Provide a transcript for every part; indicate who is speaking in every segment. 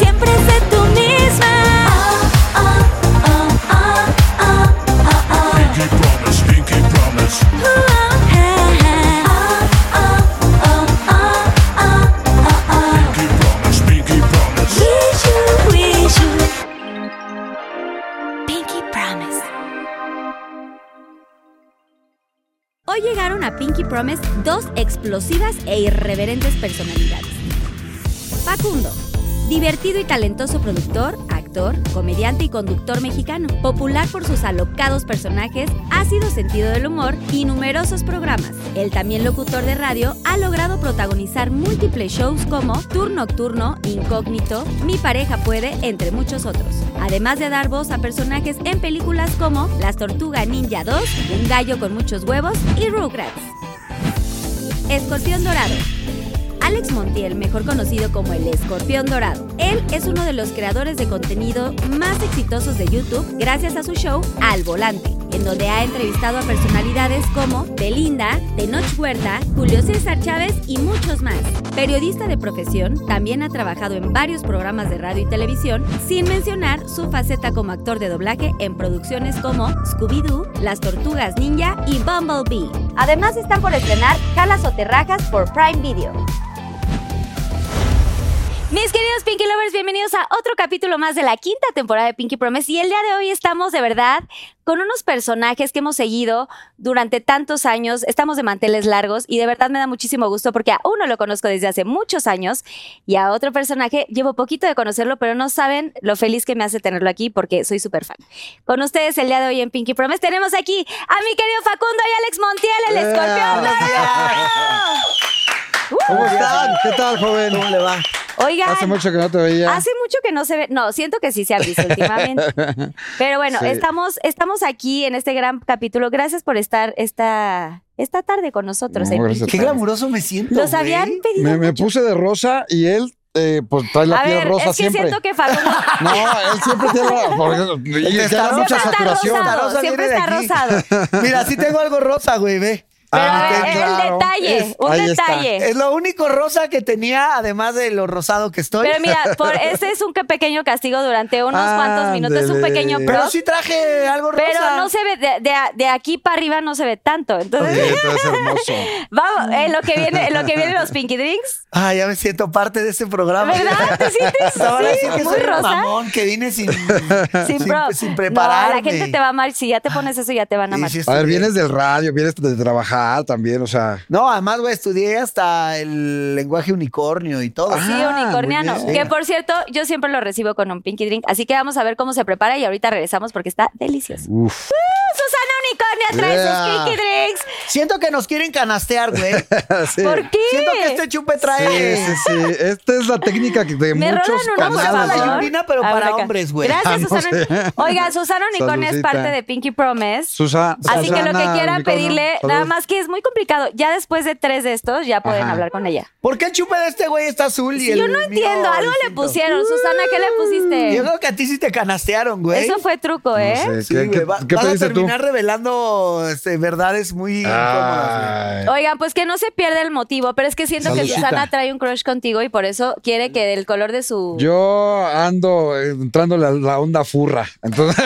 Speaker 1: siempre sé tú misma. Oh, oh, oh, oh, oh, oh, oh.
Speaker 2: Pinky promise, Pinky promise.
Speaker 1: Uh, oh, ah, ah. Oh, oh, oh, oh, oh, oh.
Speaker 2: Pinky promise, Pinky promise.
Speaker 1: Wish you, wish you. Pinky Promise.
Speaker 3: Hoy llegaron a Pinky Promise dos explosivas e irreverentes personalidades. Facundo, divertido y talentoso productor, actor, comediante y conductor mexicano, popular por sus alocados personajes, ácido sentido del humor y numerosos programas. El también locutor de radio ha logrado protagonizar múltiples shows como Tour Nocturno, Incógnito, Mi pareja puede, entre muchos otros. Además de dar voz a personajes en películas como Las Tortuga Ninja 2, Un gallo con muchos huevos y Rugrats. Escorpión Dorado. Alex Montiel, mejor conocido como el Escorpión Dorado. Él es uno de los creadores de contenido más exitosos de YouTube gracias a su show Al Volante, en donde ha entrevistado a personalidades como Belinda, Tenoch Huerta, Julio César Chávez y muchos más. Periodista de profesión, también ha trabajado en varios programas de radio y televisión, sin mencionar su faceta como actor de doblaje en producciones como Scooby-Doo, Las Tortugas Ninja y Bumblebee. Además están por estrenar Jalas o Terrajas por Prime Video. Mis queridos Pinky Lovers, bienvenidos a otro capítulo más de la quinta temporada de Pinky Promise. Y el día de hoy estamos de verdad con unos personajes que hemos seguido durante tantos años. Estamos de manteles largos y de verdad me da muchísimo gusto porque a uno lo conozco desde hace muchos años y a otro personaje llevo poquito de conocerlo, pero no saben lo feliz que me hace tenerlo aquí porque soy súper fan. Con ustedes el día de hoy en Pinky Promise tenemos aquí a mi querido Facundo y Alex Montiel, el escorpión. dorado. ¡Uh!
Speaker 4: ¿Cómo están? ¿Qué tal, joven? ¿Cómo le va?
Speaker 3: Oigan,
Speaker 4: Hace mucho que no te veía.
Speaker 3: Hace mucho que no se ve. No, siento que sí se ha visto últimamente. Pero bueno,
Speaker 4: Sí.
Speaker 3: estamos, estamos aquí en este gran capítulo. Gracias por estar esta, esta tarde con nosotros.
Speaker 4: No,
Speaker 3: en
Speaker 4: gracias a
Speaker 3: Pinky
Speaker 4: ti.
Speaker 5: Qué
Speaker 4: Claro.
Speaker 3: Promise.
Speaker 5: glamuroso me siento.
Speaker 3: Los
Speaker 5: güey.
Speaker 3: habían pedido.
Speaker 4: Me, me
Speaker 3: mucho.
Speaker 4: puse de rosa y él, eh, pues, trae la
Speaker 3: a
Speaker 4: piel
Speaker 3: ver,
Speaker 4: rosa
Speaker 3: es que
Speaker 4: siempre.
Speaker 3: siento que Facundo.
Speaker 4: No, él siempre tiene la... Porque, y
Speaker 5: que
Speaker 4: ya
Speaker 5: está
Speaker 4: hay
Speaker 5: rosa,
Speaker 4: mucha
Speaker 3: siempre está
Speaker 4: saturación.
Speaker 5: La
Speaker 3: rosado.
Speaker 5: rosa
Speaker 3: Siempre
Speaker 5: viene de
Speaker 3: está
Speaker 5: aquí.
Speaker 3: rosado. Pero
Speaker 5: Mira, sí tengo algo rosa, güey, ve.
Speaker 4: Ah,
Speaker 3: a ver, el
Speaker 4: claro.
Speaker 3: detalle,
Speaker 4: Es-
Speaker 3: un
Speaker 4: ahí está.
Speaker 3: detalle.
Speaker 5: Es lo único rosa que tenía, además de lo rosado que estoy.
Speaker 3: Pero mira, por, ese es un que- pequeño castigo durante unos cuantos minutos. Es un
Speaker 4: Ándele.
Speaker 3: pequeño
Speaker 4: Pero
Speaker 3: prop.
Speaker 5: Pero sí traje algo rosa.
Speaker 3: Pero no se ve, de, de- de aquí para arriba no se ve tanto. Entonces,
Speaker 4: Sí, todo es hermoso.
Speaker 3: Vamos, en lo que viene, en lo que vienen los Pinky Drinks.
Speaker 5: Ah, ya me siento parte de este programa.
Speaker 3: ¿Verdad? ¿Te sientes
Speaker 5: Hasta ahora
Speaker 3: así,
Speaker 5: sí que
Speaker 3: muy
Speaker 5: soy un
Speaker 3: rosa?
Speaker 5: mamón que vine sin,
Speaker 3: Sin, pro-
Speaker 5: sin prepararme.
Speaker 3: No, la gente te va a amar. Si ya te pones eso, ya te van a
Speaker 5: Sí,
Speaker 3: amar.
Speaker 5: sí
Speaker 4: A ver,
Speaker 5: estudié.
Speaker 4: vienes del radio, vienes de trabajar también, o sea...
Speaker 5: No, además, güey, estudié hasta el lenguaje unicornio y todo.
Speaker 3: Sí,
Speaker 4: Ah,
Speaker 3: unicorniano.
Speaker 4: muy bien.
Speaker 3: Que por cierto, yo siempre lo recibo con un Pinky Drink. Así que vamos a ver cómo se prepara y ahorita regresamos porque está delicioso.
Speaker 4: Uf.
Speaker 3: Susana Unicornia trae
Speaker 4: Yeah.
Speaker 3: sus Pinky Drinks.
Speaker 5: Siento que nos quieren canastear, güey.
Speaker 4: Sí.
Speaker 3: ¿Por qué?
Speaker 5: Siento que este chupe trae.
Speaker 4: Sí, sí, sí. Esta es la técnica que- de
Speaker 3: Me
Speaker 4: muchos
Speaker 3: rolan uno, por
Speaker 5: canales,
Speaker 4: canales.
Speaker 5: la
Speaker 3: favor.
Speaker 5: Yurina, pero
Speaker 3: Ah,
Speaker 5: para
Speaker 3: acá.
Speaker 5: hombres, güey.
Speaker 3: Gracias,
Speaker 4: Ah, no
Speaker 3: Susana.
Speaker 4: sé.
Speaker 3: Oiga, Susana Unicornia es
Speaker 4: Saludcita.
Speaker 3: parte de Pinky Promise.
Speaker 4: Susa- Susana.
Speaker 3: Así que lo que quieran
Speaker 4: Unicornio,
Speaker 3: pedirle, nada
Speaker 4: saludos.
Speaker 3: más que es muy complicado. Ya después de tres de estos, ya pueden
Speaker 4: Ajá.
Speaker 3: hablar con ella.
Speaker 5: ¿Por qué el chupe de este güey está azul y
Speaker 3: Sí,
Speaker 5: el
Speaker 3: yo no
Speaker 5: mío
Speaker 3: entiendo, algo le
Speaker 5: distinto?
Speaker 3: pusieron. Susana, ¿qué le
Speaker 5: Yo
Speaker 3: pusiste?
Speaker 5: creo que a ti sí te canastearon, güey.
Speaker 3: Eso fue truco, ¿eh?
Speaker 4: No sé,
Speaker 5: Sí,
Speaker 4: ¿Qué,
Speaker 5: güey,
Speaker 4: qué-
Speaker 5: va-
Speaker 4: qué
Speaker 5: vas a
Speaker 4: pediste tú?
Speaker 5: terminar revelando este, verdades muy incómodas.
Speaker 4: Ay.
Speaker 3: Oigan, pues que no se pierda el motivo, pero es que siento que
Speaker 4: Saludcita.
Speaker 3: Susana trae un crush contigo y por eso quiere que del color de su...
Speaker 4: Yo ando entrando la, la onda furra. Entonces,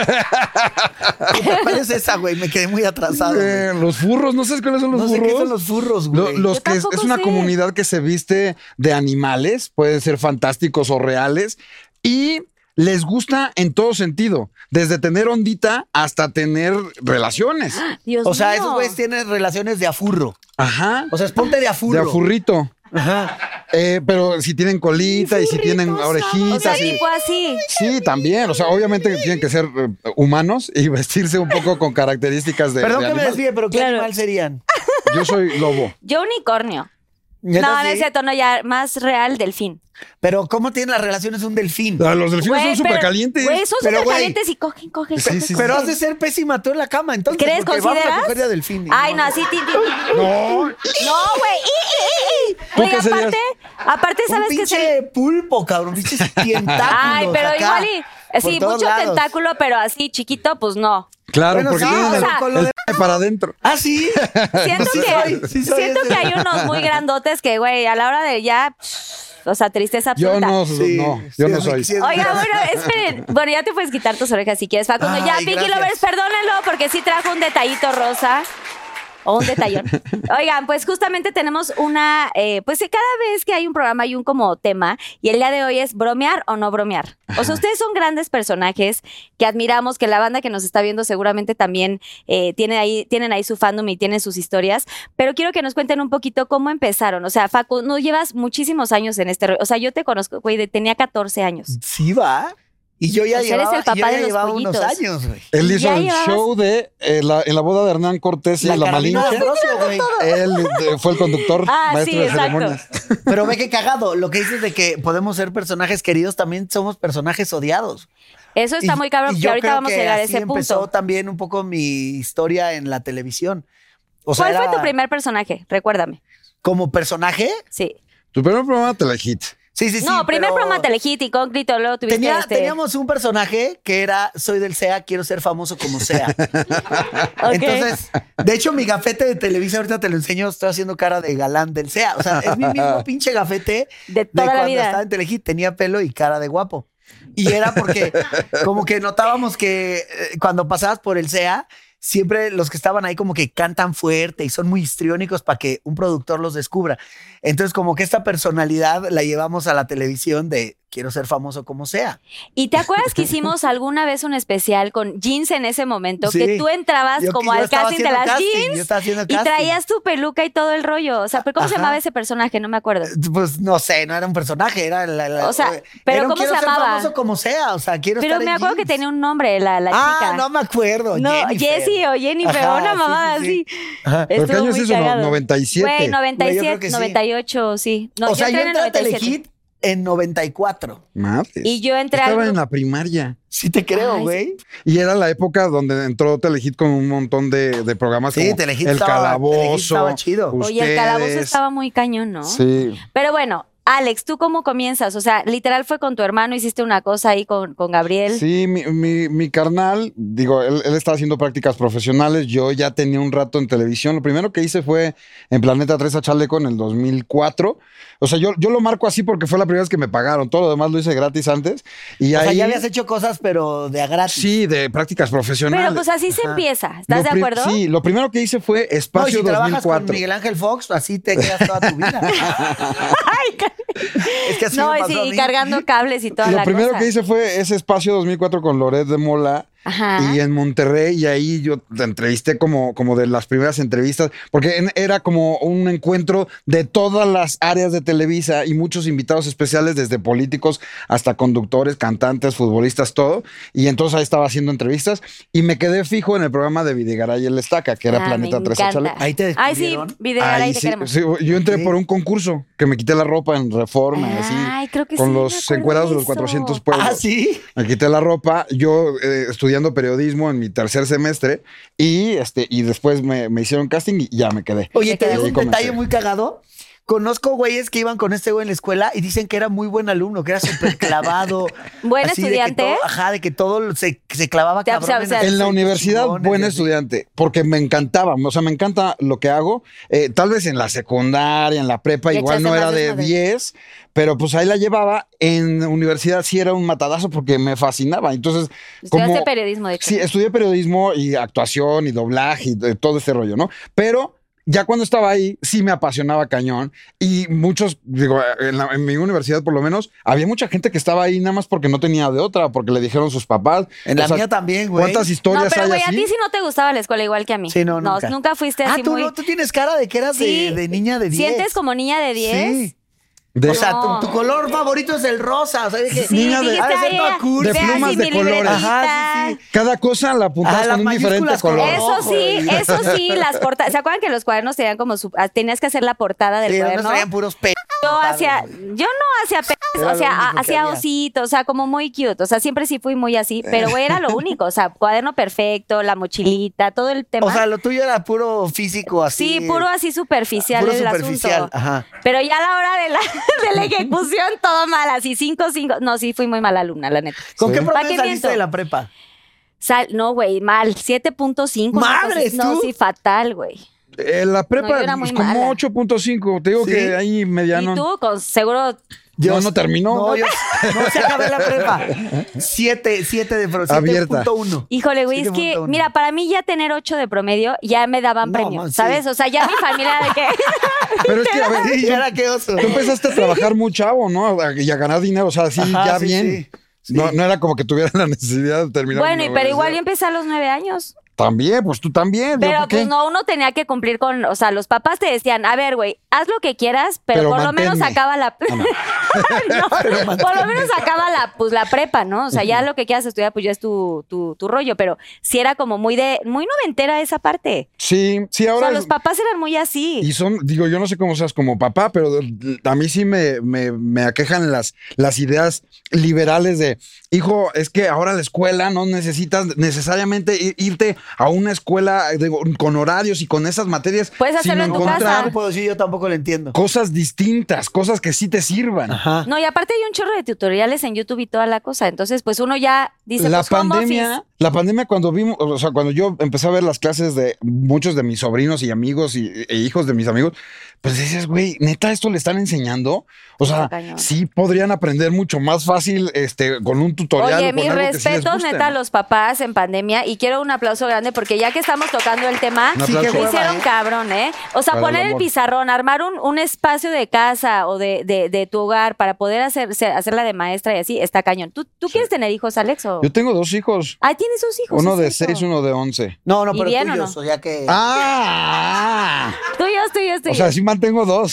Speaker 5: güey. ¿Cuál es esa, güey? Me quedé muy atrasado. güey.
Speaker 4: eh, los furros, no sé cuáles son los
Speaker 5: No sé
Speaker 4: furros.
Speaker 5: qué son los furros,
Speaker 4: Lo-
Speaker 5: güey.
Speaker 4: los
Speaker 3: Yo
Speaker 4: que es,
Speaker 3: tampoco
Speaker 4: es una
Speaker 3: sé.
Speaker 4: comunidad que se viste de animales, pueden ser fantásticos o reales, y les gusta en todo sentido, desde tener ondita hasta tener relaciones.
Speaker 3: Dios
Speaker 5: O sea,
Speaker 3: mío.
Speaker 5: esos güeyes tienen relaciones de afurro.
Speaker 4: Ajá.
Speaker 5: O sea, es ponte de
Speaker 4: de
Speaker 5: afurro.
Speaker 4: afurrito. Eh, pero si tienen colita y si tienen orejitas.
Speaker 3: O sea,
Speaker 4: y-
Speaker 3: tipo así.
Speaker 4: Sí, también. O sea, obviamente tienen que ser eh, humanos y vestirse un poco con características de.
Speaker 5: Perdón
Speaker 4: de
Speaker 5: que me
Speaker 4: animal.
Speaker 5: desvíe, pero ¿qué
Speaker 3: Claro.
Speaker 5: animal serían?
Speaker 4: Yo soy lobo.
Speaker 3: Yo unicornio.
Speaker 5: ¿Neta
Speaker 3: No, no
Speaker 5: sí?
Speaker 3: es cierto, no, ya más real, delfín.
Speaker 5: Pero ¿cómo tienen las relaciones un delfín?
Speaker 4: Ah, Los delfines
Speaker 3: Güey,
Speaker 4: son
Speaker 3: pero-
Speaker 4: súper calientes.
Speaker 3: Güey, son
Speaker 5: Pero,
Speaker 3: súper calientes y cogen, cogen,
Speaker 4: Sí,
Speaker 3: cogen.
Speaker 4: sí, sí.
Speaker 3: cogen.
Speaker 5: Pero has de ser pésima tú en la cama, entonces.
Speaker 3: ¿Crees?
Speaker 5: porque Vamos a
Speaker 3: ¿Consideras?
Speaker 5: coger de delfín.
Speaker 3: Ay, no, así, ti, ti, ti.
Speaker 4: No.
Speaker 3: No, güey. ¡i, i, i, i!
Speaker 4: ¿Tú
Speaker 3: Güey,
Speaker 4: qué serías?
Speaker 3: aparte, aparte,
Speaker 5: Un
Speaker 3: ¿sabes qué
Speaker 5: pinche
Speaker 3: sería?
Speaker 5: pulpo, cabrón. Pinches tentáculos
Speaker 3: Ay, pero
Speaker 5: acá,
Speaker 3: igual y.
Speaker 5: por
Speaker 3: Sí,
Speaker 5: todos
Speaker 3: mucho
Speaker 5: lados.
Speaker 3: tentáculo, pero así chiquito, pues no.
Speaker 4: Claro,
Speaker 5: Bueno,
Speaker 4: porque
Speaker 5: sí,
Speaker 4: tienen
Speaker 5: o
Speaker 4: el-
Speaker 3: sea-
Speaker 4: el, pene para adentro.
Speaker 5: Ah, sí.
Speaker 3: Siento
Speaker 5: Sí
Speaker 3: que,
Speaker 5: soy, sí soy
Speaker 3: siento
Speaker 5: ese.
Speaker 3: que hay unos muy grandotes que, güey, a la hora de ya. pff, O sea, tristeza
Speaker 4: Yo
Speaker 3: absoluta.
Speaker 4: no,
Speaker 5: Sí,
Speaker 4: no,
Speaker 5: sí,
Speaker 4: yo no
Speaker 5: es mi-
Speaker 4: soy.
Speaker 5: sí es mi-
Speaker 3: Oiga, bueno, esperen. Bueno, ya te puedes quitar tus orejas si quieres, Facundo. ya,
Speaker 5: Ay,
Speaker 3: Pinky
Speaker 5: gracias.
Speaker 3: Lovers, perdónenlo porque sí trajo un detallito rosa. O un detallón. Oigan, pues justamente tenemos una, eh, pues que cada vez que hay un programa hay un como tema y el día de hoy es bromear o no bromear. O sea, ustedes son grandes personajes que admiramos, que la banda que nos está viendo seguramente también eh, tiene ahí, tienen ahí su fandom y tienen sus historias, pero quiero que nos cuenten un poquito cómo empezaron. O sea, Facu, no llevas muchísimos años en este, rollo. o sea, yo te conozco, güey, de- tenía 14 años.
Speaker 5: Sí, va. Y yo ya
Speaker 3: Pues eres
Speaker 5: llevaba,
Speaker 3: el papá
Speaker 5: y yo ya
Speaker 3: de los
Speaker 5: llevaba unos
Speaker 3: pollitos.
Speaker 5: años, güey.
Speaker 4: Él hizo
Speaker 3: Ya
Speaker 4: el
Speaker 3: llevabas-
Speaker 4: show de eh, la- en la boda de Hernán Cortés y la,
Speaker 5: Carolina
Speaker 4: Malinche.
Speaker 5: Ambrosio, güey.
Speaker 4: Él eh, fue el conductor,
Speaker 3: Ah,
Speaker 4: maestro
Speaker 3: sí,
Speaker 4: de
Speaker 3: exacto.
Speaker 4: ceremonias.
Speaker 5: Pero ve que cagado. Lo que dices de que podemos ser personajes queridos, también somos personajes odiados.
Speaker 3: Eso está
Speaker 5: Y-
Speaker 3: muy cabrón,
Speaker 5: y
Speaker 3: porque
Speaker 5: yo
Speaker 3: ahorita
Speaker 5: creo
Speaker 3: vamos a
Speaker 5: que
Speaker 3: llegar a
Speaker 5: así
Speaker 3: ese
Speaker 5: empezó
Speaker 3: punto.
Speaker 5: también un poco mi historia en la televisión. O sea,
Speaker 3: ¿Cuál fue
Speaker 5: era
Speaker 3: tu primer personaje? Recuérdame.
Speaker 5: como personaje?
Speaker 3: Sí.
Speaker 4: Tu primer programa telehit.
Speaker 5: Sí, sí, sí.
Speaker 3: no, primer
Speaker 5: pero
Speaker 3: programa Telehit y Concrete, luego tuviste
Speaker 5: tenía-
Speaker 3: este.
Speaker 5: Teníamos un personaje que era soy del SEA, quiero ser famoso como sea.
Speaker 3: Ok.
Speaker 5: Entonces, de hecho, mi gafete de Televisa, ahorita te lo enseño, estoy haciendo cara de galán del SEA. O sea, es mi mismo pinche gafete
Speaker 3: De toda la
Speaker 5: cuando
Speaker 3: vida.
Speaker 5: estaba en Telehit. Tenía pelo y cara de guapo. Y era porque como que notábamos que eh, cuando pasabas por el SEA, siempre los que estaban ahí como que cantan fuerte y son muy histriónicos para que un productor los descubra. Entonces, como que esta personalidad la llevamos a la televisión de quiero ser famoso como sea.
Speaker 3: ¿Y te acuerdas que hicimos alguna vez un especial con jeans en ese momento? Que
Speaker 5: Sí.
Speaker 3: tú entrabas
Speaker 5: Yo-
Speaker 3: como
Speaker 5: yo
Speaker 3: al
Speaker 5: estaba
Speaker 3: casting de
Speaker 5: haciendo
Speaker 3: las
Speaker 5: casting, yo
Speaker 3: jeans
Speaker 5: estaba haciendo
Speaker 3: y
Speaker 5: casting.
Speaker 3: traías tu peluca y todo el rollo. O sea, ¿pero ¿cómo se
Speaker 5: Ajá.
Speaker 3: llamaba ese personaje? No me acuerdo.
Speaker 5: Pues no sé, no era un personaje, era la, la-
Speaker 3: O sea,
Speaker 5: era
Speaker 3: pero
Speaker 5: un
Speaker 3: ¿cómo
Speaker 5: quiero
Speaker 3: se
Speaker 5: ser
Speaker 3: llamaba?
Speaker 5: famoso como sea, o sea, quiero
Speaker 3: Pero
Speaker 5: estar
Speaker 3: me
Speaker 5: en
Speaker 3: acuerdo que
Speaker 5: jeans.
Speaker 3: tenía un nombre la, la
Speaker 5: Ah,
Speaker 3: chica.
Speaker 5: no me acuerdo.
Speaker 3: No,
Speaker 5: Jennifer.
Speaker 3: Jessie o Jennifer,
Speaker 5: Ajá,
Speaker 3: una
Speaker 5: sí,
Speaker 3: mamada
Speaker 5: sí,
Speaker 3: así.
Speaker 5: sí.
Speaker 4: ¿Pero
Speaker 5: Ajá.
Speaker 4: qué
Speaker 3: Estuvo
Speaker 4: año es
Speaker 3: muy
Speaker 4: eso? No,
Speaker 3: cagado.
Speaker 4: 97.
Speaker 3: Güey,
Speaker 5: Güey, yo
Speaker 3: 97,
Speaker 5: creo que sí.
Speaker 3: 98, sí. No,
Speaker 5: o sea, yo
Speaker 3: entré en el
Speaker 5: entré a
Speaker 3: 97.
Speaker 5: Telehit en 94.
Speaker 4: Madre.
Speaker 3: Y yo entré al
Speaker 4: Estaba
Speaker 3: grupo-
Speaker 4: en la primaria.
Speaker 5: Sí te
Speaker 3: creo,
Speaker 5: creo,
Speaker 3: Ay,
Speaker 5: güey.
Speaker 4: Y era la época donde entró Telehit con un montón de, de programas
Speaker 5: Sí,
Speaker 4: Ah, como
Speaker 5: Telehit
Speaker 4: El
Speaker 5: estaba- Telehit
Speaker 4: Calabozo. Pues,
Speaker 5: estaba chido.
Speaker 3: Oye, el calabozo
Speaker 4: Ustedes.
Speaker 3: estaba muy cañón, ¿no?
Speaker 4: Sí.
Speaker 3: Pero bueno, Alex, ¿tú cómo comienzas? O sea, literal fue con tu hermano, hiciste una cosa ahí con, con Gabriel.
Speaker 4: Sí, mi, mi- mi carnal, digo, él, él estaba haciendo prácticas profesionales, yo ya tenía un rato en televisión. Lo primero que hice fue en Planeta 3 a Chaleco en el 2004. O sea, yo, yo lo marco así porque fue la primera vez que me pagaron. Todo lo demás lo hice gratis antes. Y
Speaker 5: O
Speaker 4: ahí,
Speaker 5: sea, ya habías hecho cosas, pero de a gratis.
Speaker 4: Sí, de prácticas profesionales.
Speaker 3: Pero pues así se
Speaker 5: Ajá.
Speaker 3: empieza, ¿estás
Speaker 4: Lo
Speaker 3: de
Speaker 4: pri-
Speaker 3: acuerdo?
Speaker 4: Sí, lo primero que hice fue
Speaker 5: No, y
Speaker 4: Espacio
Speaker 5: si trabajas con
Speaker 4: 2004.
Speaker 5: Miguel Ángel Fox, así te quedas toda tu vida. es que así
Speaker 3: no,
Speaker 5: me
Speaker 3: y
Speaker 5: pasó a
Speaker 3: sí,
Speaker 5: mí. Ah,
Speaker 3: cargando cables y toda
Speaker 4: Lo
Speaker 3: la
Speaker 4: primero
Speaker 3: cosa.
Speaker 4: que hice fue ese espacio 2004 con Loret de Mola
Speaker 3: Ajá.
Speaker 4: y en Monterrey y ahí yo te entrevisté como, como de las primeras entrevistas porque en- era como un encuentro de todas las áreas de Televisa y muchos invitados especiales desde políticos hasta conductores, cantantes, futbolistas, todo y entonces ahí estaba haciendo entrevistas y me quedé fijo en el programa de Videgaray y el Estaca que era
Speaker 3: Ah,
Speaker 4: Planeta
Speaker 3: me
Speaker 4: 3 a Chale.
Speaker 3: encanta.
Speaker 5: Ahí te
Speaker 3: Ay, sí,
Speaker 5: descubrieron.
Speaker 3: Videgaray,
Speaker 4: Ahí
Speaker 3: te
Speaker 4: sí,
Speaker 3: queremos.
Speaker 4: sí, yo entré
Speaker 5: Ok.
Speaker 4: por un concurso que me quité la ropa en Reforma y así.
Speaker 3: Ay, creo que
Speaker 4: con
Speaker 3: sí, me
Speaker 4: los
Speaker 3: acuerdo
Speaker 4: encuerados de los
Speaker 3: eso.
Speaker 4: 400 pueblos.
Speaker 5: Ah, sí.
Speaker 4: Me quité la ropa, yo eh, estudiando periodismo en mi tercer semestre y, este, y después me, me hicieron casting y ya me quedé.
Speaker 5: Oye, te
Speaker 4: Y
Speaker 5: digo
Speaker 4: ahí
Speaker 5: un
Speaker 4: comencé.
Speaker 5: detalle muy cagado. Conozco güeyes que iban con este güey en la escuela y dicen que era muy buen alumno, que era súper clavado.
Speaker 3: Buen
Speaker 5: así de que
Speaker 3: estudiante.
Speaker 5: todo- ajá, de que todo se, se clavaba
Speaker 3: Te- o sea,
Speaker 5: cabrón.
Speaker 3: o sea,
Speaker 4: En la
Speaker 5: hacer
Speaker 4: universidad,
Speaker 5: chingones
Speaker 4: buen
Speaker 5: y así.
Speaker 4: estudiante, porque me encantaba, o sea, me encanta lo que hago. Eh, tal vez en la secundaria, en la prepa,
Speaker 3: Le
Speaker 4: igual
Speaker 3: echaste
Speaker 4: no
Speaker 3: más
Speaker 4: era de
Speaker 3: desmadre.
Speaker 4: 10, pero pues ahí la llevaba. En universidad sí era un matadazo porque me fascinaba. Entonces,
Speaker 3: ¿eh? Estudiaste
Speaker 4: como-
Speaker 3: periodismo, de hecho.
Speaker 4: Sí, estudié periodismo y actuación y doblaje y de- todo ese rollo, ¿no? Pero ya cuando estaba ahí, sí me apasionaba cañón. Y muchos, digo, en, la- en mi universidad por lo menos, había mucha gente que estaba ahí nada más porque no tenía de otra, porque le dijeron sus papás.
Speaker 5: En la mía también, güey.
Speaker 4: ¿Cuántas
Speaker 3: no,
Speaker 4: historias
Speaker 3: pero
Speaker 4: hay
Speaker 3: güey, a
Speaker 4: así?
Speaker 3: ti sí no te gustaba la escuela igual que a mí.
Speaker 5: Sí, no,
Speaker 3: no
Speaker 5: nunca.
Speaker 3: fuiste
Speaker 5: Ah,
Speaker 3: así
Speaker 5: tú,
Speaker 3: muy...
Speaker 5: no, tú tienes cara de que eras de-
Speaker 3: Sí.
Speaker 5: de, niña de 10.
Speaker 3: ¿Sientes como niña de 10?
Speaker 5: Sí.
Speaker 4: De-
Speaker 5: O sea, tu,
Speaker 3: No.
Speaker 5: tu color favorito es el rosa. O sea, de que,
Speaker 3: Sí,
Speaker 4: Niña de-
Speaker 3: dijiste,
Speaker 5: ha de ser
Speaker 3: "Ay,
Speaker 5: toda
Speaker 3: ya,
Speaker 5: cursi".
Speaker 4: de
Speaker 3: vea,
Speaker 4: plumas
Speaker 3: sí,
Speaker 4: de
Speaker 3: mi
Speaker 4: color.
Speaker 3: libretita.
Speaker 5: Ajá, sí, sí.
Speaker 4: Cada cosa la apuntamos
Speaker 5: Ah, las
Speaker 4: con un
Speaker 5: mayúsculas
Speaker 4: diferente
Speaker 5: con
Speaker 4: color.
Speaker 5: rojo.
Speaker 3: Eso sí,
Speaker 5: y-
Speaker 3: eso sí, las portadas. ¿Se acuerdan que los cuadernos tenían como su- ah, tenías que hacer la portada del
Speaker 5: Sí, nos
Speaker 3: cuaderno?
Speaker 5: traían puros pe...
Speaker 3: Yo hacía, yo no hacía pe-
Speaker 5: Era
Speaker 3: o
Speaker 5: lo
Speaker 3: sea,
Speaker 5: único
Speaker 3: a-
Speaker 5: que
Speaker 3: hacía
Speaker 5: había.
Speaker 3: ositos, o sea, como muy cute. O sea, siempre sí fui muy así, pero güey, era lo único. O sea, cuaderno perfecto, la mochilita, todo el tema.
Speaker 5: O sea, lo tuyo era puro físico así.
Speaker 3: sí, puro así superficial
Speaker 5: puro
Speaker 3: el
Speaker 5: superficial.
Speaker 3: asunto.
Speaker 5: Ajá.
Speaker 3: Pero ya a la hora de la, de la ejecución, todo mal, así cinco, cinco. No, sí, fui muy mala alumna, la neta.
Speaker 5: ¿Con qué
Speaker 3: ¿Pa'
Speaker 5: promedio saliste
Speaker 3: miento?
Speaker 5: de la prepa?
Speaker 3: Sal- no, güey, mal. 7.5. una cosa
Speaker 5: ¡Madres,
Speaker 3: así. No,
Speaker 5: tú!
Speaker 3: sí, fatal, güey.
Speaker 4: Eh, la
Speaker 3: No,
Speaker 4: prepa
Speaker 3: yo era muy
Speaker 4: es como
Speaker 3: mala.
Speaker 4: 8.5. Te digo
Speaker 5: Sí.
Speaker 4: que ahí mediano.
Speaker 3: Y tú, con seguro.
Speaker 4: no, no terminó.
Speaker 5: No, yo no se acabé la prepa. Siete, siete de promedio.
Speaker 4: Abierta.
Speaker 5: 7.1.
Speaker 3: Híjole, güey, es que,
Speaker 5: 7.1.
Speaker 3: mira, para mí ya tener 8 de promedio ya me daban
Speaker 5: No,
Speaker 3: premio,
Speaker 5: ma, sí.
Speaker 3: ¿sabes? O sea, ya mi familia de que.
Speaker 4: Pero es que, a ver,
Speaker 5: Sí, ya era qué oso.
Speaker 4: tú empezaste a trabajar muy chavo, ¿no? A- Y a ganar dinero, o sea, sí,
Speaker 5: Ajá,
Speaker 4: ya
Speaker 5: sí,
Speaker 4: bien.
Speaker 5: sí, sí.
Speaker 4: No, no era como que tuviera la necesidad de terminar.
Speaker 3: bueno,
Speaker 4: una
Speaker 3: y- pero igual yo empecé
Speaker 4: universidad.
Speaker 3: a los 9 años.
Speaker 4: También, pues tú también. ¿yo
Speaker 3: Pero
Speaker 4: por qué?
Speaker 3: pues no, uno tenía que cumplir con. O sea, los papás te decían, a ver, güey, haz lo que quieras, pero,
Speaker 4: Pero
Speaker 3: por lo menos
Speaker 4: manténme. Ah,
Speaker 3: acaba la. No, por lo menos acaba la, pues, la prepa, ¿no? O sea, ya lo que quieras estudiar, pues ya es tu, tu, tu rollo. Pero sí era como muy de, muy noventera esa parte.
Speaker 4: Sí, sí, ahora.
Speaker 3: o sea, los papás eran muy así.
Speaker 4: Y son, digo, yo no sé cómo seas como papá, pero a mí sí me, me- me aquejan las, las ideas liberales de, hijo, es que ahora la escuela no necesitas necesariamente i- irte a una escuela digo, con horarios y con esas materias,
Speaker 3: Puedes hacerlo en tu
Speaker 5: Ah,
Speaker 3: casa.
Speaker 5: no puedo decir, yo tampoco lo entiendo.
Speaker 4: cosas distintas, cosas que sí te sirvan.
Speaker 5: Ajá.
Speaker 3: No, y aparte hay un chorro de tutoriales en YouTube y toda la cosa. Entonces, pues uno ya dice,
Speaker 4: la
Speaker 3: pues, home
Speaker 4: pandemia,
Speaker 3: office.
Speaker 4: la pandemia cuando vimos, o sea, cuando yo empecé a ver las clases de muchos de mis sobrinos y amigos y, e hijos de mis amigos, pues dices, güey, neta, esto le están enseñando. O sea,
Speaker 3: cañón.
Speaker 4: sí podrían aprender mucho más fácil este, con un tutorial. o
Speaker 3: Oye,
Speaker 4: con
Speaker 3: mis
Speaker 4: algo que sí les
Speaker 3: respetos,
Speaker 4: guste,
Speaker 3: neta, a
Speaker 4: ¿no?
Speaker 3: los papás en pandemia. Y quiero un aplauso grande porque ya que estamos tocando el tema,
Speaker 4: Un
Speaker 5: Sí, qué
Speaker 4: aplauso.
Speaker 3: lo
Speaker 5: hueva,
Speaker 3: hicieron
Speaker 5: ¿eh?
Speaker 3: cabrón, ¿eh? O sea,
Speaker 4: Para el
Speaker 3: poner el
Speaker 4: amor.
Speaker 3: pizarrón, armar un, un espacio de casa o de, de- de tu hogar para poder hacer, se- hacerla de maestra y así, está cañón. ¿Tú, tú quieres tener hijos, Alex? O...
Speaker 4: Yo tengo dos hijos,
Speaker 3: Ah, tienes dos hijos.
Speaker 4: uno
Speaker 3: es
Speaker 4: de
Speaker 3: cierto.
Speaker 4: seis, uno de once.
Speaker 5: No, no,
Speaker 3: ¿Y
Speaker 5: pero
Speaker 3: bien o
Speaker 5: tuyos,
Speaker 3: no?
Speaker 5: o sea que...
Speaker 4: ¡Ah!
Speaker 3: Tuyos, tuyos,
Speaker 4: O
Speaker 3: tuyos.
Speaker 4: sea, sí mantengo dos,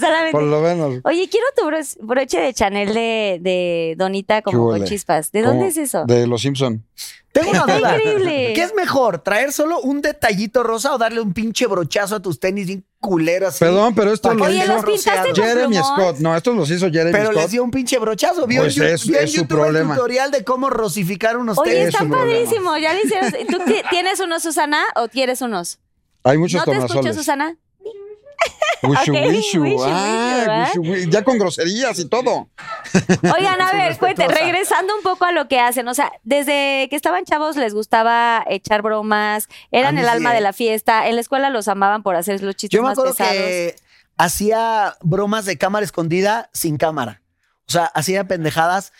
Speaker 3: Solamente.
Speaker 4: por lo menos.
Speaker 3: Oye, quiero tu bro- broche de Chanel de, de Donita
Speaker 4: ¿Qué
Speaker 3: como con
Speaker 4: huele?
Speaker 3: chispas. ¿De
Speaker 4: Como
Speaker 3: dónde es eso?
Speaker 4: De los Simpson.
Speaker 5: Tengo una
Speaker 3: Está
Speaker 5: duda.
Speaker 3: increíble.
Speaker 5: ¿Qué es mejor? ¿Traer solo un detallito rosa o darle un pinche brochazo a tus tenis bien culero así?
Speaker 4: Perdón, pero esto
Speaker 5: Para
Speaker 4: lo
Speaker 5: que
Speaker 3: Oye,
Speaker 5: hizo
Speaker 4: hizo
Speaker 3: los pintaste
Speaker 5: rociado.
Speaker 3: con
Speaker 4: Jeremy
Speaker 3: plumón?
Speaker 4: Scott. No, estos los hizo Jeremy
Speaker 5: Pero
Speaker 4: Scott.
Speaker 5: les dio un pinche brochazo. Vio
Speaker 4: Pues
Speaker 5: en, Yu-
Speaker 4: es-
Speaker 5: vi en
Speaker 4: es su
Speaker 5: YouTube el
Speaker 4: problema.
Speaker 5: tutorial de cómo rosificar unos
Speaker 3: Oye,
Speaker 5: tenis.
Speaker 4: está-
Speaker 3: están
Speaker 4: un problema.
Speaker 3: padrísimos. Ya le hicieron. ¿Tú ti- tienes unos, Susana, o quieres unos?
Speaker 4: Hay muchos
Speaker 3: ¿No te escucho,
Speaker 4: tornasoles.
Speaker 3: Susana?
Speaker 4: Wishu,
Speaker 3: Ok,
Speaker 4: wishu.
Speaker 3: wishu,
Speaker 4: Ah,
Speaker 3: wishu,
Speaker 4: wishu, wi- Ya con groserías y todo.
Speaker 3: Oigan, a ver, cuente, regresando un poco a lo que hacen. O sea, desde que estaban chavos les gustaba echar bromas,
Speaker 5: A
Speaker 3: eran
Speaker 5: mí
Speaker 3: el
Speaker 5: sí,
Speaker 3: alma
Speaker 5: eh.
Speaker 3: de la fiesta. En la escuela los amaban por hacer los chistes
Speaker 5: Yo me
Speaker 3: más
Speaker 5: acuerdo
Speaker 3: pesados.
Speaker 5: que hacía bromas de cámara escondida sin cámara. O sea, hacía pendejadas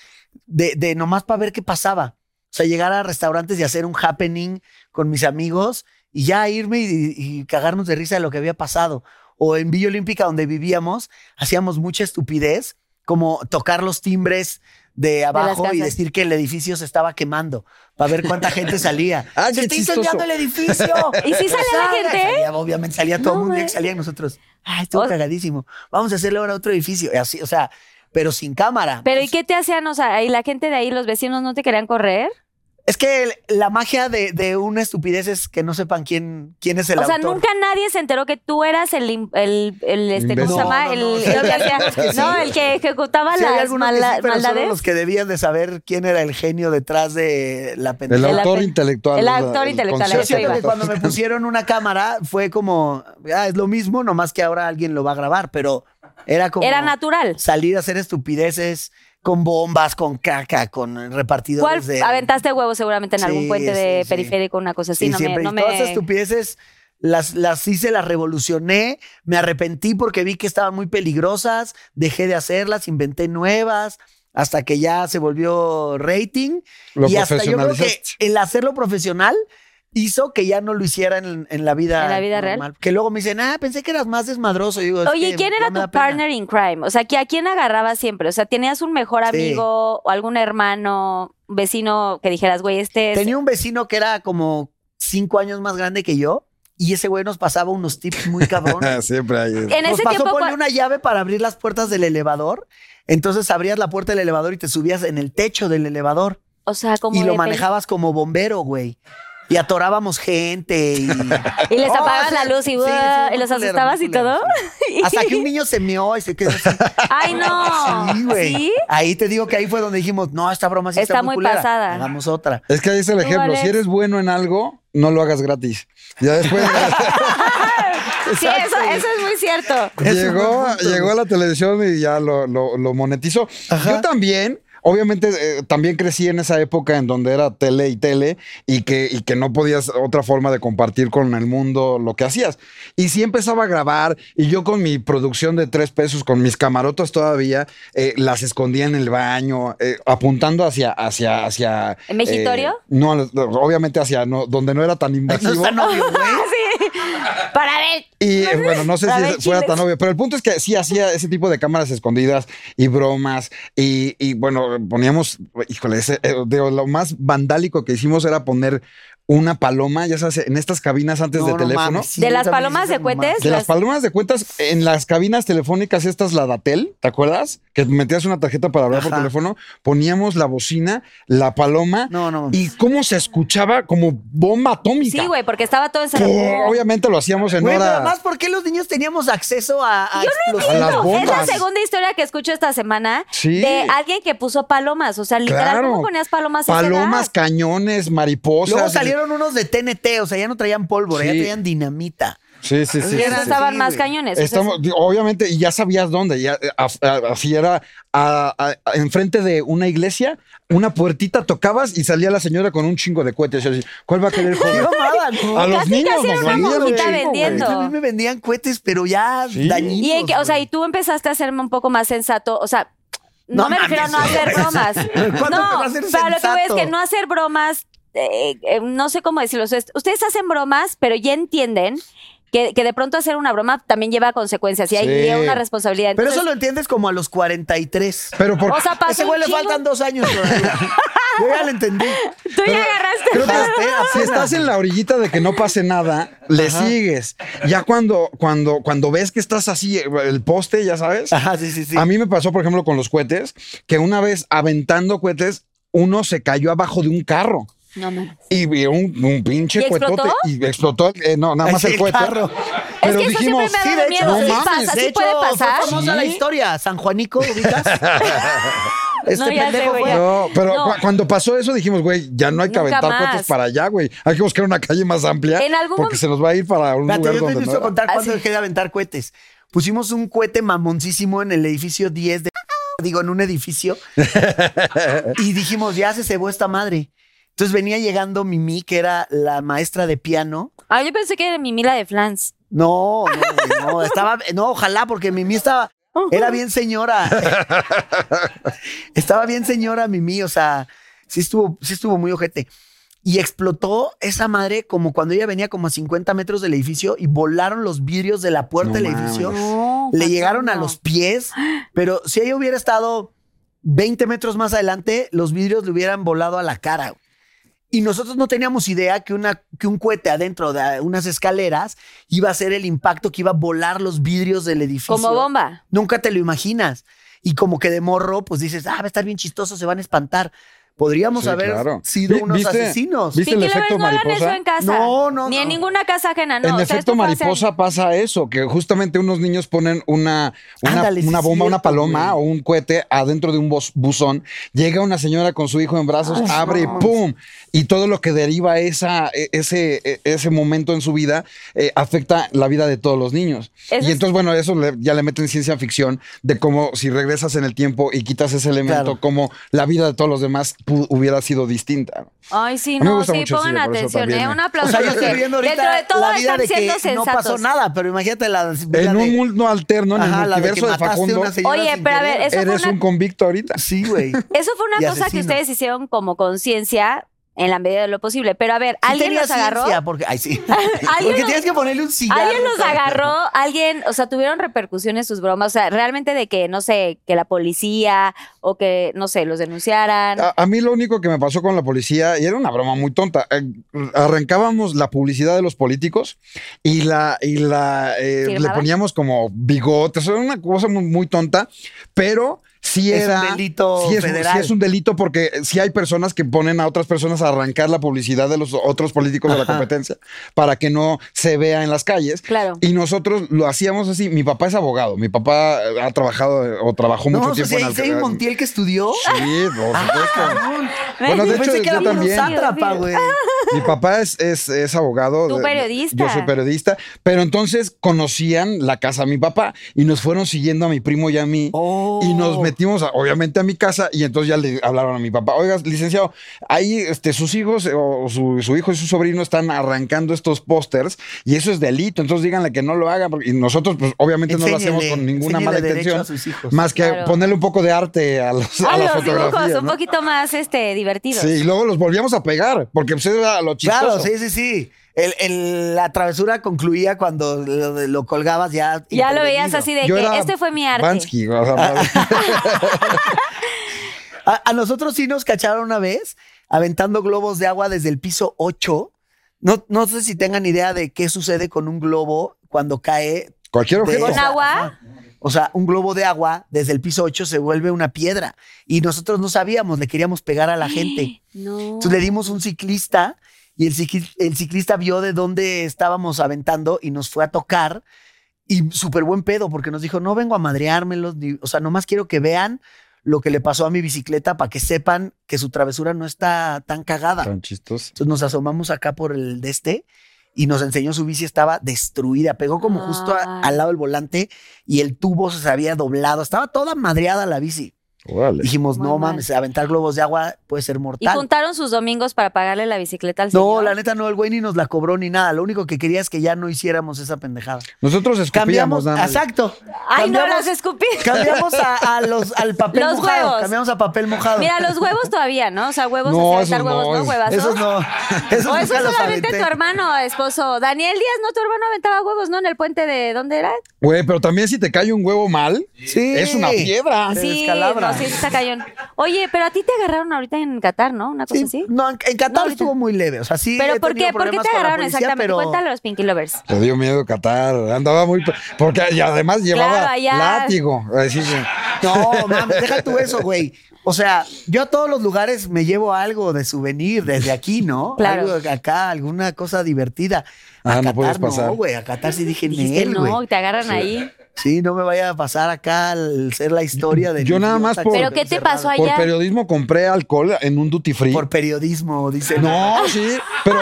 Speaker 5: de, de nomás para ver qué pasaba. O sea, llegar a restaurantes y hacer un happening con mis amigos y ya irme y, y cagarnos de risa de lo que había pasado. O en Villa Olímpica, donde vivíamos, hacíamos mucha estupidez, como tocar los timbres de abajo y
Speaker 3: casas.
Speaker 5: decir que el edificio se estaba quemando para ver cuánta gente salía.
Speaker 4: Ah,
Speaker 5: ¡Se
Speaker 4: qué
Speaker 5: está
Speaker 4: chistoso.
Speaker 5: incendiando el edificio!
Speaker 3: ¿Y sí salía la
Speaker 5: Salga.
Speaker 3: gente?
Speaker 5: Salía, obviamente salía
Speaker 3: No,
Speaker 5: todo el mundo
Speaker 3: güey.
Speaker 5: y salían nosotros. Ay, estuvo
Speaker 3: O-
Speaker 5: cagadísimo. Vamos a hacerle ahora otro edificio. Y Así, o sea, pero sin cámara.
Speaker 3: Pero ¿y qué te hacían? O sea, ¿y la gente de ahí, los vecinos, no te querían correr?
Speaker 5: Es que el- la magia de, de una estupidez es que no sepan quién, quién es el
Speaker 3: o sea,
Speaker 5: autor.
Speaker 3: nunca nadie se enteró que tú eras el, im- el, el este, ¿cómo
Speaker 4: Imbécil.
Speaker 3: se llama?
Speaker 5: No,
Speaker 3: el,
Speaker 5: no, no,
Speaker 3: el
Speaker 5: sí,
Speaker 3: que
Speaker 5: hay
Speaker 3: hacía-
Speaker 5: algunos que sí.
Speaker 3: no, el que ejecutaba
Speaker 5: Sí, hay
Speaker 3: las
Speaker 5: algunos que
Speaker 3: mala-
Speaker 5: sí, pero solo
Speaker 3: maldades.
Speaker 5: los que debían de saber quién era el genio detrás de la
Speaker 4: El
Speaker 5: pendejada.
Speaker 3: El
Speaker 4: autor
Speaker 3: ape-
Speaker 4: intelectual.
Speaker 3: el
Speaker 4: o sea,
Speaker 3: autor intelectual, a
Speaker 5: Yo
Speaker 4: concepto.
Speaker 3: eso
Speaker 5: siento
Speaker 3: iba.
Speaker 5: que cuando me pusieron una cámara fue como, ah, es lo mismo, nomás que ahora alguien lo va a grabar, pero era como...
Speaker 3: Era natural.
Speaker 5: salir a hacer estupideces con bombas, con caca, con repartidores
Speaker 3: ¿Cuál?
Speaker 5: de.
Speaker 3: Aventaste huevos seguramente en
Speaker 5: Sí,
Speaker 3: algún puente de
Speaker 5: sí, sí.
Speaker 3: periférico, una cosa así.
Speaker 5: y
Speaker 3: no me-
Speaker 5: siempre,
Speaker 3: no
Speaker 5: y
Speaker 3: me-
Speaker 5: todas esas estupideces las, las hice, las revolucioné, me arrepentí porque vi que estaban muy peligrosas, dejé de hacerlas, inventé nuevas, hasta que ya se volvió rating.
Speaker 4: Lo
Speaker 5: y hasta yo creo que
Speaker 4: profesionalizaste.
Speaker 5: el hacerlo profesional hizo que ya no lo hiciera en, en la vida
Speaker 3: En la vida real.
Speaker 5: normal. Que luego me dicen, ah, pensé que eras más desmadroso. Y digo, "Es
Speaker 3: Oye,
Speaker 5: que
Speaker 3: ¿quién
Speaker 5: ya
Speaker 3: era
Speaker 5: me da
Speaker 3: tu
Speaker 5: pena".
Speaker 3: partner in crime? O sea, ¿que ¿a quién agarrabas siempre? O sea, ¿tenías un mejor
Speaker 5: Sí.
Speaker 3: amigo o algún hermano, vecino que dijeras, güey, este es...
Speaker 5: Tenía un vecino que era como cinco años más grande que yo, y ese güey nos pasaba unos tips muy cabrones.
Speaker 4: Ah, Siempre hay eso.
Speaker 3: En
Speaker 5: Nos
Speaker 3: ese
Speaker 5: Pues pasó
Speaker 3: tiempo,
Speaker 5: ponle
Speaker 3: cua-
Speaker 5: una llave para abrir las puertas del elevador. Entonces abrías la puerta del elevador y te subías en el techo del elevador.
Speaker 3: o sea, como.
Speaker 5: y
Speaker 3: de
Speaker 5: lo
Speaker 3: pel-
Speaker 5: manejabas como bombero, güey. Y atorábamos gente. Y,
Speaker 3: Y les
Speaker 5: Oh,
Speaker 3: apagabas
Speaker 5: sí,
Speaker 3: la luz y,
Speaker 5: sí,
Speaker 3: "Buah",
Speaker 5: sí,
Speaker 3: y los
Speaker 5: muy culero,
Speaker 3: asustabas
Speaker 5: muy
Speaker 3: y
Speaker 5: culero,
Speaker 3: todo.
Speaker 5: sí. Hasta que un niño se meó y se quedó así.
Speaker 3: Ay, no.
Speaker 5: Sí, güey.
Speaker 3: Oh, ¿Sí?
Speaker 5: Ahí te digo que ahí fue donde dijimos, no, esta broma sí está,
Speaker 3: Está muy
Speaker 5: culera.
Speaker 3: pasada.
Speaker 5: Hagamos otra.
Speaker 4: Es que ahí es el ejemplo.
Speaker 3: Alex.
Speaker 4: Si eres bueno en algo, no lo hagas gratis. Ya después
Speaker 3: Sí, eso, eso es muy cierto.
Speaker 5: Es un
Speaker 4: llegó,
Speaker 5: buen punto.
Speaker 4: llegó a la televisión y ya lo, lo- lo monetizó. Yo también. Obviamente eh, también crecí en esa época en donde era tele y tele y que, y que no podías otra forma de compartir con el mundo lo que hacías. Y sí empezaba a grabar y yo con mi producción de tres pesos, con mis camarotas todavía, eh, las escondía en el baño, eh, apuntando hacia... hacia, hacia
Speaker 3: ¿En mejitorio?
Speaker 4: eh, no, obviamente hacia no- donde no era tan
Speaker 5: No
Speaker 4: invasivo.
Speaker 5: está novio, güey.
Speaker 3: Sí. Para ver.
Speaker 4: Y eh, bueno, no sé
Speaker 3: A
Speaker 4: si
Speaker 3: ver,
Speaker 4: es- fuera
Speaker 3: chiles.
Speaker 4: tan obvio, pero el punto es que sí hacía ese tipo de cámaras escondidas y bromas. Y, y, bueno, poníamos, híjole, ese, eh, de lo más vandálico que hicimos era poner una paloma, ya sabes, en estas cabinas antes
Speaker 5: No,
Speaker 4: de
Speaker 5: no
Speaker 4: teléfono.
Speaker 5: mames, sí,
Speaker 3: ¿De las
Speaker 5: también
Speaker 3: palomas
Speaker 5: esas
Speaker 3: de cohetes?
Speaker 5: mamadas.
Speaker 4: De las
Speaker 3: Las-
Speaker 4: palomas de cuentas, en las cabinas telefónicas, estas la Datel, ¿te acuerdas? Que metías una tarjeta para hablar por
Speaker 5: Ajá.
Speaker 4: teléfono, poníamos la bocina, la paloma,
Speaker 5: No, no.
Speaker 4: y cómo se escuchaba como bomba atómica.
Speaker 3: Sí, güey, porque estaba todo encerrado.
Speaker 4: Oh, Obviamente lo hacíamos en
Speaker 5: Güey, pero
Speaker 4: hora.
Speaker 5: además, ¿por qué los niños teníamos acceso a, a
Speaker 3: Yo no
Speaker 5: explosivos?
Speaker 4: A las
Speaker 3: entiendo. Es la
Speaker 4: bombas.
Speaker 3: segunda historia que escucho esta semana
Speaker 4: Sí.
Speaker 3: de alguien que puso palomas. O sea, literal,
Speaker 4: Claro.
Speaker 3: ¿cómo ponías palomas? a esa
Speaker 4: Palomas,
Speaker 3: edad?
Speaker 4: cañones, mariposas.
Speaker 5: Luego salieron unos de TNT, o sea, ya no traían pólvora, ya
Speaker 4: Sí.
Speaker 5: traían dinamita.
Speaker 4: Sí, sí, sí.
Speaker 3: Ya
Speaker 4: sí,
Speaker 3: no
Speaker 4: sí.
Speaker 3: estaban
Speaker 5: Sí,
Speaker 3: más
Speaker 5: güey.
Speaker 3: cañones. o sea,
Speaker 4: Estamos, di- obviamente, y ya sabías dónde. Ya, eh, af- a- así era a- a- a- enfrente de una iglesia, una puertita tocabas y salía la señora con un chingo de cohetes. y así, ¿Cuál va a querer
Speaker 5: ¡Qué
Speaker 4: joder?
Speaker 5: mamada, no!
Speaker 4: A los
Speaker 3: Casi,
Speaker 4: niños
Speaker 3: casi era
Speaker 4: nos
Speaker 3: una
Speaker 4: vendían un
Speaker 3: monjita
Speaker 4: chingo, güey.
Speaker 3: vendiendo.
Speaker 5: A mí me vendían cohetes, pero ya
Speaker 4: Sí.
Speaker 5: dañinos.
Speaker 3: Y, en que- o sea,
Speaker 5: güey.
Speaker 3: y tú empezaste a hacerme un poco más sensato, o sea, no,
Speaker 5: No
Speaker 3: me refiero a no
Speaker 5: mames,
Speaker 3: hacer
Speaker 5: güey.
Speaker 3: bromas.
Speaker 5: ¿Cuándo
Speaker 3: no,
Speaker 5: te vas a hacer
Speaker 3: pero lo que voy es
Speaker 5: sensato?
Speaker 3: que no hacer bromas, eh, eh, no sé cómo decirlo. o sea, Ustedes hacen bromas, pero ya entienden que, que de pronto hacer una broma también lleva consecuencias y hay
Speaker 4: Sí.
Speaker 5: Pero eso
Speaker 3: Entonces,
Speaker 5: lo entiendes como a los 43.
Speaker 4: Pero porque
Speaker 3: o sea, pasó
Speaker 5: Ese güey
Speaker 3: un
Speaker 5: le
Speaker 3: chingo.
Speaker 5: faltan dos años todavía. Yo ya lo entendí.
Speaker 3: Tú ya agarraste.
Speaker 4: creo que
Speaker 5: Espera,
Speaker 4: si estás en la orillita de que no pase nada, le sigues. Ya cuando, cuando, cuando ves que estás así, eh, el poste, ya sabes,
Speaker 5: Ajá, sí, sí, sí.
Speaker 4: A mí me pasó, por ejemplo, con los cohetes, que una vez aventando cohetes, uno se cayó abajo de un carro.
Speaker 3: No, no.
Speaker 4: Y vi un, un pinche
Speaker 3: ¿Y
Speaker 4: cohetote.
Speaker 3: explotó?
Speaker 4: Y explotó, eh, no, nada
Speaker 5: Ay,
Speaker 4: más
Speaker 5: sí,
Speaker 4: el
Speaker 5: el
Speaker 4: cohete.
Speaker 5: carro.
Speaker 4: Pero
Speaker 3: es que
Speaker 4: dijimos,
Speaker 3: eso siempre me da
Speaker 5: de hecho,
Speaker 3: miedo.
Speaker 4: no
Speaker 3: sí
Speaker 4: mames,
Speaker 3: pasa,
Speaker 5: de
Speaker 3: sí
Speaker 5: hecho,
Speaker 3: puede pasar.
Speaker 5: Fue famosa la historia. San Juanico, ubicas. este
Speaker 3: No, ya sé,
Speaker 5: pendejo
Speaker 3: güey,
Speaker 5: fue.
Speaker 3: ya.
Speaker 4: no, pero
Speaker 3: No.
Speaker 4: cu- cuando pasó eso dijimos, güey, ya no hay que
Speaker 3: Nunca
Speaker 4: aventar
Speaker 3: más.
Speaker 4: cohetes para allá, güey. Hay que buscar una calle más amplia.
Speaker 3: En algún
Speaker 4: porque
Speaker 3: mom-
Speaker 4: se nos va a ir para un
Speaker 5: Espérate,
Speaker 4: lugar
Speaker 5: yo te
Speaker 4: donde no.
Speaker 5: necesito
Speaker 4: era.
Speaker 5: contar cuándo
Speaker 3: Así.
Speaker 5: dejé de aventar cohetes. Pusimos un cohete mamoncísimo en el edificio 10 de... Digo, en un edificio. y dijimos, ya se cebó esta madre. Entonces venía llegando Mimi, que era la maestra de piano.
Speaker 3: Ah, yo pensé que era mi Mila de Flans.
Speaker 5: No, no, no, estaba... No, ojalá, porque Mimi estaba... Era bien señora. estaba bien señora Mimi, o sea, sí estuvo, sí estuvo muy ojete. Y explotó esa madre como cuando ella venía como a 50 metros del edificio y volaron los vidrios de la
Speaker 4: No
Speaker 5: puerta del
Speaker 4: mames.
Speaker 5: edificio.
Speaker 3: No,
Speaker 5: Le llegaron a
Speaker 3: no.
Speaker 5: los pies, pero si ella hubiera estado 20 metros más adelante, los vidrios le hubieran volado a la cara. Y nosotros no teníamos idea que, una, que un cohete adentro de unas escaleras iba a ser el impacto que iba a volar los vidrios del edificio.
Speaker 3: Como bomba.
Speaker 5: Nunca te lo imaginas. Y como que de morro, pues dices, ah, va a estar bien chistoso, se van a espantar. Podríamos
Speaker 4: Sí,
Speaker 5: haber
Speaker 4: claro.
Speaker 5: sido
Speaker 4: Vi-
Speaker 5: unos
Speaker 4: ¿viste?
Speaker 5: asesinos.
Speaker 4: ¿Viste? el
Speaker 3: Pinky Lovers
Speaker 4: efecto
Speaker 3: no hagan eso
Speaker 4: mariposa?
Speaker 3: en casa.
Speaker 5: No, no,
Speaker 3: Ni en
Speaker 5: no.
Speaker 3: ninguna casa ajena, no.
Speaker 4: en
Speaker 3: O sea,
Speaker 4: efecto
Speaker 3: esto fue hace
Speaker 4: mariposa pasa eso, que justamente unos niños ponen una, una,
Speaker 5: Ándale, sí
Speaker 4: una
Speaker 5: es
Speaker 4: bomba, una
Speaker 5: cierto,
Speaker 4: paloma
Speaker 5: güey.
Speaker 4: o un cohete adentro de un bos- buzón. Llega una señora con su hijo en brazos, abre y ¡pum! Y todo lo que deriva esa, e- ese, e- ese momento en su vida eh, afecta la vida de todos los niños.
Speaker 3: Eso es-
Speaker 4: y entonces, bueno, eso le- ya le meten ciencia ficción de cómo si regresas en el tiempo y quitas ese elemento,
Speaker 5: Claro.
Speaker 4: cómo la vida de todos los demás pu- hubiera sido distinta.
Speaker 3: Ay, sí,
Speaker 4: A mí me
Speaker 3: no,
Speaker 4: gusta
Speaker 3: sí,
Speaker 4: mucho
Speaker 3: pongan
Speaker 4: Silvia, por eso
Speaker 3: atención,
Speaker 4: también,
Speaker 3: ¿eh?
Speaker 4: ¿eh?
Speaker 3: Un
Speaker 5: O
Speaker 3: aplauso.
Speaker 5: sea, yo estoy
Speaker 3: porque
Speaker 5: viendo ahorita
Speaker 3: Dentro de todo
Speaker 5: la vida
Speaker 3: están
Speaker 5: de que
Speaker 3: siendo
Speaker 5: no
Speaker 3: sensatos.
Speaker 5: pasó nada, pero imagínate la vida
Speaker 4: En
Speaker 5: de-
Speaker 4: un mundo alterno, en
Speaker 5: Ajá,
Speaker 4: el
Speaker 5: la de que
Speaker 4: universo de,
Speaker 5: mataste a
Speaker 4: Facundo,
Speaker 5: una señora
Speaker 3: Oye,
Speaker 5: sin
Speaker 3: pero a
Speaker 5: querer.
Speaker 3: ver, eso fue
Speaker 4: eres
Speaker 3: una,
Speaker 4: un convicto ahorita.
Speaker 5: Sí, güey.
Speaker 3: eso fue una
Speaker 5: y
Speaker 3: cosa que
Speaker 5: asesino.
Speaker 3: ustedes hicieron como conciencia en la medida de lo posible. Pero a ver,
Speaker 5: Sí
Speaker 3: ¿alguien
Speaker 5: tenía
Speaker 3: los agarró?
Speaker 5: ciencia, porque, ay, sí.
Speaker 3: ¿Alguien
Speaker 5: porque
Speaker 3: los-
Speaker 5: tienes que ponerle un cigarro.
Speaker 3: Alguien los agarró, alguien, o sea, tuvieron repercusiones sus bromas, o sea, realmente de que, no sé, que la policía o que, no sé, los denunciaran.
Speaker 4: A, a mí lo único que me pasó con la policía, y era una broma muy tonta, eh, arrancábamos la publicidad de los políticos y la, y la eh, le
Speaker 3: ¿Firmaba?
Speaker 4: poníamos como bigotes, era una cosa muy, muy tonta, pero sí
Speaker 5: Es un
Speaker 4: era...
Speaker 5: delito
Speaker 4: sí es, sí
Speaker 5: federal.
Speaker 4: es un delito porque sí hay personas que ponen a otras personas a arrancar la publicidad de los otros políticos de la competencia para que no se vea en las calles.
Speaker 3: Claro.
Speaker 4: Y nosotros lo hacíamos así. Mi papá es abogado. Mi papá eh, ha trabajado eh, o trabajó
Speaker 5: No,
Speaker 4: mucho
Speaker 5: o sea,
Speaker 4: tiempo
Speaker 5: si
Speaker 4: en
Speaker 5: hay- si hay un
Speaker 4: alca-
Speaker 5: Montiel que estudió.
Speaker 4: Sí, por supuesto.
Speaker 3: Bueno,
Speaker 4: Bueno, de
Speaker 5: Yo
Speaker 4: hecho,
Speaker 5: pensé que era
Speaker 4: yo
Speaker 5: puro
Speaker 4: también.
Speaker 5: sátrapa, güey.
Speaker 4: Mi papá es, es, es abogado.
Speaker 3: Tú
Speaker 4: de-
Speaker 3: periodista.
Speaker 4: Yo soy periodista. Pero entonces conocían la casa de mi papá y nos fueron siguiendo a mi primo y a mí.
Speaker 5: Oh.
Speaker 4: Y nos metimos, a- obviamente, a mi casa y entonces ya le hablaron a mi papá. Oiga, licenciado, ahí este, sus hijos eh, o su, su hijo y su sobrino están arrancando estos pósters y eso es delito. Entonces díganle que no lo hagan. porque- Y nosotros, pues, obviamente, no lo
Speaker 5: Enséñele,
Speaker 4: hacemos con ninguna mala
Speaker 5: enséñele derecho
Speaker 4: intención.
Speaker 5: a sus hijos.
Speaker 4: Más que
Speaker 3: Claro.
Speaker 4: ponerle un poco de arte a, los, a
Speaker 3: A
Speaker 4: la
Speaker 3: los
Speaker 4: fotografía.
Speaker 3: dibujos, un
Speaker 4: ¿no?
Speaker 3: poquito más este divertidos.
Speaker 4: Sí, y luego los volvíamos a pegar, porque pues era lo chistoso.
Speaker 5: Claro, sí, sí, sí. El- el- la travesura concluía cuando lo, lo colgabas ya.
Speaker 3: Ya lo veías
Speaker 5: intervenido.
Speaker 3: así de
Speaker 4: Yo
Speaker 3: que
Speaker 4: era
Speaker 3: este fue mi arte.
Speaker 4: Bansky, o sea,
Speaker 5: A, a nosotros sí nos cacharon una vez aventando globos de agua desde el piso 8. No, no sé si tengan idea de qué sucede con un globo cuando cae.
Speaker 4: cualquier
Speaker 5: de-
Speaker 4: objeto.
Speaker 5: o
Speaker 3: Con
Speaker 5: sea,
Speaker 3: agua.
Speaker 5: ajá. O sea, un globo de agua desde el piso 8 se vuelve una piedra. Y nosotros no sabíamos, le queríamos pegar a la gente.
Speaker 3: No.
Speaker 5: Entonces le dimos un ciclista y el, cicli- el ciclista vio de dónde estábamos aventando y nos fue a tocar. Y súper buen pedo, porque nos dijo, no vengo a madreármelos, ni- o sea, nomás quiero que vean lo que le pasó a mi bicicleta para que sepan que su travesura no está tan cagada.
Speaker 4: Tan chistoso.
Speaker 5: Entonces nos asomamos acá por el de este y nos enseñó su bici, estaba destruida, pegó como justo a-
Speaker 3: Ay.
Speaker 5: al lado del volante y el tubo se había doblado, estaba toda madreada la bici.
Speaker 4: Órale.
Speaker 5: Dijimos,
Speaker 3: Muy
Speaker 5: no
Speaker 3: mal.
Speaker 5: mames, aventar globos de agua puede ser
Speaker 3: Y
Speaker 5: mortal.
Speaker 3: juntaron sus domingos para pagarle la bicicleta al este
Speaker 5: No,
Speaker 3: señor.
Speaker 5: la neta no, el güey ni nos la cobró ni nada. Lo único que quería es que ya no hiciéramos esa pendejada.
Speaker 4: Nosotros escupíamos
Speaker 5: Cambiamos,
Speaker 4: nada más.
Speaker 5: exacto.
Speaker 3: Ay, no
Speaker 5: cambiamos-
Speaker 3: las escupí.
Speaker 5: Cambiamos a, a los, al papel
Speaker 3: Los
Speaker 5: mojado.
Speaker 3: huevos.
Speaker 5: Cambiamos a papel mojado.
Speaker 3: Mira, los huevos todavía, ¿no? O sea, huevos,
Speaker 4: No,
Speaker 3: así, aventar
Speaker 4: esos
Speaker 3: huevos,
Speaker 4: no,
Speaker 3: no, huevas.
Speaker 5: Esos no. Esos
Speaker 3: O
Speaker 5: nunca
Speaker 3: eso
Speaker 5: los
Speaker 3: solamente
Speaker 5: aventé.
Speaker 3: tu hermano, esposo. Daniel Díaz, ¿no? Tu hermano aventaba huevos, ¿no? En el puente de... ¿Dónde era?
Speaker 4: Güey, pero también si te cae un huevo mal,
Speaker 5: Sí.
Speaker 4: es una piedra.
Speaker 3: Ah,
Speaker 5: Te
Speaker 3: Sí,
Speaker 5: descalabra.
Speaker 3: no, sí, está cañón. Oye, pero a ti te agarraron ahorita en Qatar, ¿no? Una cosa
Speaker 5: Sí,
Speaker 3: así.
Speaker 5: No, en en Qatar
Speaker 3: No,
Speaker 5: estuvo muy leve. O sea, sí.
Speaker 3: ¿Pero
Speaker 5: he
Speaker 3: por
Speaker 5: tenido
Speaker 3: qué? ¿Por qué
Speaker 5: problemas
Speaker 3: te
Speaker 5: con la
Speaker 3: agarraron
Speaker 5: policía,
Speaker 3: exactamente?
Speaker 5: pero-
Speaker 3: Cuéntale a los Pinky Lovers.
Speaker 4: Le dio miedo Qatar. Andaba muy. Porque y además llevaba
Speaker 3: allá.
Speaker 4: látigo. Así que-
Speaker 5: No, mames, deja tú eso, güey. O sea, yo a todos los lugares me llevo algo de souvenir desde aquí, ¿no?
Speaker 3: Claro.
Speaker 5: Algo de acá, alguna cosa divertida. A
Speaker 4: Ah, no
Speaker 5: Qatar,
Speaker 4: puedes pasar.
Speaker 5: No, güey, a Qatar sí dije
Speaker 3: Dijiste,
Speaker 5: "Nel,
Speaker 3: no,
Speaker 5: güey.
Speaker 3: y te agarran ahí.
Speaker 5: Sí, no me vaya a pasar acá al ser la historia de.
Speaker 4: Yo nada más por-
Speaker 3: ¿Pero qué te pasó
Speaker 4: Por
Speaker 3: allá?
Speaker 4: periodismo compré alcohol en un duty free.
Speaker 5: Por periodismo, dice.
Speaker 4: No, sí, pero.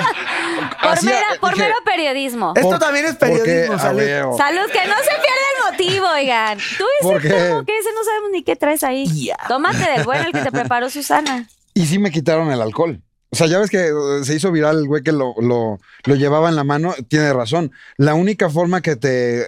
Speaker 3: Por,
Speaker 4: hacía-
Speaker 3: mero,
Speaker 5: eh,
Speaker 3: por
Speaker 4: dije,
Speaker 3: mero periodismo.
Speaker 5: Esto
Speaker 4: por-
Speaker 5: también es
Speaker 4: porque,
Speaker 5: periodismo,
Speaker 4: a
Speaker 5: sale.
Speaker 4: huevo.
Speaker 3: Salud, que no se pierda el motivo, oigan. Tú ese
Speaker 4: Porque-
Speaker 3: termo que ese no sabemos ni qué traes ahí.
Speaker 5: Ya.
Speaker 3: Tómate del bueno el que te preparó Susana.
Speaker 4: Y sí me quitaron el alcohol. O sea, ya ves que eh, se hizo viral el güey que lo, lo, lo llevaba en la mano. Tiene razón. La única forma que te eh,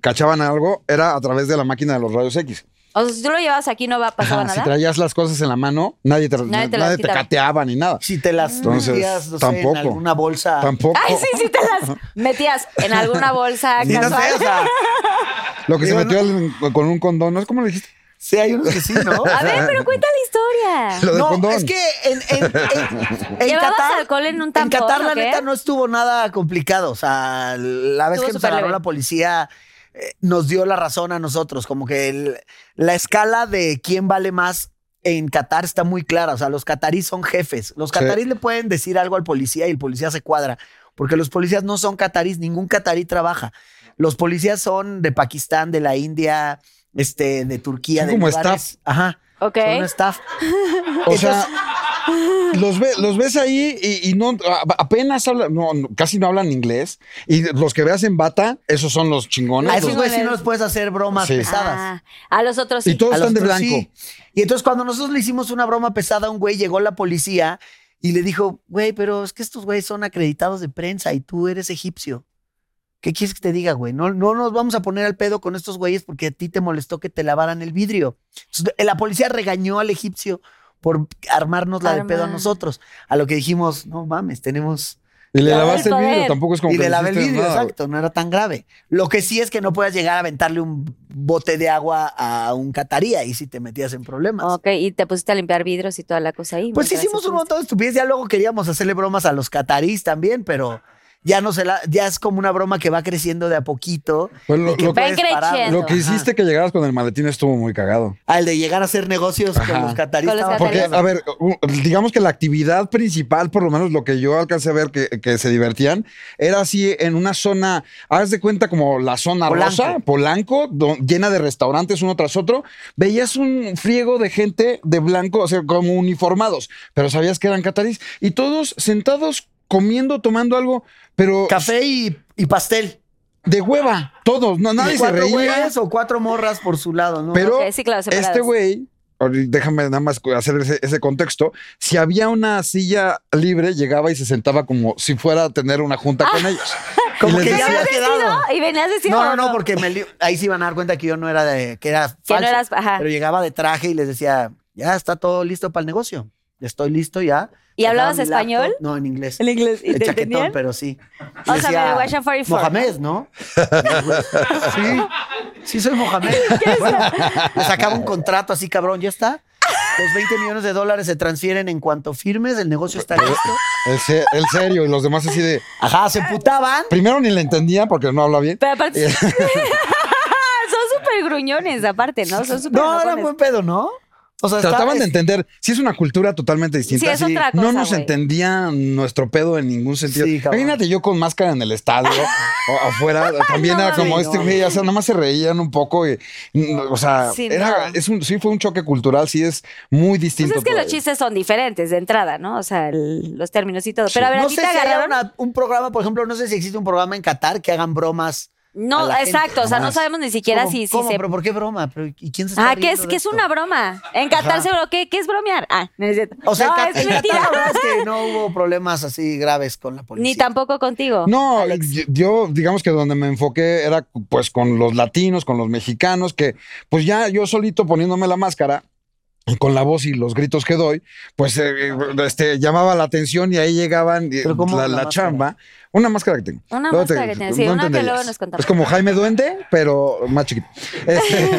Speaker 4: cachaban algo era a través de la máquina de los rayos X.
Speaker 3: O sea, si tú lo llevas aquí no va a pasar
Speaker 4: Ajá,
Speaker 3: Ah, nada.
Speaker 4: si traías las cosas en la mano, nadie te,
Speaker 3: Nadie te las
Speaker 4: nadie te
Speaker 3: quitaba.
Speaker 4: cateaba ni nada.
Speaker 5: Si te las
Speaker 4: Entonces,
Speaker 5: metías, no sé,
Speaker 4: tampoco.
Speaker 5: en alguna bolsa.
Speaker 4: Tampoco.
Speaker 3: Ah. Ay, sí, sí te las metías en alguna bolsa
Speaker 5: Sí, no
Speaker 3: casual.
Speaker 5: sé, o sea,
Speaker 4: Lo que se
Speaker 5: Digo,
Speaker 4: metió al- con un condón, ¿no es como le dijiste?
Speaker 5: sí, hay unos que sí, ¿no?
Speaker 3: A ver, pero cuenta la historia.
Speaker 4: Lo del
Speaker 5: no,
Speaker 4: condón.
Speaker 5: es que en, en, en- en
Speaker 3: ¿Llevabas
Speaker 5: Qatar,
Speaker 3: alcohol en un tampón,
Speaker 5: Qatar, la
Speaker 3: o qué?
Speaker 5: neta, no estuvo nada complicado. O sea, la vez
Speaker 3: Estuvo
Speaker 5: que nos
Speaker 3: súper
Speaker 5: agarró
Speaker 3: leve.
Speaker 5: la policía, eh, nos dio la razón a nosotros. Como que el- la escala de quién vale más en Qatar está muy clara. O sea, los catarís son jefes. Los
Speaker 4: Sí.
Speaker 5: catarís le pueden decir algo al policía y el policía se cuadra. Porque los policías no son catarís, ningún catarí trabaja. Los policías son de Pakistán, de la India, este, de Turquía,
Speaker 4: Son
Speaker 5: de
Speaker 4: como
Speaker 5: lugares-
Speaker 4: staff.
Speaker 5: Ajá.
Speaker 3: Ok.
Speaker 5: Son staff.
Speaker 4: O sea, los, ve- los ves ahí y, y no a- apenas hablan, no, no, casi no hablan inglés. Y los que veas en bata, esos son los chingones.
Speaker 3: Ah,
Speaker 5: A
Speaker 4: los-
Speaker 5: esos güeyes sí no
Speaker 3: Chingones.
Speaker 5: les puedes hacer bromas
Speaker 4: Sí.
Speaker 5: pesadas.
Speaker 3: Ah, a los otros sí.
Speaker 4: Y todos
Speaker 5: A los
Speaker 4: están de
Speaker 5: otros
Speaker 4: blanco.
Speaker 5: sí. Y entonces cuando nosotros le hicimos una broma pesada a un güey, llegó la policía y le dijo, güey, pero es que estos güeyes son acreditados de prensa y tú eres egipcio. ¿Qué quieres que te diga, güey? No, no nos vamos a poner al pedo con estos güeyes porque a ti te molestó que te lavaran el vidrio. Entonces, la policía regañó al egipcio por armarnos la de pedo a
Speaker 3: Armar.
Speaker 5: nosotros. A lo que dijimos, no mames, tenemos...
Speaker 4: Y le
Speaker 3: Ya,
Speaker 4: lavaste
Speaker 3: el
Speaker 4: el vidrio,
Speaker 3: poder.
Speaker 4: tampoco es como
Speaker 5: y
Speaker 4: que
Speaker 5: le
Speaker 4: le
Speaker 5: lavé el
Speaker 4: hiciste
Speaker 5: vidrio,
Speaker 4: nada, güey.
Speaker 5: exacto, no era tan grave. Lo que sí es que no puedas llegar a aventarle un bote de agua a un cataría y si te metías en problemas.
Speaker 3: Ok, y te pusiste a limpiar vidrios y toda la cosa ahí.
Speaker 5: Pues
Speaker 3: mientras
Speaker 5: hicimos un
Speaker 3: estuviste-
Speaker 5: montón de estupidez, ya luego queríamos hacerle bromas a los catarís también, pero ya no se la, ya es como una broma que va creciendo de a poquito.
Speaker 4: Pues lo-
Speaker 5: y que
Speaker 4: lo-
Speaker 5: puedes
Speaker 3: Ven
Speaker 5: parar.
Speaker 3: creciendo.
Speaker 4: Lo que hiciste que llegaras con el maletín estuvo muy cagado.
Speaker 5: Al de llegar a hacer negocios
Speaker 4: Ajá.
Speaker 5: con los catarís.
Speaker 3: Con los
Speaker 5: estaba
Speaker 4: Porque,
Speaker 5: cagado.
Speaker 4: a ver, u- digamos que la actividad principal, por lo menos lo que yo alcancé a ver que, que se divertían, era así en una zona, haz de cuenta como la zona
Speaker 5: Polanco.
Speaker 4: rosa, Polanco, do- llena de restaurantes uno tras otro, veías un friego de gente de blanco, o sea, como uniformados, pero sabías que eran catarís, y todos sentados comiendo, tomando algo, pero
Speaker 5: Café y, y pastel.
Speaker 4: de hueva, todos, no, nadie
Speaker 5: Y
Speaker 4: se
Speaker 5: cuatro
Speaker 4: reía.
Speaker 5: güeyes o cuatro morras por su lado, ¿no?
Speaker 4: Pero
Speaker 3: Ok, sí, claro, separados.
Speaker 4: este güey, ahorita déjame nada más hacer ese, ese contexto, si había una silla libre, llegaba y se sentaba como si fuera a tener una junta con ellos.
Speaker 5: como
Speaker 4: y
Speaker 5: que
Speaker 4: les
Speaker 5: ya había quedado.
Speaker 3: Y venías diciendo.
Speaker 5: No, no, no, porque me li- ahí se iban a dar cuenta que yo no era de, que era falso.
Speaker 3: Que no eras- ajá.
Speaker 5: Pero llegaba de traje y les decía, ya está todo listo para el negocio. Estoy listo ya.
Speaker 3: ¿Y
Speaker 5: Sacaba
Speaker 3: hablabas
Speaker 5: mi laptop.
Speaker 3: español?
Speaker 5: No, en inglés.
Speaker 3: El inglés. ¿Y
Speaker 5: El
Speaker 3: te
Speaker 5: chaquetón,
Speaker 3: entendían?
Speaker 5: pero sí. Y
Speaker 3: O sea, me voy a 44.
Speaker 5: Mohamed, ¿no? sí, sí soy Mohamed. Bueno, le sacaba un contrato así, cabrón, ya está. Los 20 millones de dólares se transfieren en cuanto firmes, el negocio está listo.
Speaker 4: El, se- el serio, y los demás así de...
Speaker 5: Ajá, se putaban.
Speaker 4: Primero ni le entendía porque no habla bien.
Speaker 3: Pero aparte.
Speaker 5: Eh.
Speaker 3: son súper gruñones, aparte, ¿no? Son súper.
Speaker 5: No, era
Speaker 3: enojones.
Speaker 5: buen pedo, ¿no? O sea, estaba-
Speaker 4: Trataban de entender, si es una cultura totalmente
Speaker 5: pues,
Speaker 4: distinta.
Speaker 3: Sí, es otra
Speaker 4: No
Speaker 3: cosa,
Speaker 4: nos
Speaker 3: güey.
Speaker 4: entendía nuestro pedo en ningún sentido.
Speaker 5: Sí, cabrón.
Speaker 4: Imagínate yo con máscara en el estadio o afuera, también
Speaker 3: No
Speaker 4: era como
Speaker 5: mames.
Speaker 4: este güey, o sea, nada más se reían un poco y, mm, o sea,
Speaker 3: Sí,
Speaker 4: era,
Speaker 3: no.
Speaker 4: es un, sí fue un choque cultural, sí es muy distinto.
Speaker 3: Pues es que
Speaker 4: todo.
Speaker 3: los chistes son diferentes de entrada, ¿no? O sea, el- los términos y todo. Pero a ver,
Speaker 5: no
Speaker 3: a ti
Speaker 5: sé
Speaker 3: te
Speaker 5: si haya
Speaker 3: agarraron.
Speaker 5: una- un programa, por ejemplo, no sé si existe un programa en Qatar que hagan bromas. a
Speaker 3: No,
Speaker 5: la gente,
Speaker 3: exacto. o sea, no
Speaker 4: jamás.
Speaker 3: sabemos ni siquiera
Speaker 5: ¿Cómo-
Speaker 3: si, si
Speaker 5: cómo?
Speaker 3: se.
Speaker 5: ¿Pero por qué broma? ¿Pero ¿Y quién se está
Speaker 3: Ah, que
Speaker 5: riendo
Speaker 3: es,
Speaker 5: de
Speaker 3: que es
Speaker 5: esto?
Speaker 3: una broma. En Qatar
Speaker 5: Ajá.
Speaker 3: seguro. ¿Qué, ¿Qué es bromear? Ah, no es cierto.
Speaker 5: O sea,
Speaker 3: no,
Speaker 5: en Cat-
Speaker 3: es
Speaker 5: en Qatar
Speaker 3: mentira.
Speaker 5: la verdad es que no hubo problemas así graves con la policía.
Speaker 3: Ni tampoco contigo.
Speaker 4: No,
Speaker 3: Alex.
Speaker 4: yo- yo digamos que donde me enfoqué era pues con los latinos, con los mexicanos, que pues ya yo solito poniéndome la máscara. Y con la voz y los gritos que doy, pues eh, este, llamaba la atención y ahí llegaban eh,
Speaker 5: ¿Pero cómo
Speaker 4: la,
Speaker 5: una
Speaker 4: la
Speaker 5: máscara?
Speaker 4: chama. Una máscara que tengo.
Speaker 3: Una
Speaker 4: Luego
Speaker 3: máscara que tienes, sí, una que
Speaker 4: entenderías.
Speaker 3: luego nos contamos.
Speaker 4: Es como Jaime Duende, pero más chiquito. Este,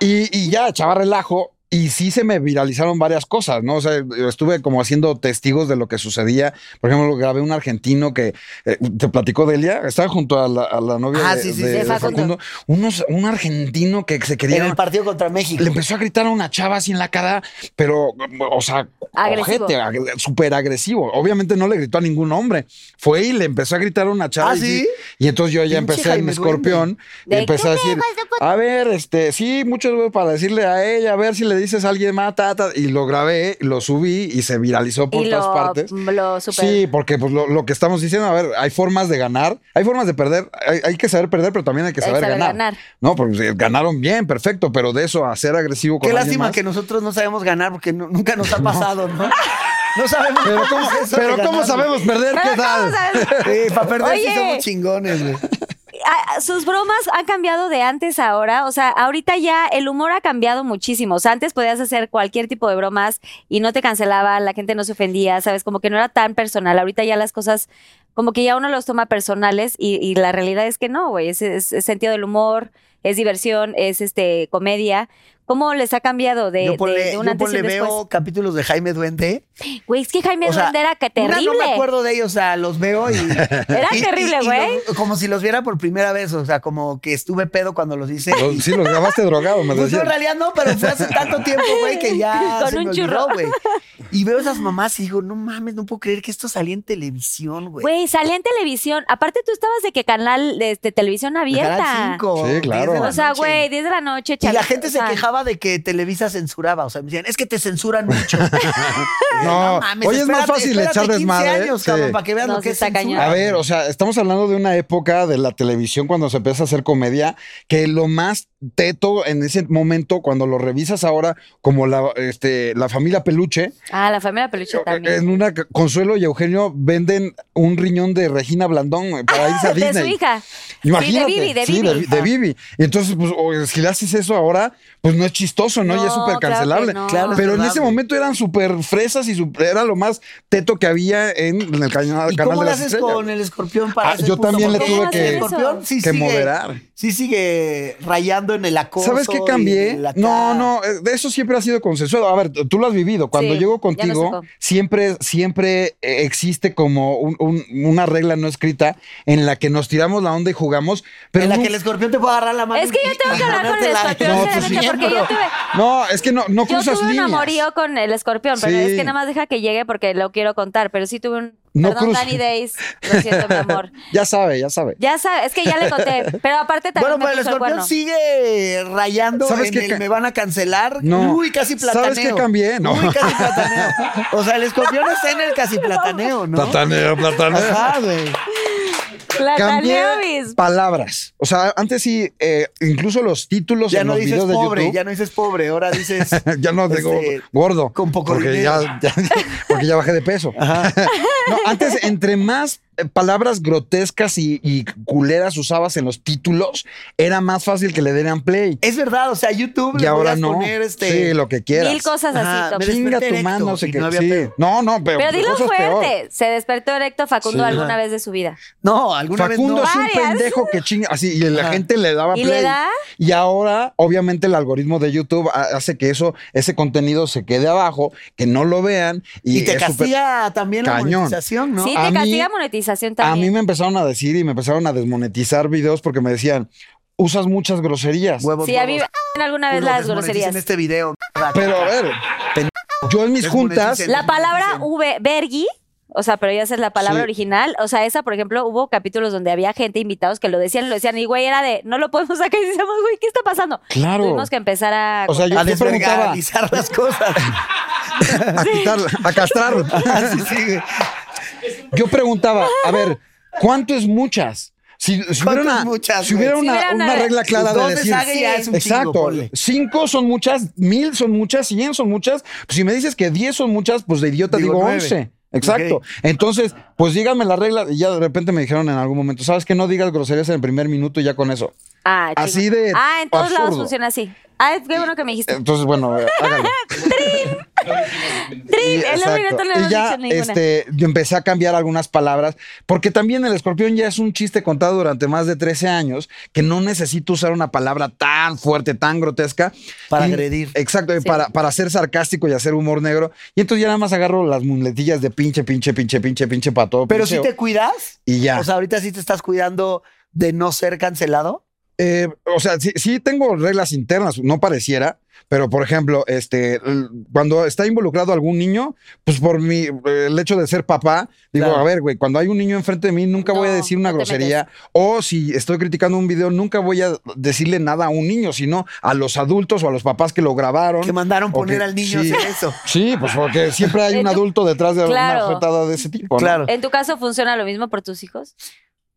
Speaker 4: y, y ya echaba relajo. Y sí se me viralizaron varias cosas, ¿no? O sea, yo estuve como haciendo testigos de lo que sucedía. Por ejemplo, grabé un argentino que eh, te platicó Delia, estaba junto a la, a la novia
Speaker 5: Ah,
Speaker 4: de,
Speaker 5: sí, sí,
Speaker 4: de-
Speaker 5: sí,
Speaker 4: de
Speaker 3: Facundo.
Speaker 4: Facundo. Unos, un argentino que se
Speaker 5: En
Speaker 4: quería.
Speaker 5: el partido contra México.
Speaker 4: Le empezó a gritar a una chava así en la cara, pero, o sea,
Speaker 3: Agresivo.
Speaker 4: ojete, ag- súper agresivo. Obviamente no le gritó a ningún hombre. Fue y le empezó a gritar a una chava.
Speaker 5: ¿Ah,
Speaker 4: y,
Speaker 5: sí?
Speaker 4: y entonces yo ya
Speaker 5: Pinche
Speaker 4: empecé en
Speaker 5: Jaime
Speaker 4: mi escorpión y
Speaker 3: De,
Speaker 4: empecé a decir, a ver, este, sí, muchos güey, para decirle a ella, a ver si le dices a alguien más, ta, ta", y lo grabé, lo subí y se viralizó por
Speaker 3: y
Speaker 4: todas
Speaker 3: lo,
Speaker 4: partes.
Speaker 3: lo super.
Speaker 4: Sí, porque pues, lo, lo que estamos diciendo, a ver, hay formas de ganar, hay formas de perder, hay, hay que saber perder, pero también hay que
Speaker 3: Hay
Speaker 4: saber,
Speaker 3: saber
Speaker 4: ganar.
Speaker 3: ganar.
Speaker 4: No, porque ganaron bien, perfecto, pero de eso a ser agresivo con
Speaker 5: Qué
Speaker 4: alguien
Speaker 5: lástima
Speaker 4: más.
Speaker 5: que nosotros no sabemos ganar porque no- nunca nos ha pasado, ¿no? No sabemos
Speaker 4: Pero
Speaker 5: es
Speaker 4: cómo,
Speaker 5: eso de
Speaker 4: pero ¿cómo
Speaker 5: ganar,
Speaker 4: sabemos perder,
Speaker 3: Pero
Speaker 4: ¿qué tal?
Speaker 3: ¿cómo sabes?
Speaker 5: güey. Sí, para perder sí
Speaker 3: Oye.
Speaker 5: somos chingones, güey.
Speaker 3: Ah, Sus bromas han cambiado de antes a ahora. O sea, ahorita ya el humor ha cambiado muchísimo. O sea, antes podías hacer cualquier tipo de bromas y no te cancelaban, la gente no se ofendía, ¿sabes? Como que no era tan personal. Ahorita ya las cosas, como que ya uno los toma personales y, y la realidad es que no, güey. Es, es- es sentido del humor, es diversión, es este comedia. ¿Cómo les ha cambiado de,
Speaker 5: yo
Speaker 3: de-
Speaker 5: ponle,
Speaker 3: de un
Speaker 5: yo
Speaker 3: antes y
Speaker 5: ponle
Speaker 3: un después?
Speaker 5: veo capítulos de Jaime Duende.
Speaker 3: Güey, es que Jaime
Speaker 5: O sea,
Speaker 3: Duende era que
Speaker 5: una,
Speaker 3: terrible.
Speaker 5: no me acuerdo de ellos, o sea, los veo y. Era
Speaker 3: terrible, güey.
Speaker 5: Como si los viera por primera vez, o sea, como que estuve pedo cuando los hice.
Speaker 4: Lo- Sí, los grabaste drogado, me
Speaker 5: Pues yo en
Speaker 4: decían.
Speaker 5: realidad no, pero fue hace tanto tiempo, güey, que ya
Speaker 3: Con
Speaker 5: se
Speaker 3: un
Speaker 5: me olvidó,
Speaker 3: churro.
Speaker 5: güey. Y veo esas mamás y digo, no mames, no puedo creer que esto salía en televisión, güey.
Speaker 3: Güey, salía en televisión. Aparte, tú estabas de que canal de este, televisión
Speaker 5: En Canal
Speaker 3: abierta.
Speaker 5: cinco,
Speaker 4: Sí,
Speaker 5: diez
Speaker 4: claro.
Speaker 5: de la
Speaker 3: O sea,
Speaker 5: noche.
Speaker 3: güey, 10 de la noche,
Speaker 5: Y la
Speaker 3: chavito,
Speaker 5: gente
Speaker 3: o
Speaker 5: se
Speaker 3: sea,
Speaker 5: quejaba de que Televisa censuraba. O sea, me decían, es que te censuran mucho.
Speaker 4: No, hoy es más
Speaker 5: espérate,
Speaker 4: fácil
Speaker 5: espérate
Speaker 4: echar
Speaker 5: 15
Speaker 4: desmadre.
Speaker 5: años,
Speaker 4: Sí.
Speaker 5: cabrón, para que vean
Speaker 3: No,
Speaker 5: lo
Speaker 3: sí
Speaker 5: que es
Speaker 3: está cañón.
Speaker 5: censura.
Speaker 4: A ver, o sea, estamos hablando de una época de la televisión cuando se empieza a hacer comedia que lo más teto en ese momento, cuando lo revisas ahora, como la, este, la familia Peluche,
Speaker 3: Ah, la familia peluche también.
Speaker 4: en una Consuelo y Eugenio venden un riñón de Regina Blandón güey, para irse a
Speaker 3: De su
Speaker 4: Disney.
Speaker 3: hija.
Speaker 4: Imagínate.
Speaker 3: Sí, de Bibi, de
Speaker 4: Sí,
Speaker 3: Bibi.
Speaker 4: de Bibi. Y entonces, pues, o- si le haces eso ahora, pues no es chistoso, ¿no? y es
Speaker 3: No,
Speaker 4: súper
Speaker 3: claro
Speaker 4: cancelable.
Speaker 3: que no.
Speaker 5: Claro, es
Speaker 4: Pero en
Speaker 5: verdad,
Speaker 4: ese
Speaker 5: güey.
Speaker 4: momento eran súper fresas y super- era lo más teto que había en, en el canal,
Speaker 5: ¿Y
Speaker 4: canal
Speaker 5: cómo
Speaker 4: de
Speaker 5: le
Speaker 4: las
Speaker 5: haces
Speaker 4: estrellas.
Speaker 5: con el escorpión para
Speaker 4: Ah,
Speaker 5: ese
Speaker 4: yo
Speaker 5: punto?
Speaker 4: también le
Speaker 5: Porque
Speaker 3: tuve que-
Speaker 5: el escorpión sí
Speaker 4: que
Speaker 5: sigue-
Speaker 4: moderar.
Speaker 5: Sí sigue rayando en el acoso.
Speaker 4: ¿Sabes qué
Speaker 5: y
Speaker 4: cambié?
Speaker 5: la cara.
Speaker 4: No, no, eh, de eso siempre ha sido consensuado. A ver, t- tú lo has vivido. Cuando
Speaker 3: Sí,
Speaker 4: llego
Speaker 3: ya nos
Speaker 4: contigo,
Speaker 3: tocó.
Speaker 4: siempre, siempre eh, existe como un- un- una regla no escrita en la que nos tiramos la onda y jugamos. Pero
Speaker 5: en la
Speaker 4: nu-
Speaker 5: que el escorpión te puede agarrar la mano.
Speaker 3: Es que yo
Speaker 5: y-
Speaker 3: tengo
Speaker 5: y
Speaker 3: que hablar con el
Speaker 5: ponértela-
Speaker 3: escorpión
Speaker 4: No,
Speaker 3: de la
Speaker 4: pues
Speaker 3: noche
Speaker 4: sí,
Speaker 3: porque yo tuve.
Speaker 4: No, es que no, no
Speaker 3: Yo
Speaker 4: cruzas
Speaker 3: tuve un
Speaker 4: líneas.
Speaker 3: amorío con el escorpión, pero
Speaker 4: Sí.
Speaker 3: es que nada más deja que llegue porque lo quiero contar, pero sí tuve un...
Speaker 4: No
Speaker 3: Perdón,
Speaker 4: cruza.
Speaker 3: Danny Days, lo siento, mi amor.
Speaker 4: Ya sabe, ya sabe.
Speaker 3: Ya sabes, es que ya le conté, pero aparte también
Speaker 5: Bueno,
Speaker 3: me puso
Speaker 5: pero el
Speaker 3: el
Speaker 5: escorpión
Speaker 3: bueno.
Speaker 5: sigue rayando
Speaker 4: ¿Sabes
Speaker 5: en
Speaker 4: qué
Speaker 5: el
Speaker 4: ca-
Speaker 5: me van a cancelar.
Speaker 4: No.
Speaker 5: Uy, casi
Speaker 4: ¿Sabes
Speaker 5: plataneo.
Speaker 4: qué cambié? No.
Speaker 5: Uy, casi plataneo. O sea, el escorpión está en el casi plataneo, ¿no?
Speaker 4: Plataneo, plataneo.
Speaker 5: Ajá, güey.
Speaker 3: La
Speaker 4: Cambié
Speaker 3: Taniovis.
Speaker 4: palabras. O sea, antes sí, eh, incluso los títulos
Speaker 5: Ya
Speaker 4: en
Speaker 5: no
Speaker 4: los
Speaker 5: dices
Speaker 4: videos de
Speaker 5: pobre,
Speaker 4: YouTube.
Speaker 5: ya no dices pobre, ahora dices.
Speaker 4: ya no digo
Speaker 5: este,
Speaker 4: gordo.
Speaker 5: con poco
Speaker 4: porque
Speaker 5: dinero.
Speaker 4: ya, ya- Porque ya bajé de peso. No, antes, entre más eh, palabras grotescas y, y culeras usabas en los títulos, era más fácil que le dieran play.
Speaker 5: Es verdad, o sea, YouTube
Speaker 4: Y
Speaker 5: le
Speaker 4: ahora
Speaker 5: podías
Speaker 4: no.
Speaker 5: poner este.
Speaker 4: Sí, lo que quieras.
Speaker 3: Mil cosas
Speaker 5: Ajá,
Speaker 3: así. Tom.
Speaker 5: me
Speaker 4: Chinga
Speaker 5: desperté
Speaker 4: tu mano,
Speaker 5: erecto
Speaker 4: no sé
Speaker 5: y
Speaker 4: qué.
Speaker 5: no había
Speaker 4: sí.
Speaker 5: pedo.
Speaker 4: No, no, pero,
Speaker 3: Pero dilo
Speaker 4: cosas peor.
Speaker 3: fuerte. Se despertó erecto Facundo
Speaker 4: Sí.
Speaker 3: alguna
Speaker 5: Ajá.
Speaker 3: vez de su vida.
Speaker 5: No, alguna
Speaker 4: Facundo
Speaker 5: vez
Speaker 4: es
Speaker 5: no.
Speaker 4: un
Speaker 3: Varias.
Speaker 4: pendejo que chinga así y la
Speaker 5: Ajá.
Speaker 4: gente le daba
Speaker 3: ¿Y
Speaker 4: play.
Speaker 3: le da?
Speaker 4: Y ahora, obviamente, el algoritmo de YouTube ha- hace que eso, ese contenido se quede abajo, que no lo vean y,
Speaker 5: Y te
Speaker 4: es súper-
Speaker 5: castiga también la
Speaker 4: cañón.
Speaker 5: monetización, ¿no?
Speaker 3: Sí,
Speaker 4: A
Speaker 3: te
Speaker 4: mí-
Speaker 3: castiga monetización
Speaker 4: A mí
Speaker 3: también.
Speaker 4: me empezaron a decir y me empezaron a desmonetizar videos porque me decían, usas muchas groserías.
Speaker 5: Huevos,
Speaker 3: Sí, a mí
Speaker 5: huevos,
Speaker 3: alguna vez
Speaker 5: culo,
Speaker 3: las
Speaker 5: desmoneticen
Speaker 3: groserías.
Speaker 5: este video.
Speaker 4: Pero a ver, pen- yo en mis juntas,
Speaker 5: Desmoneticen.
Speaker 3: La palabra V, vergui, o sea, pero ya esa es la palabra
Speaker 4: Sí.
Speaker 3: original. O sea, esa, por ejemplo, hubo capítulos donde había gente, invitados, que lo decían, lo decían, y güey, era de, no lo podemos sacar. Y decíamos, güey, ¿qué está pasando?
Speaker 4: Claro.
Speaker 3: Tuvimos que empezar a.
Speaker 4: o sea, yo,
Speaker 5: a
Speaker 4: yo preguntaba
Speaker 5: desvergalizar las cosas.
Speaker 4: a quitarla, a castrarla.
Speaker 5: Así sigue.
Speaker 4: Yo preguntaba, a ver, ¿cuánto es muchas? Si, si hubiera
Speaker 5: ¿Cuánto
Speaker 4: una,
Speaker 5: es muchas,
Speaker 4: si hubiera
Speaker 3: güey?
Speaker 4: una,
Speaker 3: Si hubiera
Speaker 4: una
Speaker 3: una-
Speaker 4: regla clara de
Speaker 5: Dos
Speaker 4: decir,
Speaker 5: deshague ya es un chingo,
Speaker 4: exacto,
Speaker 5: ponle.
Speaker 4: cinco son muchas, mil son muchas, cien son muchas. Pues si me dices que diez son muchas, pues de idiota
Speaker 5: Digo
Speaker 4: digo,
Speaker 5: nueve.
Speaker 4: once. Exacto.
Speaker 5: Ok.
Speaker 4: Entonces, pues díganme la regla. Y ya de repente me dijeron en algún momento, ¿sabes que no digas groserías en el primer minuto y ya con eso?
Speaker 3: Ah, chinga.
Speaker 4: así de
Speaker 3: Ah, en todos lados
Speaker 4: absurdo.
Speaker 3: funciona así. Ah, es qué bueno que me dijiste.
Speaker 4: Entonces, bueno, eh, hágalo.
Speaker 5: eh,
Speaker 3: Trin, en un
Speaker 4: Exacto.
Speaker 3: minuto no
Speaker 4: Y
Speaker 3: hemos
Speaker 4: ya
Speaker 3: dicho ninguna.
Speaker 4: este, yo empecé a cambiar algunas palabras, porque también el escorpión ya es un chiste contado durante más de 13 años, que no necesito usar una palabra tan fuerte, tan grotesca.
Speaker 5: Para
Speaker 4: Y-
Speaker 5: agredir.
Speaker 4: Exacto, y para, para ser sarcástico y hacer humor negro. Y entonces ya nada más agarro las muletillas de pinche, pinche, pinche, pinche, pinche para todo.
Speaker 5: Pero si
Speaker 4: pincheo.
Speaker 5: te cuidas.
Speaker 4: Y ya.
Speaker 5: O sea, ahorita sí te estás cuidando de no ser cancelado.
Speaker 4: Eh, o sea, sí, sí tengo reglas internas, no pareciera, pero por ejemplo, este, l- cuando está involucrado algún niño, pues por mi, eh, el hecho de ser papá, digo,
Speaker 5: Claro.
Speaker 4: a ver, güey, cuando hay un niño enfrente de mí, nunca voy a
Speaker 3: No,
Speaker 4: decir una
Speaker 3: no te
Speaker 4: grosería, o si estoy criticando un video, nunca voy a decirle nada a un niño, sino a los adultos o a los papás que lo grabaron.
Speaker 5: Que mandaron
Speaker 4: o
Speaker 5: poner
Speaker 4: que-
Speaker 5: al niño
Speaker 4: sí.
Speaker 5: a hacer eso.
Speaker 4: Sí, pues porque siempre hay un
Speaker 3: Hecho.
Speaker 4: adulto detrás de
Speaker 3: Claro.
Speaker 4: una retada de ese tipo. ¿no?
Speaker 5: Claro.
Speaker 3: ¿En tu caso funciona lo mismo por tus hijos?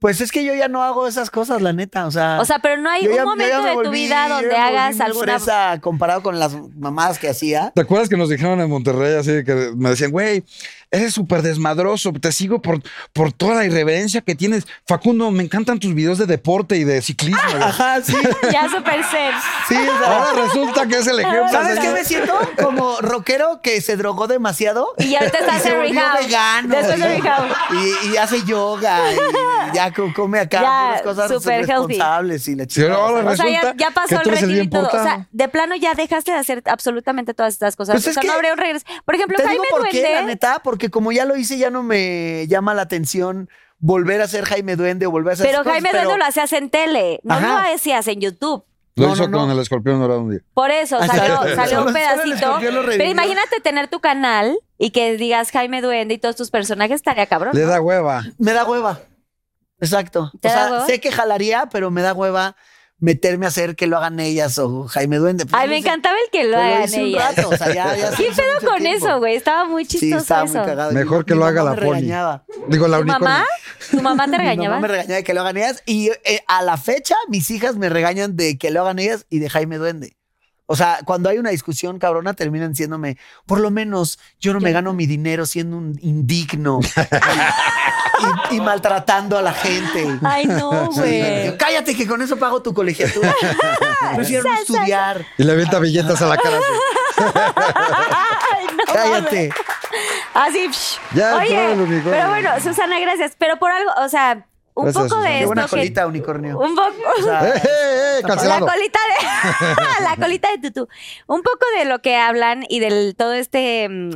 Speaker 5: Pues es que yo ya no hago esas cosas, la neta. O sea.
Speaker 3: O sea, pero no hay
Speaker 5: Ah. yo
Speaker 3: un
Speaker 5: ya- yo ya
Speaker 3: momento
Speaker 5: me
Speaker 3: de tu
Speaker 5: volví-
Speaker 3: vida
Speaker 5: yo ya
Speaker 3: donde
Speaker 5: me volví
Speaker 3: hagas
Speaker 5: muy
Speaker 3: alguna.
Speaker 5: fresa comparado con las mamadas que hacía.
Speaker 4: ¿Te acuerdas que nos dijeron en Monterrey así que me decían, güey, eres súper desmadroso, te sigo por, por toda la irreverencia que tienes. Facundo, me encantan tus videos de deporte y de ciclismo. güey".
Speaker 5: Ajá, sí. Ah,
Speaker 3: Ya super ser.
Speaker 5: Sí, o sea,
Speaker 4: Ahora resulta que es el ejemplo.
Speaker 5: ¿Sabes qué
Speaker 4: señor.
Speaker 5: me siento? Como rockero que se drogó demasiado.
Speaker 3: Y ahorita estás
Speaker 5: se
Speaker 3: en
Speaker 5: volvió
Speaker 3: rehab.
Speaker 5: vegano.
Speaker 3: Después de rehab.
Speaker 5: Y, y hace yoga. Y ya co- come acá
Speaker 3: Ya,
Speaker 5: puras cosas
Speaker 3: super healthy.
Speaker 5: responsables. Y la
Speaker 4: Sí,
Speaker 5: chingada.
Speaker 4: ahora
Speaker 3: O sea, ya,
Speaker 4: resulta
Speaker 3: ya pasó
Speaker 4: que
Speaker 3: el
Speaker 4: tú eres el
Speaker 3: retiro y
Speaker 4: bien
Speaker 3: todo. O
Speaker 4: portado.
Speaker 3: sea, de plano ya dejaste de hacer absolutamente todas estas cosas.
Speaker 5: Pues
Speaker 3: o
Speaker 5: es
Speaker 3: sea,
Speaker 5: que-
Speaker 3: no habría un regreso. Por ejemplo,
Speaker 5: Te
Speaker 3: Jaime
Speaker 5: digo por qué, la
Speaker 3: Duende.
Speaker 5: neta, porque como ya lo hice, ya no me llama la atención volver a ser Jaime Duende o volver a ser
Speaker 3: Pero Jaime Duende lo hacías en tele. No
Speaker 5: Ajá.
Speaker 3: lo hacías en YouTube.
Speaker 4: Lo
Speaker 5: No,
Speaker 4: hizo
Speaker 5: no, no.
Speaker 4: con el escorpión dorado un día.
Speaker 3: Por eso
Speaker 5: Ah,
Speaker 3: salió,
Speaker 5: claro.
Speaker 3: salió un
Speaker 5: Solo- solo el
Speaker 3: pedacito.
Speaker 5: escorpión lo revivió.
Speaker 3: Pero imagínate tener tu canal y que digas Jaime Duende y todos tus personajes estaría cabrón.
Speaker 4: Le da hueva.
Speaker 5: Me da hueva. Exacto.
Speaker 3: ¿Te
Speaker 5: o
Speaker 3: da
Speaker 5: sea,
Speaker 3: hueva?
Speaker 5: sé que jalaría, pero me da hueva meterme a hacer que lo hagan ellas o Jaime Duende. Pues
Speaker 3: Ay,
Speaker 5: no
Speaker 3: me
Speaker 5: sé,
Speaker 3: encantaba el que lo
Speaker 5: pero
Speaker 3: hagan
Speaker 5: hice un
Speaker 3: ellas.
Speaker 5: rato, o sea, ya- ya se
Speaker 3: ¿Qué
Speaker 5: hizo
Speaker 3: pedo
Speaker 5: mucho
Speaker 3: con
Speaker 5: tiempo.
Speaker 3: eso, güey? Estaba muy
Speaker 5: Sí,
Speaker 3: chistoso
Speaker 5: estaba muy
Speaker 3: eso.
Speaker 5: cagado.
Speaker 4: Mejor
Speaker 5: Mi-
Speaker 4: que
Speaker 5: mi
Speaker 4: lo
Speaker 5: mamá
Speaker 4: haga la
Speaker 5: me
Speaker 4: poli.
Speaker 5: regañaba.
Speaker 4: Digo, la
Speaker 3: ¿Tu
Speaker 4: unicornio.
Speaker 3: mamá? ¿Tu mamá te
Speaker 5: Mi
Speaker 3: regañaba?
Speaker 5: mamá me regañaba de que lo hagan ellas y eh, a la fecha mis hijas me regañan de que lo hagan ellas y de Jaime Duende. O sea, cuando hay una discusión cabrona terminan siéndome, por lo menos yo no me gano mi dinero siendo un indigno y, y maltratando a la gente.
Speaker 3: Ay, no, güey.
Speaker 5: Yo, Cállate que con eso pago tu colegiatura. Prefiero no estudiar.
Speaker 4: Y le avienta billetes a la cara. así.
Speaker 3: Ay, no
Speaker 5: Cállate.
Speaker 3: Así. Ah, psh.
Speaker 4: Ya entró
Speaker 3: Oye,
Speaker 4: el unicornio.
Speaker 3: pero bueno, Susana, gracias. Pero por algo, o sea, un
Speaker 4: Gracias,
Speaker 3: poco
Speaker 4: Susana.
Speaker 3: de
Speaker 4: Qué
Speaker 5: Qué
Speaker 3: esto
Speaker 5: buena
Speaker 3: que-
Speaker 5: colita, unicornio.
Speaker 3: un poco.
Speaker 5: O sea,
Speaker 4: ¡Eh, eh, eh!
Speaker 3: La
Speaker 4: Cancelado.
Speaker 3: colita de la colita de tutú. Un poco de lo que hablan y del todo este mm,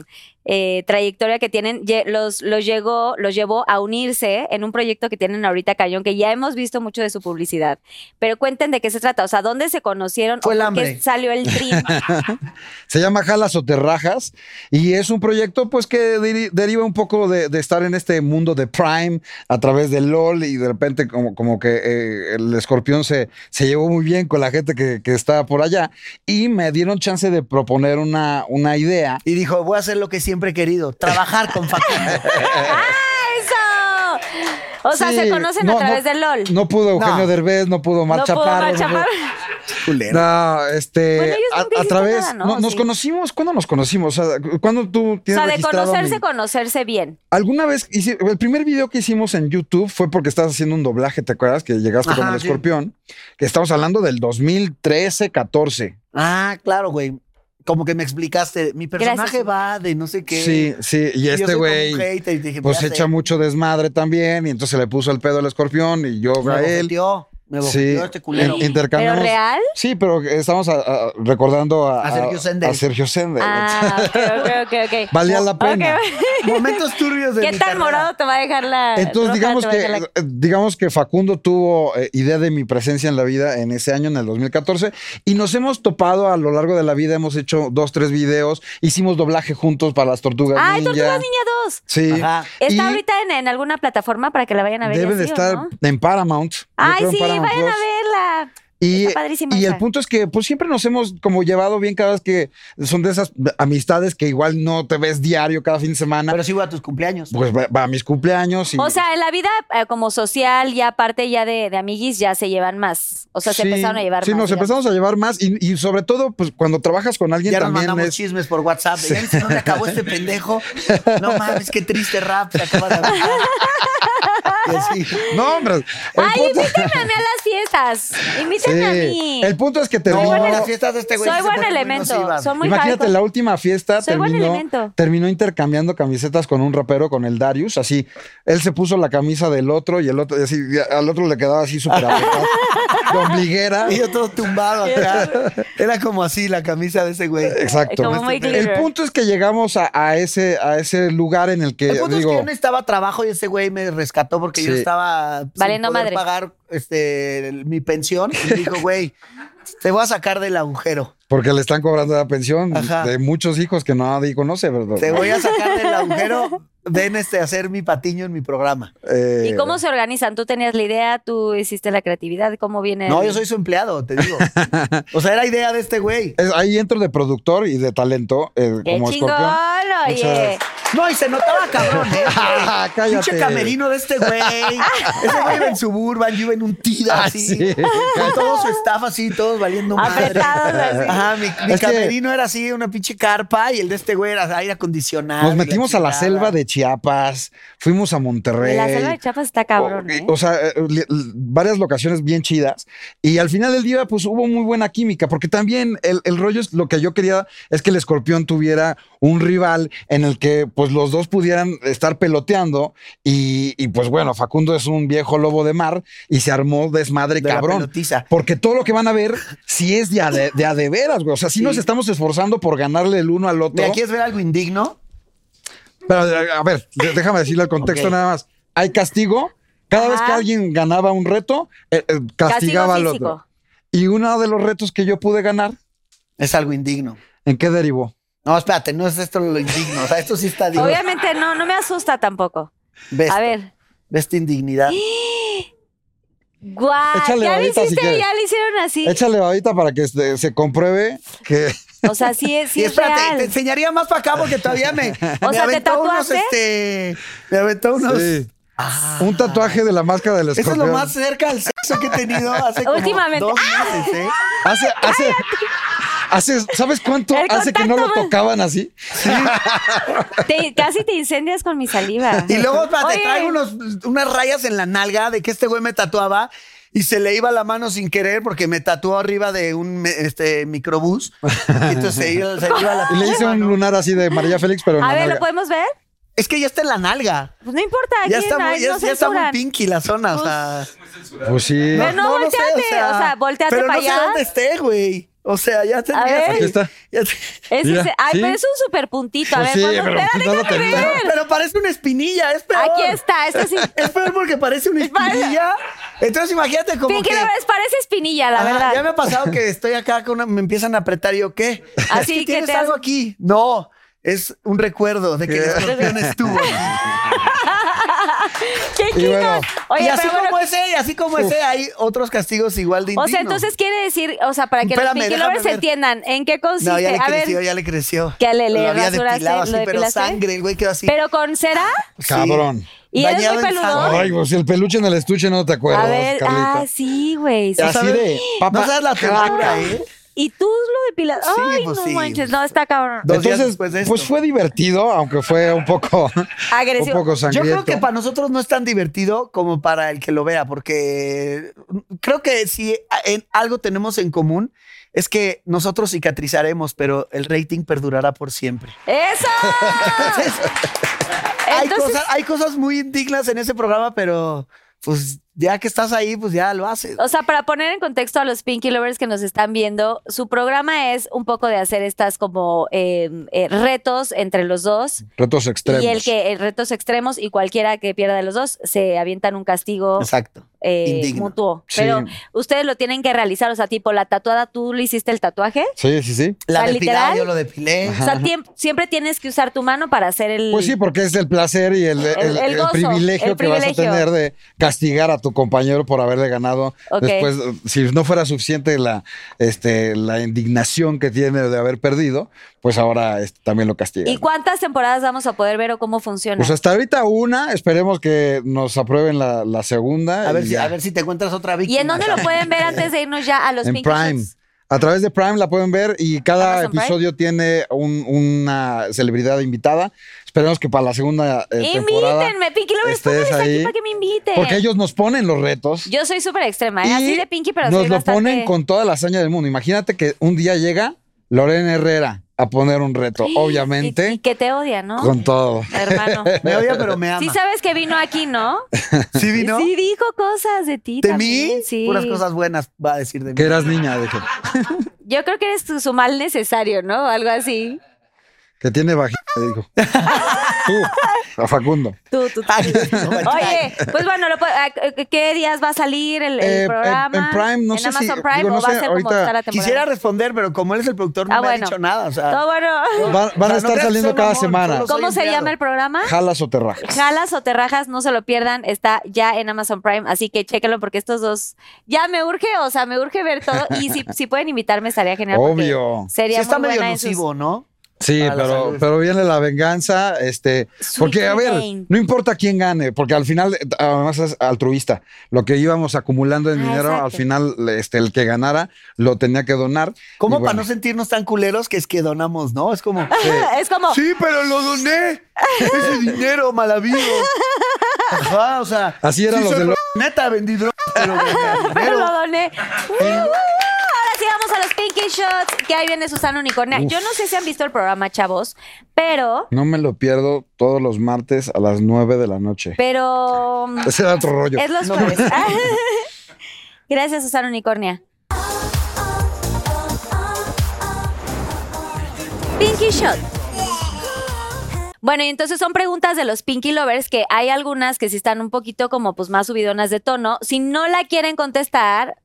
Speaker 3: eh, trayectoria que tienen lle- los los llegó los llevó a unirse en un proyecto que tienen ahorita cañón que ya hemos visto mucho de su publicidad. Pero cuenten de qué se trata, o sea, dónde se conocieron,
Speaker 5: Fue
Speaker 3: o
Speaker 5: el
Speaker 3: por qué
Speaker 5: hambre.
Speaker 3: salió el trim.
Speaker 4: Se llama Jalas o Terrajas y es un proyecto pues que deri- deriva un poco de, de estar en este mundo de Prime a través de LOL y de repente como, como que eh, el escorpión se, se llevó muy bien con la gente que, que está por allá y me dieron chance de proponer una, una idea.
Speaker 5: y dijo, voy a hacer lo que siempre he querido, trabajar con Facundo.
Speaker 3: ¡Ah, eso! O sea,
Speaker 4: Sí,
Speaker 3: se conocen
Speaker 4: no,
Speaker 3: a través
Speaker 4: no-
Speaker 3: de LOL.
Speaker 4: No pudo Eugenio
Speaker 5: No.
Speaker 4: Derbez, no pudo
Speaker 3: No
Speaker 4: Marcha
Speaker 3: puedo más chaparro.
Speaker 4: No, este,
Speaker 3: Bueno, ellos
Speaker 4: a-
Speaker 3: nunca
Speaker 4: a,
Speaker 3: hiciste
Speaker 4: través,
Speaker 3: nada, ¿no?
Speaker 4: no, nos
Speaker 3: Sí.
Speaker 4: conocimos, ¿cuándo nos conocimos? O sea, ¿cuándo tú
Speaker 3: O
Speaker 4: tienes
Speaker 3: sea, de
Speaker 4: registrado
Speaker 3: conocerse,
Speaker 4: mi-
Speaker 3: conocerse bien.
Speaker 4: Alguna vez, hice- el primer video que hicimos en YouTube fue porque estabas haciendo un doblaje, ¿te acuerdas? Que llegaste con
Speaker 5: Ajá,
Speaker 4: el
Speaker 5: sí.
Speaker 4: escorpión, que estamos hablando del 2013, 14.
Speaker 5: Ah, claro, güey. Como que me explicaste, mi personaje
Speaker 3: Gracias.
Speaker 5: va de no sé qué.
Speaker 4: Sí, sí, y
Speaker 5: yo soy
Speaker 4: este
Speaker 5: como
Speaker 4: güey,
Speaker 5: un hater, y dije,
Speaker 4: pues
Speaker 5: ya sé,
Speaker 4: echa mucho desmadre también, y entonces le puso el pedo al escorpión y yo
Speaker 5: Me
Speaker 4: a él.
Speaker 5: bofeteó, me
Speaker 4: Sí,
Speaker 5: bofeteó este culero.
Speaker 4: in-
Speaker 3: ¿Pero
Speaker 4: intercambiamos.
Speaker 3: real?
Speaker 4: Sí, pero estamos a- a- recordando a,
Speaker 5: A Sergio Sendel.
Speaker 4: a Sergio Sendel.
Speaker 3: Ah, ok, ok, ok.
Speaker 4: Valía la pena.
Speaker 3: Ok,
Speaker 5: Momentos turbios de
Speaker 3: ¿Qué
Speaker 5: mi
Speaker 3: tan
Speaker 5: carrera.
Speaker 3: morado te va a dejar la. roja
Speaker 4: Entonces, digamos
Speaker 3: te va a
Speaker 4: que,
Speaker 3: dejar la-
Speaker 4: eh, digamos que Facundo tuvo eh, idea de mi presencia en la vida en ese año, en el 2014, y nos hemos topado a lo largo de la vida, hemos hecho dos, tres videos, hicimos doblaje juntos para las Tortugas
Speaker 3: ¡Ay,
Speaker 4: Ninja.
Speaker 3: Tortugas Niña 2!
Speaker 4: Sí.
Speaker 5: Ajá.
Speaker 3: Está
Speaker 4: Y
Speaker 3: ahorita en, en alguna plataforma para que la vayan a ver.
Speaker 4: Debe
Speaker 3: ya
Speaker 4: de
Speaker 3: sí, ¿o
Speaker 4: estar
Speaker 3: no?
Speaker 4: en Paramount. yo
Speaker 3: Ay,
Speaker 4: creo en
Speaker 3: sí,
Speaker 4: Paramount
Speaker 3: vayan a
Speaker 4: Plus.
Speaker 3: verla.
Speaker 4: Y,
Speaker 3: Está padrísima
Speaker 4: y
Speaker 3: esa.
Speaker 4: el punto es que pues siempre nos hemos como llevado bien cada vez que son de esas amistades que igual no te ves diario cada fin de semana.
Speaker 5: Pero sí voy a tus cumpleaños.
Speaker 4: pues va, va a mis cumpleaños y
Speaker 3: O sea, en la vida eh, como social, ya aparte ya de, de amiguis, ya se llevan más. O sea, se
Speaker 4: Sí,
Speaker 3: empezaron a llevar
Speaker 4: sí,
Speaker 3: más.
Speaker 4: nos
Speaker 3: digamos.
Speaker 4: empezamos a llevar más y, y sobre todo, pues cuando trabajas con alguien
Speaker 5: ya nos
Speaker 4: también
Speaker 5: mandamos
Speaker 4: es-
Speaker 5: chismes por WhatsApp. de, Ya viste dónde acabó este pendejo. No mames, qué triste rap se acaba de aventar. Y así.
Speaker 4: No, hombre. el
Speaker 3: ¡Ay,
Speaker 4: punto-
Speaker 3: invítenme a mí a las fiestas! ¡Invítenme a mí!
Speaker 4: Sí, El punto es que
Speaker 5: No,
Speaker 4: terminó.
Speaker 5: en las fiestas de este güey.
Speaker 3: Soy
Speaker 5: no sé
Speaker 3: buen
Speaker 5: por qué
Speaker 3: elemento,
Speaker 5: no se iba.
Speaker 3: soy muy
Speaker 4: Imagínate,
Speaker 3: hardcore.
Speaker 4: la última fiesta
Speaker 3: Soy buen
Speaker 4: terminó,
Speaker 3: elemento.
Speaker 4: terminó intercambiando camisetas con un rapero, con el Darius, así. Él se puso la camisa del otro y el otro, y así, y al otro le quedaba así súper apretado, con liguera.
Speaker 5: Y yo todo tumbado acá. Era como así la camisa de ese güey.
Speaker 4: Exacto.
Speaker 3: Como muy
Speaker 4: el
Speaker 3: glitter.
Speaker 4: punto es que llegamos a, a ese, a ese lugar en el que
Speaker 5: El punto
Speaker 4: Eh, digo.
Speaker 5: es que yo necesitaba trabajo y ese güey me rescató porque yo
Speaker 4: Sí.
Speaker 5: estaba sin
Speaker 3: Valiendo
Speaker 5: poder
Speaker 3: madre.
Speaker 5: pagar este, el- mi pensión. Y me dijo, güey, te voy a sacar del agujero.
Speaker 4: Porque le están cobrando la pensión
Speaker 5: Ajá.
Speaker 4: de muchos hijos que nadie conoce, ¿verdad?
Speaker 5: Te voy a sacar del agujero. Ven este, a hacer mi patiño en mi programa.
Speaker 4: Eh,
Speaker 3: ¿Y cómo se organizan? ¿Tú tenías la idea? ¿Tú hiciste la creatividad? ¿Cómo viene?
Speaker 5: No,
Speaker 3: el-
Speaker 5: yo soy su empleado, te digo. O sea, era idea de este güey.
Speaker 4: es- ahí entro de productor y de talento eh,
Speaker 3: ¡Qué
Speaker 4: como
Speaker 3: chingón!
Speaker 4: escorpión.
Speaker 3: Oye.
Speaker 5: No, y se notaba cabrón, ¿eh?
Speaker 4: Ah, cállate.
Speaker 5: Pinche camerino de este güey. Ese güey iba en suburban, yo iba en un tida
Speaker 4: Ah,
Speaker 5: así.
Speaker 4: sí.
Speaker 5: Con todo su staff así, todos valiendo madre.
Speaker 3: Apretados así.
Speaker 5: Ajá, mi, mi
Speaker 4: Es que-
Speaker 5: camerino era así, una pinche carpa, y el de este güey era aire acondicionado.
Speaker 4: Nos metimos a la selva de Chiapas, fuimos a Monterrey.
Speaker 3: La selva de Chiapas está cabrón, ¿eh?
Speaker 4: O, o sea, eh, li- l- varias locaciones bien chidas. Y al final del día, pues hubo muy buena química, porque también el, el rollo es lo que yo quería es que el escorpión tuviera un rival en el que pues los dos pudieran estar peloteando. Y, y, pues bueno, Facundo es un viejo lobo de mar y se armó desmadre
Speaker 5: De la
Speaker 4: cabrón.
Speaker 5: pelotiza.
Speaker 4: Porque todo lo que van a ver, sí es de a de, de a de veras, güey. O sea, sí, nos estamos esforzando por ganarle el uno al otro.
Speaker 5: Mira, ¿quieres ver algo indigno?
Speaker 4: Pero, a a ver, de- déjame decirle el contexto
Speaker 5: Ok.
Speaker 4: nada más. Hay castigo. Cada vez que
Speaker 3: Ajá.
Speaker 4: alguien ganaba un reto, eh, eh, castigaba al
Speaker 3: Castigo
Speaker 4: otro.
Speaker 3: físico.
Speaker 4: Y uno de los retos que yo pude ganar,
Speaker 5: Es algo indigno.
Speaker 4: ¿en qué derivó?
Speaker 5: No, espérate, no es esto lo indigno. O sea, esto sí está digno.
Speaker 3: Obviamente no, no me asusta tampoco.
Speaker 5: Ve esto,
Speaker 3: A ver.
Speaker 5: ve esta indignidad.
Speaker 3: Guau,
Speaker 4: Échale
Speaker 3: ya le
Speaker 4: babita si
Speaker 3: hiciste,
Speaker 4: quieres.
Speaker 3: ya le hicieron así.
Speaker 4: Échale babita para que se, se compruebe que
Speaker 3: O sea, sí es, sí
Speaker 5: y
Speaker 3: es
Speaker 5: espérate,
Speaker 3: real.
Speaker 5: te enseñaría más para acá porque todavía me. O
Speaker 3: sea, ¿te
Speaker 5: aventó unos,
Speaker 3: tatuaste?
Speaker 5: este, me aventó unos.
Speaker 4: Sí.
Speaker 5: Ah.
Speaker 4: Un tatuaje de la máscara del
Speaker 5: Eso
Speaker 4: escorpión.
Speaker 5: es lo más cerca al sexo que he tenido hace como
Speaker 3: Últimamente.
Speaker 5: dos meses, ¿eh?
Speaker 4: Hace, hace, hace- ¿sabes cuánto
Speaker 3: El
Speaker 4: hace que no lo
Speaker 3: contacto más-
Speaker 4: tocaban así?
Speaker 3: Te- casi te incendias con mi saliva.
Speaker 5: Y luego pa, te
Speaker 3: Oye.
Speaker 5: traigo unos, unas rayas en la nalga de que este güey me tatuaba y se le iba la mano sin querer porque me tatuó arriba de un me- este, microbús. Y entonces se iba, se le iba la
Speaker 4: Y le hice un lunar así de María Félix, pero en
Speaker 3: A
Speaker 4: la
Speaker 3: ver, ¿lo
Speaker 4: nalga.
Speaker 3: podemos ver?
Speaker 5: Es que ya está en la nalga.
Speaker 3: Pues no importa.
Speaker 5: Ya
Speaker 3: aquí
Speaker 5: está,
Speaker 3: no-
Speaker 5: muy, ya,
Speaker 3: no
Speaker 5: ya está muy
Speaker 3: censuran.
Speaker 5: pinky la zona, o
Speaker 3: Pues,
Speaker 5: sea.
Speaker 4: Pues sí.
Speaker 3: Pero no, volteate, o sea, volteate
Speaker 5: pero
Speaker 3: para
Speaker 5: no sé
Speaker 3: allá.
Speaker 5: dónde esté, güey. O sea, ya te
Speaker 3: ver. Aquí
Speaker 4: está.
Speaker 3: Es-
Speaker 4: Mira,
Speaker 3: es- ay,
Speaker 4: sí.
Speaker 3: pero es un super puntito. A ver,
Speaker 4: Pues sí,
Speaker 3: ¿cuándo?
Speaker 4: pero
Speaker 3: Espérate,
Speaker 4: no lo
Speaker 3: déjame
Speaker 4: termino.
Speaker 3: ver.
Speaker 5: Pero parece una espinilla, es peor.
Speaker 3: Aquí está, esto sí.
Speaker 5: Es peor porque parece una
Speaker 3: Parece-
Speaker 5: espinilla. Entonces imagínate como
Speaker 3: Pinky
Speaker 5: que...
Speaker 3: Lovers parece espinilla, la
Speaker 5: Ajá,
Speaker 3: verdad.
Speaker 5: Ya me ha pasado que estoy acá con una, me empiezan a apretar y yo, ¿qué?
Speaker 3: Así
Speaker 5: es
Speaker 3: Ah, que
Speaker 5: que tienes
Speaker 3: te has-
Speaker 5: algo aquí. No, es un recuerdo de que el escorpión estuvo. aquí.
Speaker 3: ¡Qué
Speaker 4: Y
Speaker 3: quito!
Speaker 4: bueno.
Speaker 3: Oye,
Speaker 5: y así
Speaker 3: pero bueno,
Speaker 5: como ese, y así como ese, hay otros castigos igual de
Speaker 3: O
Speaker 5: indignos.
Speaker 3: sea, entonces quiere decir, o sea, para que
Speaker 5: Espérame,
Speaker 3: los Pinky
Speaker 5: déjame
Speaker 3: Lovers
Speaker 5: ver.
Speaker 3: entiendan en qué consiste.
Speaker 5: No, ya le
Speaker 3: a ver,
Speaker 5: creció, ya le creció.
Speaker 3: que le- le
Speaker 5: lo había
Speaker 3: rasuraste,
Speaker 5: depilado así,
Speaker 3: lo
Speaker 5: pero Ah,
Speaker 3: depilaste.
Speaker 5: sangre, el güey quedó así.
Speaker 3: pero con cera.
Speaker 5: Sí.
Speaker 4: Cabrón.
Speaker 3: Y eres
Speaker 5: Bañado
Speaker 3: muy
Speaker 5: en
Speaker 3: peludo.
Speaker 5: sangre.
Speaker 4: Ay, pues el peluche en el estuche no te acuerdas,
Speaker 3: a ver,
Speaker 4: Carlita.
Speaker 3: ah, sí, güey. sí.
Speaker 4: así de papa.
Speaker 5: No sabes la textura, ¿eh?
Speaker 3: Y tú lo depilas.
Speaker 5: Sí,
Speaker 3: Ay,
Speaker 5: pues
Speaker 3: no
Speaker 5: sí.
Speaker 3: manches, no, está cabrón.
Speaker 5: Dos días
Speaker 4: Entonces,
Speaker 5: después de esto.
Speaker 4: pues fue divertido, aunque fue un poco, un
Speaker 3: Agresivo.
Speaker 4: poco
Speaker 5: Yo
Speaker 4: sangriento.
Speaker 5: creo que para nosotros no es tan divertido como para el que lo vea, porque mm, creo que si en algo tenemos en común es que nosotros cicatrizaremos, pero el rating perdurará por siempre.
Speaker 3: ¡Eso!
Speaker 5: Entonces, hay,
Speaker 3: Ah, Entonces-
Speaker 5: cosas, hay cosas muy indignas en ese programa, pero pues ya que estás ahí, pues ya lo haces.
Speaker 3: O sea, para poner en contexto a los Pinky Lovers que nos están viendo, su programa es un poco de hacer estas como eh, eh, retos entre los dos.
Speaker 4: Retos extremos.
Speaker 3: Y el que eh, retos extremos y cualquiera que pierda de los dos se avientan un castigo
Speaker 5: Exacto.
Speaker 3: eh,
Speaker 5: Indigno.
Speaker 3: mutuo.
Speaker 4: Sí.
Speaker 3: Pero ustedes lo tienen que realizar, o sea, tipo la tatuada, tú le hiciste el tatuaje.
Speaker 4: Sí, sí, sí.
Speaker 5: La
Speaker 3: sea,
Speaker 5: depilada
Speaker 3: literal.
Speaker 5: yo lo depilé.
Speaker 3: O sea, tiemp- siempre tienes que usar tu mano para hacer el...
Speaker 4: Pues sí, porque es el placer y el, el-
Speaker 3: El- el
Speaker 4: el
Speaker 3: gozo,
Speaker 4: privilegio
Speaker 3: el
Speaker 4: que vas a
Speaker 3: privilegio.
Speaker 4: tener de castigar a tu compañero por haberle ganado.
Speaker 3: Ok.
Speaker 4: Después, si no fuera suficiente la, este, la indignación que tiene de haber perdido, pues ahora este, también lo castiga.
Speaker 3: ¿Y cuántas temporadas vamos a poder ver o cómo funciona?
Speaker 4: Pues hasta ahorita una, esperemos que nos aprueben la, la segunda.
Speaker 5: A ver,
Speaker 4: y
Speaker 5: si,
Speaker 4: ya.
Speaker 5: a ver si te encuentras otra
Speaker 3: ¿Y
Speaker 5: víctima.
Speaker 3: en dónde lo pueden ver antes de irnos ya a los
Speaker 4: en
Speaker 3: Pinky
Speaker 4: Prime.
Speaker 3: Shots?
Speaker 4: A través de Prime la pueden ver y cada
Speaker 3: Amazon Prime.
Speaker 4: episodio tiene un- una celebridad invitada. Esperemos que para la segunda eh, temporada.
Speaker 3: Invítenme, Pinky Lovers,
Speaker 4: estés
Speaker 3: pónganse aquí
Speaker 4: ahí.
Speaker 3: para que me inviten.
Speaker 4: Porque ellos nos ponen los retos.
Speaker 3: Yo soy súper extrema, ¿eh?
Speaker 4: y
Speaker 3: así de Pinky, pero
Speaker 4: nos
Speaker 3: soy
Speaker 4: lo
Speaker 3: bastante-
Speaker 4: ponen con toda la hazaña del mundo. Imagínate que un día llega Lorena Herrera a poner un reto, obviamente,
Speaker 3: Y, y que te odia, ¿no?
Speaker 4: con todo.
Speaker 3: Hermano.
Speaker 5: Me odia, pero me ama.
Speaker 3: Sí sabes que vino aquí, ¿no?
Speaker 5: ¿Sí vino?
Speaker 3: Sí dijo cosas de ti
Speaker 5: ¿De mí?
Speaker 3: también, Sí.
Speaker 5: Puras cosas buenas va a decir de mí.
Speaker 4: Que eras niña, dije.
Speaker 3: Yo creo que eres tu, su mal necesario, ¿no? Algo así.
Speaker 4: Que tiene vagina, dijo. Tú, a Facundo.
Speaker 3: Tú, tú, tú.
Speaker 5: Ay, no,
Speaker 3: Oye, pues bueno, lo po- ah, ¿qué días va a salir el, el
Speaker 4: Eh, en-
Speaker 3: programa?
Speaker 4: en Prime, no
Speaker 3: ¿En
Speaker 4: sé si-
Speaker 3: Amazon Prime
Speaker 4: digo, no
Speaker 3: o va
Speaker 4: sé,
Speaker 3: a ser como
Speaker 4: ahorita-
Speaker 3: está la temporada?
Speaker 5: Quisiera responder, pero como él es el productor, no
Speaker 3: Ah,
Speaker 5: me
Speaker 3: bueno.
Speaker 5: ha dicho nada. O sea,
Speaker 3: Todo bueno.
Speaker 4: Van, van
Speaker 5: no
Speaker 4: a estar
Speaker 5: creas que
Speaker 4: saliendo
Speaker 5: soy
Speaker 4: cada
Speaker 5: mamón,
Speaker 4: semana.
Speaker 5: solo soy
Speaker 3: ¿Cómo se
Speaker 5: empleado.
Speaker 3: llama el programa?
Speaker 4: Jalas o terrajas.
Speaker 3: Jalas o terrajas, no se lo pierdan, está ya en Amazon Prime, así que chéquenlo porque estos dos ya me urge, o sea, me urge ver todo y si, si pueden invitarme estaría genial. porque
Speaker 4: Obvio.
Speaker 3: Sería
Speaker 5: sí está
Speaker 3: muy
Speaker 5: medio
Speaker 3: buena en sus-
Speaker 5: nocivo, ¿no?
Speaker 4: Sí,
Speaker 5: Para la
Speaker 4: pero,
Speaker 5: salud.
Speaker 4: pero viene la venganza, este,
Speaker 3: Sweet
Speaker 4: porque a ver,
Speaker 3: revenge.
Speaker 4: no importa quién gane, porque al final eh, además es altruista. Lo que íbamos acumulando en
Speaker 3: Ah,
Speaker 4: dinero,
Speaker 3: exacto.
Speaker 4: al final este el que ganara lo tenía que donar.
Speaker 5: ¿Cómo
Speaker 4: Y bueno,
Speaker 5: para no sentirnos tan culeros que es que donamos, no? Es como.
Speaker 4: eh,
Speaker 3: Es como,
Speaker 5: Sí, pero lo doné. Ese dinero mal habido. Ajá, o sea.
Speaker 4: Así eran
Speaker 5: sí
Speaker 4: los
Speaker 5: soy
Speaker 4: de lo-
Speaker 5: Neta, vendí droga, pero gané
Speaker 3: lo
Speaker 5: dinero.
Speaker 3: doné. ¡Uh! Ahora sí vamos a los Pinky Shots, que ahí viene Susana Unicornia. Yo no sé si han visto el programa, chavos, pero,
Speaker 4: No me lo pierdo todos los martes a las 9 de la noche.
Speaker 3: pero...
Speaker 4: Ese era otro rollo.
Speaker 3: Es los jueves. Gracias, Susana Unicornia. Pinky Shot. Bueno, y entonces son preguntas de los Pinky Lovers que hay algunas que sí están un poquito como pues más subidonas de tono. Si no la quieren contestar,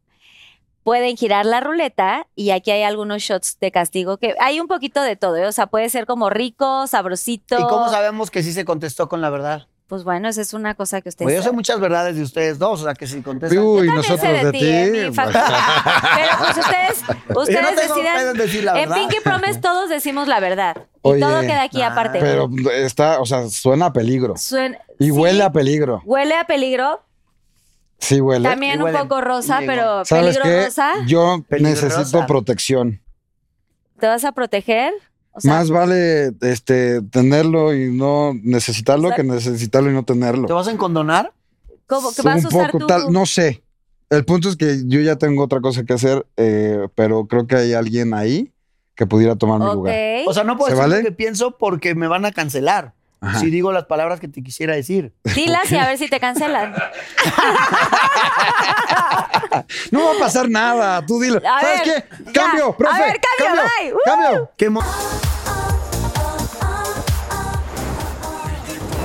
Speaker 3: pueden girar la ruleta y aquí hay algunos shots de castigo que hay un poquito de todo, ¿eh? o sea, puede ser como rico, sabrosito.
Speaker 5: ¿Y cómo sabemos que sí se contestó con la verdad?
Speaker 3: Pues bueno, esa es una cosa que ustedes
Speaker 5: Pues yo sé
Speaker 3: saben.
Speaker 5: muchas verdades de ustedes dos, o sea, que si contestan.
Speaker 4: Uy,
Speaker 3: Yo también
Speaker 4: nosotros
Speaker 3: sé
Speaker 4: de,
Speaker 3: ¿eh? Mi
Speaker 4: ti. pues,
Speaker 3: factura. Pero pues ustedes, ustedes
Speaker 5: Yo no tengo pedo
Speaker 3: decidan.
Speaker 5: en decir la
Speaker 3: en
Speaker 5: verdad.
Speaker 3: Pinky Promise todos decimos la verdad. Y
Speaker 4: Oye,
Speaker 3: todo queda aquí
Speaker 5: nah.
Speaker 3: aparte.
Speaker 4: Pero está, o sea, suena a peligro.
Speaker 3: Suen-
Speaker 4: Y
Speaker 3: Sí.
Speaker 4: huele a peligro.
Speaker 3: Huele a peligro,
Speaker 4: Sí, huele.
Speaker 3: también un
Speaker 5: huele
Speaker 3: poco rosa,
Speaker 5: bien.
Speaker 3: pero
Speaker 4: ¿Sabes
Speaker 3: peligro
Speaker 4: qué?
Speaker 3: rosa.
Speaker 4: Yo
Speaker 5: Peligrosa.
Speaker 4: necesito protección.
Speaker 3: ¿Te vas a proteger? O sea,
Speaker 4: Más vale este, tenerlo y no necesitarlo que
Speaker 3: Exacto.
Speaker 4: necesitarlo y no tenerlo.
Speaker 5: ¿Te vas a encondonar?
Speaker 3: ¿cómo que vas a
Speaker 4: un
Speaker 3: usar
Speaker 4: poco
Speaker 3: tú?
Speaker 4: tal, no sé. El punto es que yo ya tengo otra cosa que hacer, eh, pero creo que hay alguien ahí que pudiera tomar mi lugar.
Speaker 5: O sea, no puedo
Speaker 4: ¿Se
Speaker 5: decir
Speaker 4: vale?
Speaker 5: lo que pienso porque me van a cancelar.
Speaker 4: Ajá.
Speaker 5: Si digo las palabras que te quisiera decir.
Speaker 3: Ok, dilas y a ver si te cancelan.
Speaker 4: No va a pasar nada, tú dilo.
Speaker 3: A
Speaker 4: ¿Sabes
Speaker 3: ver,
Speaker 4: qué?
Speaker 3: ya.
Speaker 4: Cambio,
Speaker 3: A
Speaker 4: profe.
Speaker 3: ver, cambio, bye. Uh.
Speaker 4: cambio.
Speaker 5: ¿Qué mo-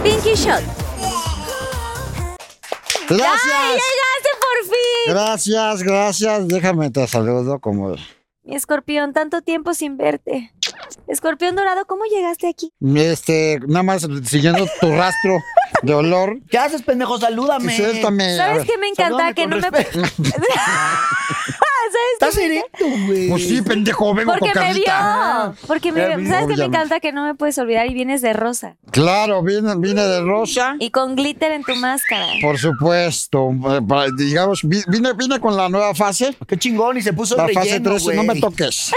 Speaker 3: Pinky Shot. ¡Ay,
Speaker 4: Gracias.
Speaker 3: llegaste por fin!
Speaker 4: Gracias, gracias. Déjame te saludo como
Speaker 3: Mi escorpión, tanto tiempo sin verte. Escorpión dorado, ¿cómo llegaste aquí?
Speaker 4: este, nada más siguiendo tu rastro de olor.
Speaker 5: ¿Qué haces, pendejo? Salúdame.
Speaker 4: Suéltame. a
Speaker 3: ¿Sabes
Speaker 4: ver.
Speaker 3: qué me encanta?
Speaker 5: Eh, salúdame
Speaker 3: Que
Speaker 5: con
Speaker 3: no me...
Speaker 5: respeto.
Speaker 3: ¿Sabes
Speaker 5: Estás erecto, güey.
Speaker 4: Pues sí, pendejo, vengo
Speaker 3: Porque
Speaker 4: con
Speaker 3: me
Speaker 4: Carlita.
Speaker 3: vio. Porque me
Speaker 4: Ya
Speaker 3: vio.
Speaker 4: vi.
Speaker 3: ¿Sabes qué me
Speaker 4: Obviamente.
Speaker 3: encanta? Que no me puedes olvidar y vienes de rosa.
Speaker 4: Claro, vine, vine de
Speaker 3: Mm.
Speaker 4: rosa.
Speaker 3: Y con glitter en tu máscara.
Speaker 4: Por supuesto, eh, para- digamos, vi- vine, vine con la nueva fase,
Speaker 5: Qué chingón, y se puso
Speaker 4: la fase
Speaker 5: relleno,
Speaker 4: 3,
Speaker 5: güey.
Speaker 4: no me toques.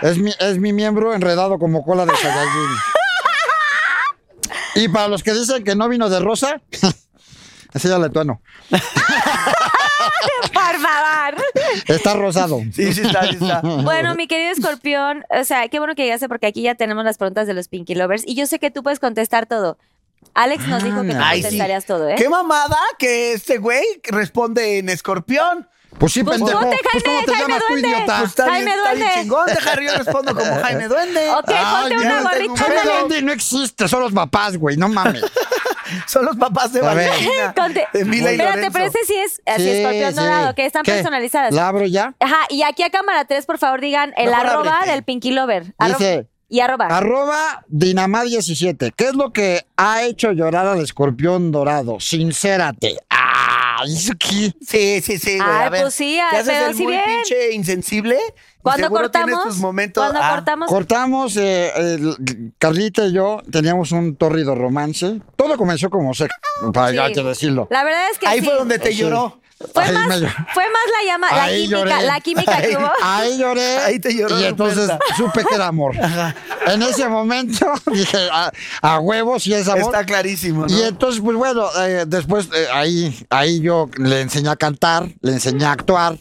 Speaker 4: Es mi, es mi miembro enredado como cola de Saiyajin. Y para los que dicen que no vino de rosa, enséñale tu ano.
Speaker 3: ¡Por favor!
Speaker 4: Está rosado.
Speaker 5: Sí, sí está, sí está.
Speaker 4: ¿Eh?
Speaker 3: Bueno, mi querido escorpión, o sea, qué bueno que llegaste porque aquí ya tenemos las preguntas de los Pinky Lovers. Y yo sé que tú puedes contestar todo. Alex nos dijo que tú
Speaker 5: Ay, sí.
Speaker 3: contestarías todo, ¿eh?
Speaker 5: Qué mamada que este güey responde en escorpión.
Speaker 4: Pues sí,
Speaker 3: Pues
Speaker 4: pendejo.
Speaker 3: ponte,
Speaker 4: Pues cómo
Speaker 3: Jaime,
Speaker 4: te
Speaker 3: Jaime
Speaker 4: llamas tú,
Speaker 3: Duende.
Speaker 4: idiota.
Speaker 5: Pues está
Speaker 3: Jaime
Speaker 5: bien, está bien
Speaker 3: Duende.
Speaker 5: chingón. Deja yo respondo como Jaime Duende.
Speaker 3: Ok, ponte
Speaker 4: Ay,
Speaker 3: una
Speaker 4: ya
Speaker 5: tengo
Speaker 3: gorrita.
Speaker 4: Jaime
Speaker 3: ándale.
Speaker 4: Duende no existe, son los papás, güey, no mames.
Speaker 5: Son los papás de
Speaker 4: A ver.
Speaker 5: Valentina.
Speaker 3: Conte-
Speaker 5: De Mila y
Speaker 3: Espérate,
Speaker 5: Lorenzo.
Speaker 3: pero ese sí es así,
Speaker 4: Sí,
Speaker 3: escorpión
Speaker 4: sí.
Speaker 3: dorado, que están
Speaker 4: ¿Qué?
Speaker 3: personalizadas.
Speaker 4: ¿La abro ya?
Speaker 3: Ajá, y aquí a cámara 3, por favor, digan el
Speaker 5: Mejor
Speaker 3: arroba
Speaker 5: ábrete.
Speaker 3: del Pinky Lover. Arro-
Speaker 4: Dice-
Speaker 3: y arroba.
Speaker 4: Arroba Dinamá17. ¿Qué es lo que ha hecho llorar al escorpión dorado? Sincérate. Ah, ¿eso qué?
Speaker 5: Sí, sí, sí, güey.
Speaker 3: Ay,
Speaker 5: a ver.
Speaker 3: pues sí, ay,
Speaker 5: ¿Te haces
Speaker 3: pero
Speaker 5: el
Speaker 3: sí
Speaker 5: muy
Speaker 3: bien.
Speaker 5: pinche insensible? y
Speaker 3: cuando
Speaker 5: seguro tienes
Speaker 3: cortamos,
Speaker 5: tus momentos.
Speaker 3: cuando
Speaker 5: Ah,
Speaker 3: cortamos,
Speaker 4: Cortamos, eh, el- Carlita y yo teníamos un torrido romance. Todo comenzó como sexo, para-
Speaker 3: Sí.
Speaker 4: hay que decirlo.
Speaker 3: la verdad es que
Speaker 5: Ahí
Speaker 3: sí.
Speaker 5: fue donde te
Speaker 4: Pues
Speaker 5: lloró.
Speaker 3: fue,
Speaker 4: Ahí
Speaker 3: más,
Speaker 4: me lloró.
Speaker 3: fue más la llama, la
Speaker 4: Ahí
Speaker 3: química,
Speaker 4: lloré.
Speaker 3: la química que hubo.
Speaker 4: Ahí lloré.
Speaker 5: Ahí te lloró
Speaker 4: Y entonces
Speaker 5: Ruperta.
Speaker 4: supe que era amor. En ese momento dije, a, a huevos y es amor.
Speaker 5: Está clarísimo, ¿no?
Speaker 4: Y entonces, pues bueno, eh, después eh, ahí, ahí yo le enseñé a cantar, le enseñé a actuar.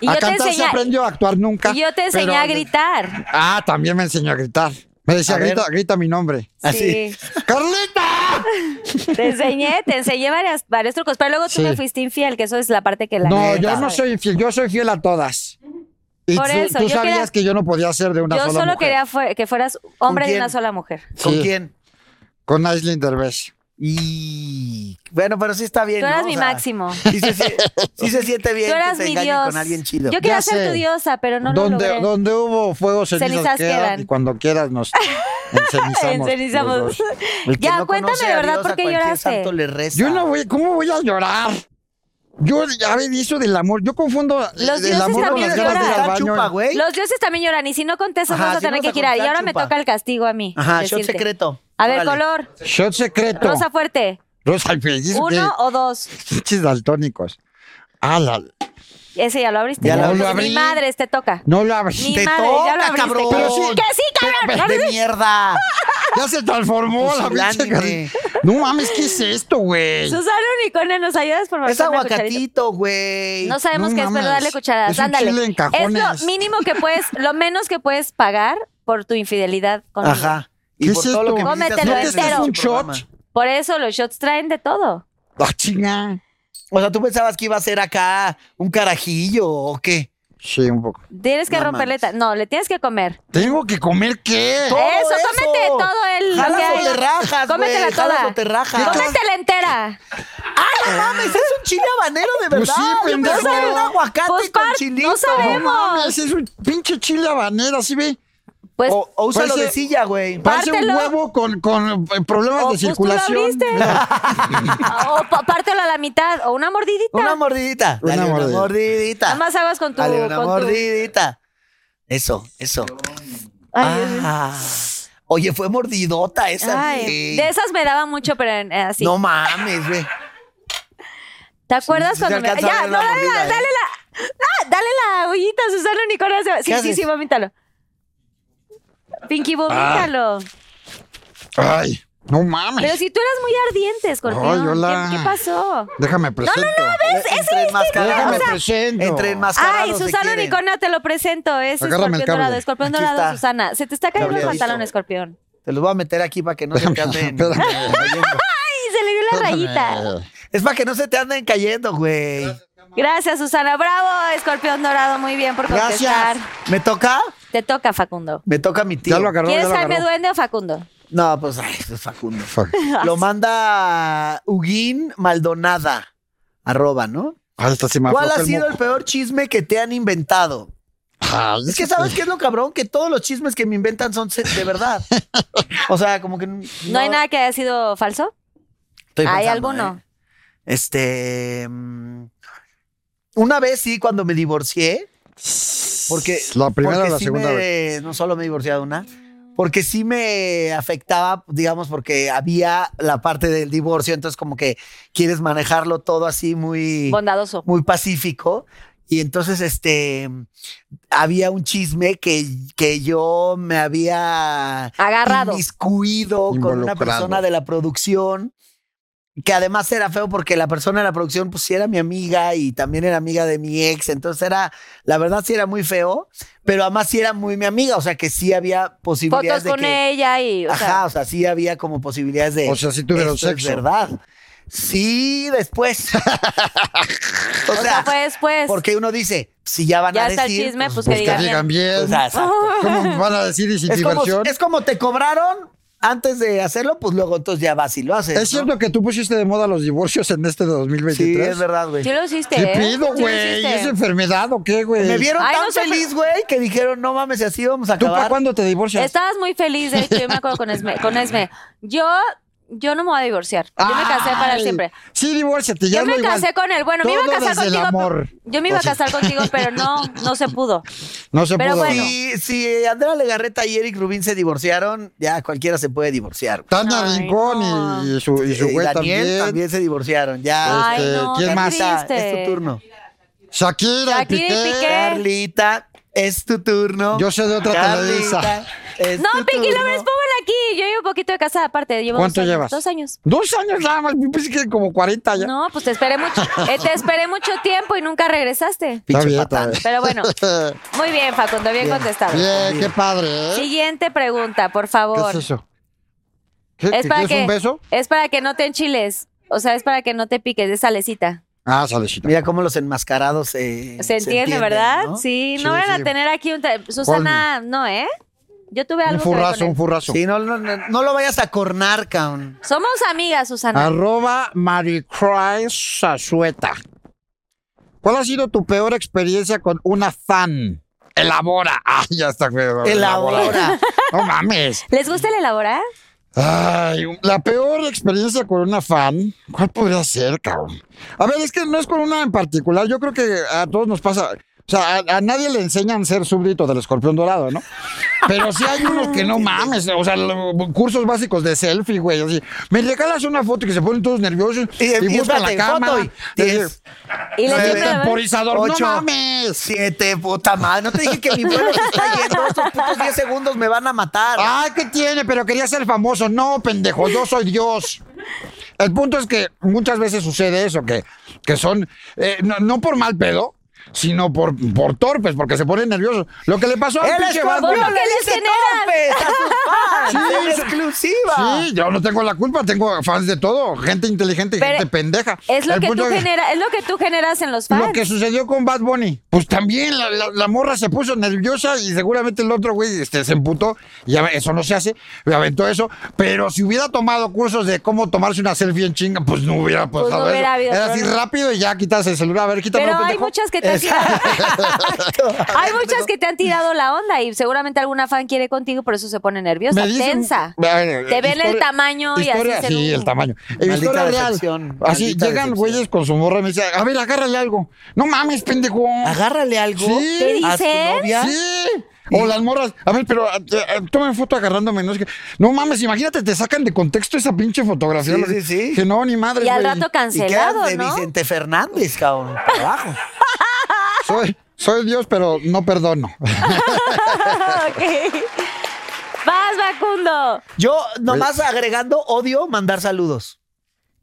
Speaker 3: Y
Speaker 4: a
Speaker 3: yo te
Speaker 4: cantar se
Speaker 3: enseñé-
Speaker 4: aprendió, a actuar nunca.
Speaker 3: Y yo te enseñé
Speaker 4: pero-
Speaker 3: a gritar.
Speaker 4: Ah, también me enseñó a gritar. Me decía,
Speaker 5: A ver.
Speaker 4: grita, grita mi nombre.
Speaker 5: Así.
Speaker 3: Sí.
Speaker 4: ¡Carlita!
Speaker 3: Te enseñé, te enseñé varias, varios trucos. Pero luego tú
Speaker 4: Sí.
Speaker 3: me fuiste infiel, que eso es la parte que la.
Speaker 4: No,
Speaker 3: neta,
Speaker 4: yo no
Speaker 3: ¿sabes?
Speaker 4: soy infiel, yo soy fiel a todas. Y
Speaker 3: Por
Speaker 4: tú,
Speaker 3: eso,
Speaker 4: tú
Speaker 3: yo
Speaker 4: sabías
Speaker 3: quería-
Speaker 4: que yo no podía ser de una
Speaker 3: Yo
Speaker 4: sola
Speaker 3: solo
Speaker 4: mujer.
Speaker 3: quería fue- que fueras hombre de
Speaker 5: quién?
Speaker 3: una sola mujer.
Speaker 5: ¿Con
Speaker 4: Sí.
Speaker 5: quién?
Speaker 4: Con Aislinn Derbez.
Speaker 5: Y bueno, pero sí está bien.
Speaker 3: Tú
Speaker 5: ¿no?
Speaker 3: eras
Speaker 5: O
Speaker 3: mi
Speaker 5: sea,
Speaker 3: máximo.
Speaker 5: Sí se, sie- sí se siente bien
Speaker 3: Tú eras
Speaker 5: que te
Speaker 3: mi
Speaker 5: engañen
Speaker 3: dios.
Speaker 5: con alguien chido.
Speaker 3: Yo quería
Speaker 4: Ya
Speaker 3: ser
Speaker 4: sé.
Speaker 3: tu diosa, pero no lo
Speaker 4: donde,
Speaker 3: logré.
Speaker 4: donde hubo fuego, cenizas,
Speaker 3: Cenizas
Speaker 4: quedan,
Speaker 3: quedan.
Speaker 4: Y cuando quieras nos encenizamos.
Speaker 3: Encenizamos.
Speaker 4: los dos.
Speaker 5: El que
Speaker 3: Ya,
Speaker 5: no
Speaker 3: cuéntame
Speaker 5: conoce
Speaker 3: de
Speaker 5: a
Speaker 3: verdad
Speaker 5: Dios, a
Speaker 3: por qué
Speaker 5: cualquier
Speaker 3: lloraste.
Speaker 5: santo le reza.
Speaker 4: Yo no voy, ¿cómo voy a llorar? Yo, a ver, eso del amor, yo confundo
Speaker 3: Los
Speaker 4: el
Speaker 3: dioses
Speaker 4: amor con
Speaker 3: también
Speaker 4: las ganas de ir al
Speaker 3: lloran.
Speaker 5: Está
Speaker 4: baño.
Speaker 5: chupa, güey.
Speaker 3: Los dioses también lloran y si no contestas
Speaker 5: Ajá,
Speaker 3: vas a
Speaker 5: si
Speaker 3: tener
Speaker 5: no vas
Speaker 3: que
Speaker 5: a
Speaker 3: girar. Y
Speaker 5: contestar,
Speaker 3: ahora me
Speaker 5: chupa.
Speaker 3: toca el castigo a mí.
Speaker 5: Ajá, shot
Speaker 3: decirte.
Speaker 5: secreto.
Speaker 3: A ver,
Speaker 5: Órale.
Speaker 3: color.
Speaker 4: Shot secreto.
Speaker 3: Rosa fuerte.
Speaker 4: Rosa, ¿y eso
Speaker 3: ¿Uno
Speaker 4: qué?
Speaker 3: o dos?
Speaker 4: Pinches daltónicos. Ah, la-
Speaker 3: Ese ya lo abriste.
Speaker 4: Ya lo
Speaker 3: Pues
Speaker 4: abrí.
Speaker 3: Mi madre, te toca.
Speaker 4: no lo abrí.
Speaker 3: Mi
Speaker 5: Te
Speaker 3: madre, ya lo
Speaker 5: toca,
Speaker 3: abriste.
Speaker 5: cabrón.
Speaker 4: Pero sí.
Speaker 3: ¡Que sí, cabrón!
Speaker 4: Pero-
Speaker 5: ¡De mierda!
Speaker 4: Ya se transformó
Speaker 5: Pues
Speaker 4: la pinche
Speaker 5: Pusilánime.
Speaker 4: carita. No mames, ¿qué es esto, güey?
Speaker 3: Susana Unicornia, ¿nos ayudas por favor?
Speaker 5: Es
Speaker 3: con una cucharita?
Speaker 5: aguacatito, güey.
Speaker 3: No sabemos
Speaker 4: No
Speaker 3: qué es, pero
Speaker 4: mames.
Speaker 3: dale cucharadas.
Speaker 4: Es un
Speaker 3: Ándale.
Speaker 4: chile en
Speaker 3: es
Speaker 4: cajones.
Speaker 3: lo mínimo que puedes, lo menos que puedes pagar por tu infidelidad conmigo.
Speaker 5: Ajá.
Speaker 4: ¿Qué
Speaker 5: Y por
Speaker 4: es
Speaker 5: todo
Speaker 4: esto?
Speaker 5: lo que me hiciste
Speaker 3: Cómetelo
Speaker 5: hacer en
Speaker 3: entero.
Speaker 5: este
Speaker 4: ¿Un shot?
Speaker 5: programa.
Speaker 3: Por eso los shots traen de todo.
Speaker 4: Ah, chinga.
Speaker 5: O sea, ¿tú pensabas que iba a ser acá un carajillo o qué?
Speaker 4: Sí, un poco.
Speaker 3: Tienes que
Speaker 5: No
Speaker 3: romperle. ta- No, le tienes que comer.
Speaker 4: ¿Tengo que comer qué?
Speaker 5: Todo
Speaker 3: eso,
Speaker 5: Oh, eso.
Speaker 3: cómete todo el. lo que
Speaker 5: Jalas
Speaker 3: hay.
Speaker 5: o te rajas,
Speaker 3: Cómetela
Speaker 5: güey.
Speaker 3: toda.
Speaker 5: Jalas o te rajas.
Speaker 3: Cómetela entera.
Speaker 5: ¡Ay, no mames! ¡Es un chile habanero de
Speaker 4: Pues
Speaker 5: verdad!
Speaker 4: sí,
Speaker 5: Yo pensé
Speaker 4: pendejo.
Speaker 5: que era un aguacate
Speaker 3: Pues,
Speaker 5: con
Speaker 3: par-
Speaker 5: chilito.
Speaker 3: no sabemos.
Speaker 4: mames, es un pinche chile habanero, ¿sí ve?
Speaker 3: Pues,
Speaker 5: O, o úsalo
Speaker 4: Parece-
Speaker 5: de silla, güey.
Speaker 4: Parece un
Speaker 3: Pártelo.
Speaker 4: huevo con, con eh, problemas
Speaker 3: o,
Speaker 4: de
Speaker 3: pues, tú lo
Speaker 4: circulación.
Speaker 3: abriste. o pa- pártelo a la mitad. O una mordidita.
Speaker 5: Una mordidita.
Speaker 4: Una
Speaker 5: Dale una
Speaker 4: mordidita.
Speaker 5: mordidita.
Speaker 3: Nada más hagas con tu.
Speaker 5: Dale una
Speaker 3: con tu-
Speaker 5: mordidita. Eso, eso.
Speaker 3: Ay, Dios mío.
Speaker 5: Ah. Oye, fue mordidota esa.
Speaker 3: Ay,
Speaker 5: güey.
Speaker 3: de esas me daba mucho, pero eh, así.
Speaker 5: No mames, güey.
Speaker 3: ¿Te acuerdas
Speaker 5: sí,
Speaker 3: cuando
Speaker 5: se
Speaker 3: me.?
Speaker 5: alcanza a
Speaker 3: Ya,
Speaker 5: ver
Speaker 3: no,
Speaker 5: la
Speaker 3: dale la,
Speaker 5: mordida, ¿eh?
Speaker 3: dale la. No, dale la ollita, Susana Unicornio. se va- Sí, sí,
Speaker 5: haces?
Speaker 3: sí, vomítalo. Pinky, vomítalo.
Speaker 4: Ay, no mames.
Speaker 3: Pero si tú eras muy ardiente, Escorpión.
Speaker 4: Ay, hola.
Speaker 3: ¿Qué, qué pasó?
Speaker 4: Déjame presento.
Speaker 5: Entre enmascarados.
Speaker 4: Déjame presento.
Speaker 5: Entre enmascarados.
Speaker 3: Ay,
Speaker 5: se
Speaker 3: Susana
Speaker 5: quieren.
Speaker 3: Unicornio, te lo presento. Es
Speaker 4: Agárrame el
Speaker 3: Escorpión
Speaker 4: cable.
Speaker 3: Dorado. Escorpión
Speaker 5: Aquí
Speaker 3: Dorado,
Speaker 5: está.
Speaker 3: Susana. Se te está cayendo el
Speaker 5: Cableadito.
Speaker 3: pantalón, Escorpión.
Speaker 5: Te los voy a meter aquí para que no se te anden.
Speaker 4: Espérame, espérame.
Speaker 3: Ay, se le dio la rayita.
Speaker 5: Es para que no se te anden cayendo, güey.
Speaker 3: Gracias, Susana. Bravo, Escorpión Dorado. Muy bien por contestar.
Speaker 5: Gracias. ¿Me toca?
Speaker 3: Te toca, Facundo.
Speaker 5: Me toca mi tío.
Speaker 4: Ya lo agarró, ya
Speaker 3: ¿Quieres
Speaker 4: lo
Speaker 3: Jaime
Speaker 4: agarró.
Speaker 3: Duende o Facundo?
Speaker 5: No, pues, ay, pues, Facundo.
Speaker 4: Fuck.
Speaker 5: Lo manda Huguín Maldonada. Arroba, ¿no?
Speaker 4: Ay, Ah, esta sí me
Speaker 5: ¿Cuál
Speaker 4: afloja
Speaker 5: ha
Speaker 4: el
Speaker 5: sido el
Speaker 4: moco.
Speaker 5: peor chisme que te han inventado?
Speaker 4: Ay,
Speaker 5: Es que sabes qué es lo cabrón, que todos los chismes que me inventan son se- de verdad. O sea, como que no,
Speaker 3: ¿No, hay nada que haya sido falso?
Speaker 5: Estoy
Speaker 3: ¿Hay
Speaker 5: pensando,
Speaker 3: alguno?
Speaker 5: ¿eh? Este, mm, una vez sí cuando me divorcié, porque
Speaker 4: La primera
Speaker 5: porque
Speaker 4: o la
Speaker 5: sí
Speaker 4: segunda
Speaker 5: me-
Speaker 4: vez.
Speaker 5: No solo me he divorciado una, porque sí me afectaba, digamos, porque había la parte del divorcio, entonces como que quieres manejarlo todo así muy
Speaker 3: Bondadoso.
Speaker 5: muy pacífico. Y entonces, este, había un chisme que, que yo me había
Speaker 3: Agarrado.
Speaker 5: inmiscuido con una
Speaker 4: Involucrado.
Speaker 5: persona de la producción, que además era feo porque la persona de la producción, pues sí era mi amiga y también era amiga de mi ex. Entonces era, la verdad sí era muy feo, pero además sí era muy mi amiga, o sea que sí había
Speaker 3: Fotos
Speaker 5: posibilidades de
Speaker 3: con
Speaker 5: que...
Speaker 3: ella y. o sea,
Speaker 5: Ajá, o sea, sí había como posibilidades de.
Speaker 4: O sea, sí tuvieron
Speaker 5: "Esto
Speaker 4: sexo".
Speaker 5: Es verdad. Sí, después. o
Speaker 3: o sea,
Speaker 5: sea,
Speaker 3: fue después.
Speaker 5: porque uno dice, si ya van
Speaker 3: Ya
Speaker 5: a
Speaker 3: está el
Speaker 5: decir.
Speaker 3: chisme, pues,
Speaker 4: Pues
Speaker 3: que
Speaker 4: que
Speaker 3: digan
Speaker 4: digan bien.
Speaker 5: o sea, exacto.
Speaker 4: ¿Cómo van a decir y sin
Speaker 5: es, como,
Speaker 4: diversión?
Speaker 5: es como te cobraron antes de hacerlo, pues luego entonces ya vas y lo haces.
Speaker 4: ¿Es
Speaker 5: ¿no?
Speaker 4: cierto que tú pusiste de moda los divorcios en este
Speaker 5: Sí,
Speaker 4: 2023?
Speaker 5: es verdad, güey.
Speaker 3: Sí lo hiciste.
Speaker 4: ¿Qué
Speaker 3: ¿eh?
Speaker 4: pido,
Speaker 3: Sí lo
Speaker 4: güey?
Speaker 3: hiciste.
Speaker 4: ¿Es enfermedad o qué, güey?
Speaker 5: Me vieron
Speaker 3: Ay,
Speaker 5: tan
Speaker 3: no sé,
Speaker 5: feliz, güey, que dijeron, no mames, y así vamos a
Speaker 4: ¿Tú para
Speaker 5: acabar.
Speaker 4: cuándo te divorcias?
Speaker 3: Estabas muy feliz, de hecho, yo me acuerdo con Esme. Con Esme. Yo, yo no me voy a divorciar. Yo me casé para
Speaker 4: Ay,
Speaker 3: siempre.
Speaker 4: Sí, divórciate, ya
Speaker 3: Yo me
Speaker 4: no igual.
Speaker 3: casé con él. Bueno, me iba a
Speaker 4: Todo
Speaker 3: casar
Speaker 4: desde el
Speaker 3: contigo.
Speaker 4: amor.
Speaker 3: pero- Yo me iba a
Speaker 4: O sea,
Speaker 3: casar contigo, pero no, no se pudo.
Speaker 4: No se
Speaker 3: Pero
Speaker 4: pudo.
Speaker 3: bueno.
Speaker 5: Si, si Andrea Legarreta y Eric Rubín se divorciaron, ya cualquiera se puede divorciar. güey.
Speaker 4: Tana
Speaker 3: Ay,
Speaker 4: Rincón
Speaker 3: no.
Speaker 4: y, y su, y su
Speaker 5: Eh,
Speaker 4: güey
Speaker 5: Daniel
Speaker 4: también.
Speaker 5: también. se divorciaron, ya.
Speaker 3: Ay,
Speaker 4: Este,
Speaker 3: no,
Speaker 4: ¿quién
Speaker 3: qué
Speaker 4: más?
Speaker 3: triste.
Speaker 5: Ah, es tu turno.
Speaker 4: Shakira, y
Speaker 3: Shakira y
Speaker 4: Piqué.
Speaker 3: Piqué.
Speaker 5: Carlita, es tu turno.
Speaker 4: Yo sé de otra
Speaker 5: Carlita,
Speaker 4: Televisa.
Speaker 5: es
Speaker 3: No,
Speaker 5: tu
Speaker 3: Pinky
Speaker 5: turno.
Speaker 3: Lovers, pongan aquí. Yo llevo un poquito de casada aparte. Llevo
Speaker 4: ¿Cuánto
Speaker 3: dos años,
Speaker 4: llevas?
Speaker 3: Dos años.
Speaker 4: Dos años nada más, yo pensé que como 40 ya.
Speaker 3: No, pues te esperé mucho. eh, te esperé mucho tiempo y nunca regresaste.
Speaker 4: Está bien,
Speaker 5: patán.
Speaker 4: está
Speaker 3: Pero
Speaker 4: bien.
Speaker 3: bueno, muy bien, Facundo, bien, contestado.
Speaker 4: Eh, Bien, qué padre, ¿eh?
Speaker 3: Siguiente pregunta, por
Speaker 4: ¿Qué
Speaker 3: favor.
Speaker 4: es eso? ¿Qué,
Speaker 3: Es
Speaker 4: que
Speaker 3: para
Speaker 4: quieres
Speaker 3: que
Speaker 4: un beso?
Speaker 3: es para que no te enchiles. O sea, es para que no te piques de salecita.
Speaker 4: Ah, salecita.
Speaker 5: Mira cómo los enmascarados eh,
Speaker 3: Se entiende, ¿verdad? Sí,
Speaker 4: Sí,
Speaker 3: no van
Speaker 4: sí.
Speaker 3: a tener aquí un... te- Susana, no, ¿eh? Yo tuve
Speaker 4: Un
Speaker 3: algo que ver con
Speaker 4: furrazo,
Speaker 3: él.
Speaker 4: un furrazo.
Speaker 5: Sí, no, no, no, no lo vayas a cornar, cabrón.
Speaker 3: Somos amigas,
Speaker 4: Ah.
Speaker 3: Susana.
Speaker 4: Arroba Maricroy Sazueta. ¿Cuál ha sido tu peor experiencia con una fan? Elabora. Ah, ya está, güey.
Speaker 5: Elabora.
Speaker 4: No mames.
Speaker 3: ¿Les gusta el elaborar?
Speaker 4: Ay, la peor experiencia con una fan, ¿cuál podría ser, cabrón? A ver, es que no es con una en particular. Yo creo que a todos nos pasa. O sea, a, a nadie le enseñan ser súbdito del escorpión dorado, ¿no? Pero sí hay unos que no mames. O sea, lo- cursos básicos de selfie, güey. Así, me regalas una foto y que se ponen todos nerviosos y,
Speaker 5: Y- y
Speaker 4: buscan la
Speaker 5: espérate,
Speaker 4: cámara.
Speaker 5: foto y-
Speaker 4: Es-
Speaker 5: diez,
Speaker 3: Y les
Speaker 4: el
Speaker 3: tiembla
Speaker 5: nueve,
Speaker 3: la voz.
Speaker 4: temporizador.
Speaker 5: ocho,
Speaker 4: ¡No mames!
Speaker 5: Siete, puta madre. No te dije que mi vuelo se está yendo. Estos putos 10 segundos me van a matar.
Speaker 4: Ay, Ah, ¿qué tiene? Pero quería ser famoso. No, pendejo, yo soy Dios. El punto es que muchas veces sucede eso, que, que son, eh, no, no por mal pedo, sino por, por torpes, porque se ponen nerviosos. Lo que le pasó a
Speaker 5: ¡El
Speaker 3: Por
Speaker 5: escorpión
Speaker 3: lo
Speaker 5: le
Speaker 3: que les
Speaker 5: dice
Speaker 3: generan.
Speaker 5: torpes a sus fans!
Speaker 4: Sí,
Speaker 5: ¡En
Speaker 4: sí.
Speaker 5: exclusiva!
Speaker 4: Sí, yo no tengo la culpa, tengo fans de todo, gente inteligente y
Speaker 3: Pero
Speaker 4: gente pendeja.
Speaker 3: Es lo,
Speaker 4: El
Speaker 3: que tú
Speaker 4: punto es-
Speaker 3: genera, es lo que tú generas en los fans.
Speaker 4: Lo que sucedió con Bad Bunny, pues también la, la- la morra se puso nerviosa y seguramente el otro güey este, se emputó. Y ya, eso no se hace, le aventó eso. Pero si hubiera tomado cursos de cómo tomarse una selfie en chinga, pues no hubiera
Speaker 3: Pues
Speaker 4: pasado
Speaker 3: no hubiera
Speaker 4: eso.
Speaker 3: habido
Speaker 4: Era así
Speaker 3: problema.
Speaker 4: rápido y ya quitas el celular. A ver, quítame
Speaker 3: Pero
Speaker 4: pendejo.
Speaker 3: hay muchas que te han tirado. hay muchas que te han tirado la onda y seguramente alguna fan quiere contigo, por eso se pone nerviosa,
Speaker 4: Me dicen-
Speaker 3: tensa.
Speaker 4: A ver,
Speaker 3: Te ven el tamaño y
Speaker 4: historia-
Speaker 3: así se
Speaker 4: Sí,
Speaker 3: lo-
Speaker 4: el tamaño. Eh,
Speaker 5: Maldita
Speaker 4: historia real.
Speaker 5: decepción,
Speaker 4: Así
Speaker 5: maldita
Speaker 4: llegan
Speaker 5: decepción.
Speaker 4: güeyes con su morra y me dicen, a ver, agárrale algo. No mames, pendejo.
Speaker 5: Agárrale algo
Speaker 4: Sí.
Speaker 3: ¿Te
Speaker 5: a su
Speaker 3: dicen?
Speaker 5: novia.
Speaker 4: Sí. O las morras. A ver, pero ah, ah, tomen foto agarrándome. No, sé qué. no mames, imagínate, te sacan de contexto esa pinche fotografía.
Speaker 5: Sí, sí, sí.
Speaker 4: Que no, ni madre.
Speaker 3: Y al
Speaker 4: güey.
Speaker 3: rato
Speaker 5: Y quedas
Speaker 3: cancelado,
Speaker 5: de
Speaker 3: ¿no?
Speaker 5: Vicente Fernández, cabrón. para Abajo.
Speaker 4: Soy, soy Dios, pero no perdono.
Speaker 3: Ok. Vas, Facundo.
Speaker 5: Yo, nomás agregando, odio mandar saludos.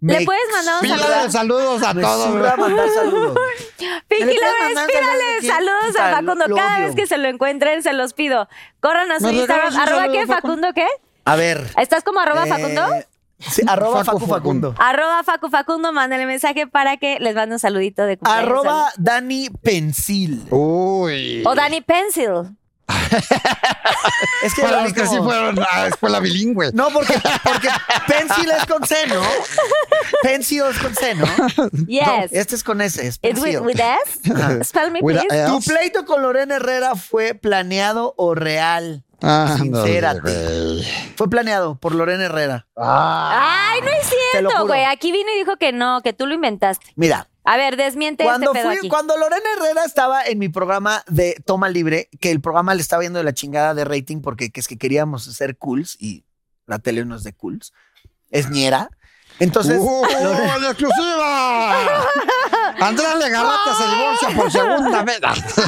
Speaker 3: ¿Le puedes mandar un
Speaker 4: Pídele
Speaker 3: saludo?
Speaker 4: saludos a
Speaker 5: Me
Speaker 4: todos.
Speaker 5: zurra mandar saludos. ¿Le
Speaker 3: Pinky
Speaker 5: puedes
Speaker 3: Lovers,
Speaker 5: mandar saludos
Speaker 3: pídale
Speaker 5: aquí?
Speaker 3: saludos a
Speaker 5: Puta,
Speaker 3: Facundo.
Speaker 5: lo
Speaker 3: Cada
Speaker 5: odio.
Speaker 3: vez que se lo encuentren, se los pido. Corran a su
Speaker 4: ¿Me regalas
Speaker 3: Instagram.
Speaker 4: un
Speaker 3: ¿Arroba
Speaker 4: saludo,
Speaker 3: qué,
Speaker 4: Facundo?
Speaker 3: Facundo? ¿Qué?
Speaker 5: A ver.
Speaker 3: ¿Estás como arroba
Speaker 5: eh,
Speaker 3: Facundo?
Speaker 5: sí, arroba
Speaker 4: Facu
Speaker 5: Facu Facundo.
Speaker 3: Arroba Facu Facundo, mándale mensaje para que les mande un saludito de cumpleaños.
Speaker 5: Arroba Dani Pensil.
Speaker 4: Uy.
Speaker 3: O Dani Pencil.
Speaker 5: Es que lo
Speaker 4: Para
Speaker 5: vi
Speaker 4: los que sí
Speaker 5: como-
Speaker 4: fueron a escuela bilingüe.
Speaker 5: No, porque, porque Pensil es con C, ¿no? Pensil es con C, ¿no?
Speaker 3: Yes.
Speaker 5: Este es con S, es
Speaker 3: It's with,
Speaker 5: Pensil.
Speaker 3: with S. Spell me,
Speaker 4: With a
Speaker 3: please.
Speaker 4: L.
Speaker 5: ¿Tu pleito con Lorena Herrera fue planeado o real?
Speaker 4: Ah, no,
Speaker 5: Sincérate.
Speaker 4: güey.
Speaker 5: Fue planeado por Lorena Herrera. Ah,
Speaker 3: Ay, no es
Speaker 5: Te lo
Speaker 3: cierto,
Speaker 5: juro.
Speaker 3: güey. Aquí vino y dijo que no, que tú lo inventaste.
Speaker 5: Mira,
Speaker 3: A ver, desmiente
Speaker 5: cuando,
Speaker 3: este pedo
Speaker 5: fui-
Speaker 3: aquí.
Speaker 5: cuando Lorena Herrera estaba en mi programa de Toma Libre, que el programa le estaba yendo de la chingada de rating porque que es que queríamos ser cools y la tele no es de cools, es ñera. Entonces,
Speaker 4: ¡Uh, la exclusiva! Andrés Legarreta se divorcia por segunda vez.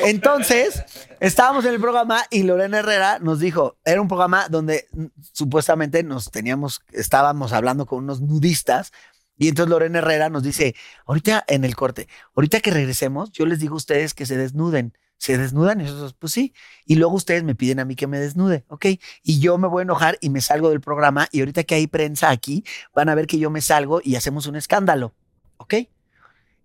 Speaker 5: Entonces, estábamos en el programa y Lorena Herrera nos dijo, era un programa donde mm, supuestamente nos teníamos, estábamos hablando con unos nudistas y entonces Lorena Herrera nos dice, ahorita en el corte, ahorita que regresemos, yo les digo a ustedes que se desnuden. Se desnudan y nosotros, pues sí. Y luego ustedes me piden a mí que me desnude, ¿ok? Y yo me voy a enojar y me salgo del programa. Y ahorita que hay prensa aquí, van a ver que yo me salgo y hacemos un escándalo, ¿ok?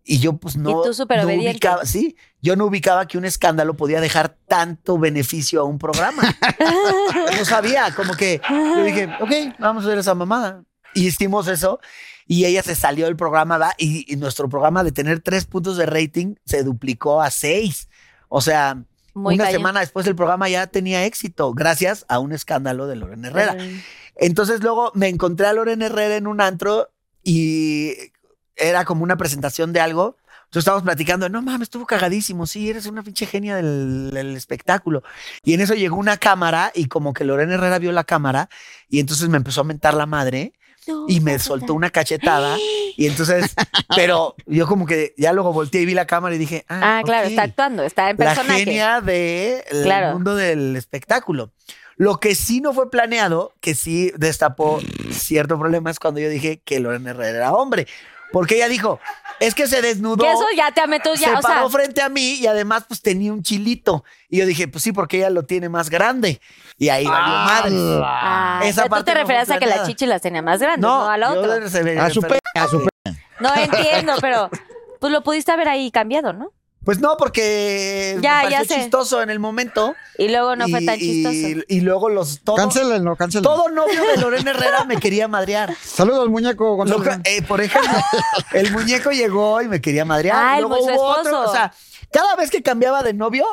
Speaker 5: Y yo, pues no.
Speaker 3: tú súper
Speaker 5: no
Speaker 3: obediente.
Speaker 5: ubicaba- Sí, yo no ubicaba que un escándalo podía dejar tanto beneficio a un programa. no sabía, como que yo dije, ok, vamos a hacer esa mamada. Y hicimos eso. Y ella se salió del programa, ¿va? Y, y nuestro programa de tener tres puntos de rating se duplicó a seis. O sea,
Speaker 3: Muy
Speaker 5: una
Speaker 3: cañón.
Speaker 5: semana después el programa ya tenía éxito, gracias a un escándalo de Lorena Herrera.
Speaker 3: Mm.
Speaker 5: Entonces luego me encontré a Lorena Herrera en un antro y era como una presentación de algo. Entonces estábamos platicando, no mames, estuvo cagadísimo, sí, eres una pinche genia del, del espectáculo. Y en eso llegó una cámara y como que Lorena Herrera vio la cámara y entonces me empezó a mentar la madre y me soltó una cachetada. Y entonces, pero yo como que ya luego volteé y vi la cámara y dije, ah,
Speaker 3: Ah, claro,
Speaker 5: ok
Speaker 3: está actuando, está en
Speaker 5: la
Speaker 3: personaje.
Speaker 5: genia del
Speaker 3: Claro.
Speaker 5: mundo del espectáculo. Lo que sí no fue planeado, que sí destapó cierto problema, es cuando yo dije que Lorena Herrera era hombre. Porque ella dijo, es que se desnudó,
Speaker 3: Que eso ya te meto
Speaker 5: se
Speaker 3: ya, o sea,
Speaker 5: paró frente a mí y además pues tenía un chilito. Y yo dije, pues sí, porque ella lo tiene más grande. Y ahí valió madre.
Speaker 3: ah,
Speaker 5: Esa
Speaker 3: pero tú
Speaker 5: parte
Speaker 3: te
Speaker 5: no fue
Speaker 3: referías a que la
Speaker 5: planeada.
Speaker 3: chichi las tenía más grandes, no, a la
Speaker 5: yo
Speaker 3: otra.
Speaker 5: le reservé-
Speaker 4: A su pe- a su pe-
Speaker 3: No entiendo, pero pues lo pudiste haber ahí cambiado, ¿no?
Speaker 5: Pues no, porque
Speaker 3: Ya,
Speaker 5: me
Speaker 3: ya
Speaker 5: pareció
Speaker 3: sé.
Speaker 5: chistoso en el momento.
Speaker 3: Y luego no fue
Speaker 5: y-
Speaker 3: tan
Speaker 5: y-
Speaker 3: chistoso.
Speaker 5: Y, luego los todos,
Speaker 4: Cancélenlo, cancélenlo.
Speaker 5: todo novio de Lorena Herrera me quería madrear.
Speaker 4: Saludos, muñeco Gonzalo.
Speaker 5: Loca- eh, por ejemplo, el muñeco llegó y me quería madrear.
Speaker 3: Ah, el
Speaker 5: Luego
Speaker 3: mu- su
Speaker 5: hubo
Speaker 3: esposo.
Speaker 5: otro, o sea, cada vez que cambiaba de novio,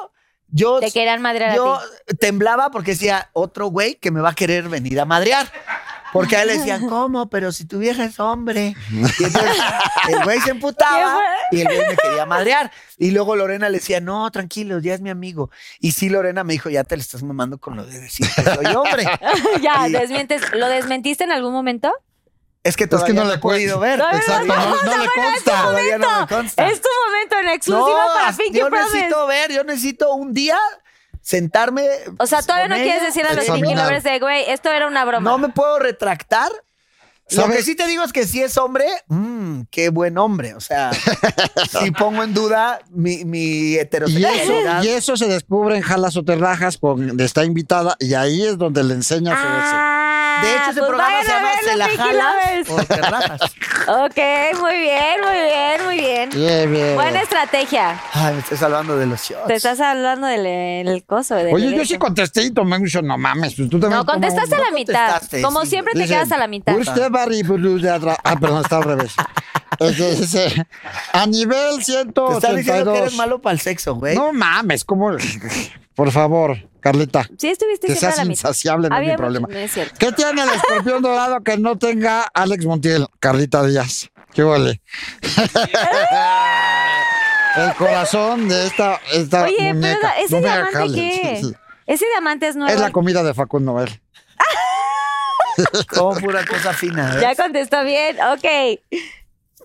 Speaker 5: yo,
Speaker 3: Te querían madrear
Speaker 5: yo
Speaker 3: a ti.
Speaker 5: temblaba porque decía, otro güey que me va a querer venir a madrear. Porque a él le decían, ¿cómo? Pero si tu vieja es hombre. Y entonces el güey se emputaba y el güey me quería madrear. Y luego Lorena le decía, no, tranquilo, ya es mi amigo. Y sí, Lorena me dijo, ya te le estás mamando con lo de decir que soy hombre.
Speaker 3: ya,
Speaker 5: y-
Speaker 3: desmientes. ¿Lo desmentiste en algún momento?
Speaker 5: Es que
Speaker 4: Es
Speaker 5: todavía
Speaker 4: que no
Speaker 5: no
Speaker 4: le
Speaker 5: he podido
Speaker 4: cuento.
Speaker 5: ver.
Speaker 3: No, no,
Speaker 4: Exacto,
Speaker 3: no,
Speaker 4: no, no le consta.
Speaker 5: Todavía no me consta.
Speaker 3: Es tu momento en exclusiva para
Speaker 5: hasta-
Speaker 3: Pinky
Speaker 5: Ah. yo
Speaker 3: Promise.
Speaker 5: necesito ver, yo necesito un día sentarme.
Speaker 3: O sea, todavía
Speaker 5: con
Speaker 3: no quieres
Speaker 5: ella.
Speaker 3: decir a los
Speaker 4: examinar.
Speaker 3: Pinky Lovers de, güey, esto era una broma.
Speaker 5: No me puedo retractar. Lo
Speaker 4: ¿Sabes?
Speaker 5: que sí te digo es que si es hombre, mmm, qué buen hombre. O sea, si pongo en duda mi, mi
Speaker 4: Y eso,
Speaker 5: heterosexualidad.
Speaker 4: y eso se descubre en Jalas o Terrajas, con, está invitada, y ahí es donde le enseña a hacer
Speaker 3: Ah,
Speaker 5: de hecho, ese
Speaker 3: pues
Speaker 5: programa
Speaker 3: vayan
Speaker 5: se
Speaker 3: a
Speaker 5: llama
Speaker 3: verlo,
Speaker 5: Se la
Speaker 3: Pinky
Speaker 5: jalas
Speaker 3: Lovers.
Speaker 5: o te rajas.
Speaker 3: Ok, muy bien, muy bien, muy bien.
Speaker 4: eso. Bien, bien.
Speaker 3: Buena estrategia.
Speaker 5: Ay, me estoy salvando de los shots.
Speaker 3: Te estás hablando del el coso. del
Speaker 4: Oye, yo sí
Speaker 3: electro.
Speaker 4: contesté y tomé un shot. No mames, pues tú también.
Speaker 3: No, contestaste a la mitad.
Speaker 5: contestaste,
Speaker 3: Como
Speaker 5: sí.
Speaker 3: siempre te quedas a la mitad.
Speaker 4: Usted va a ribru- de atrás. Ah, perdón, está al revés. Este, dice, a nivel
Speaker 5: Te están diciendo que
Speaker 4: 182.
Speaker 5: eres malo para el sexo, güey.
Speaker 4: No mames, ¿cómo? Por favor, Carlita.
Speaker 3: Sí, estuviste
Speaker 4: Que
Speaker 3: siempre a
Speaker 4: seas
Speaker 3: la mitad.
Speaker 4: insaciable, no es mi
Speaker 3: Había-
Speaker 4: problema.
Speaker 3: No es cierto.
Speaker 4: ¿Qué tiene el escorpión dorado que no tenga Alex Montiel? Carlita Díaz. ¿Qué vale? el corazón de esta, esta
Speaker 3: Oye, pero
Speaker 4: muñeca.
Speaker 3: ese
Speaker 4: No me
Speaker 3: diamante
Speaker 4: jales.
Speaker 3: qué? Ese diamante es nuevo.
Speaker 4: Es la comida de Facundo Noel.
Speaker 5: Como pura cosa fina. ¿eh?
Speaker 3: ya contestó bien, ok.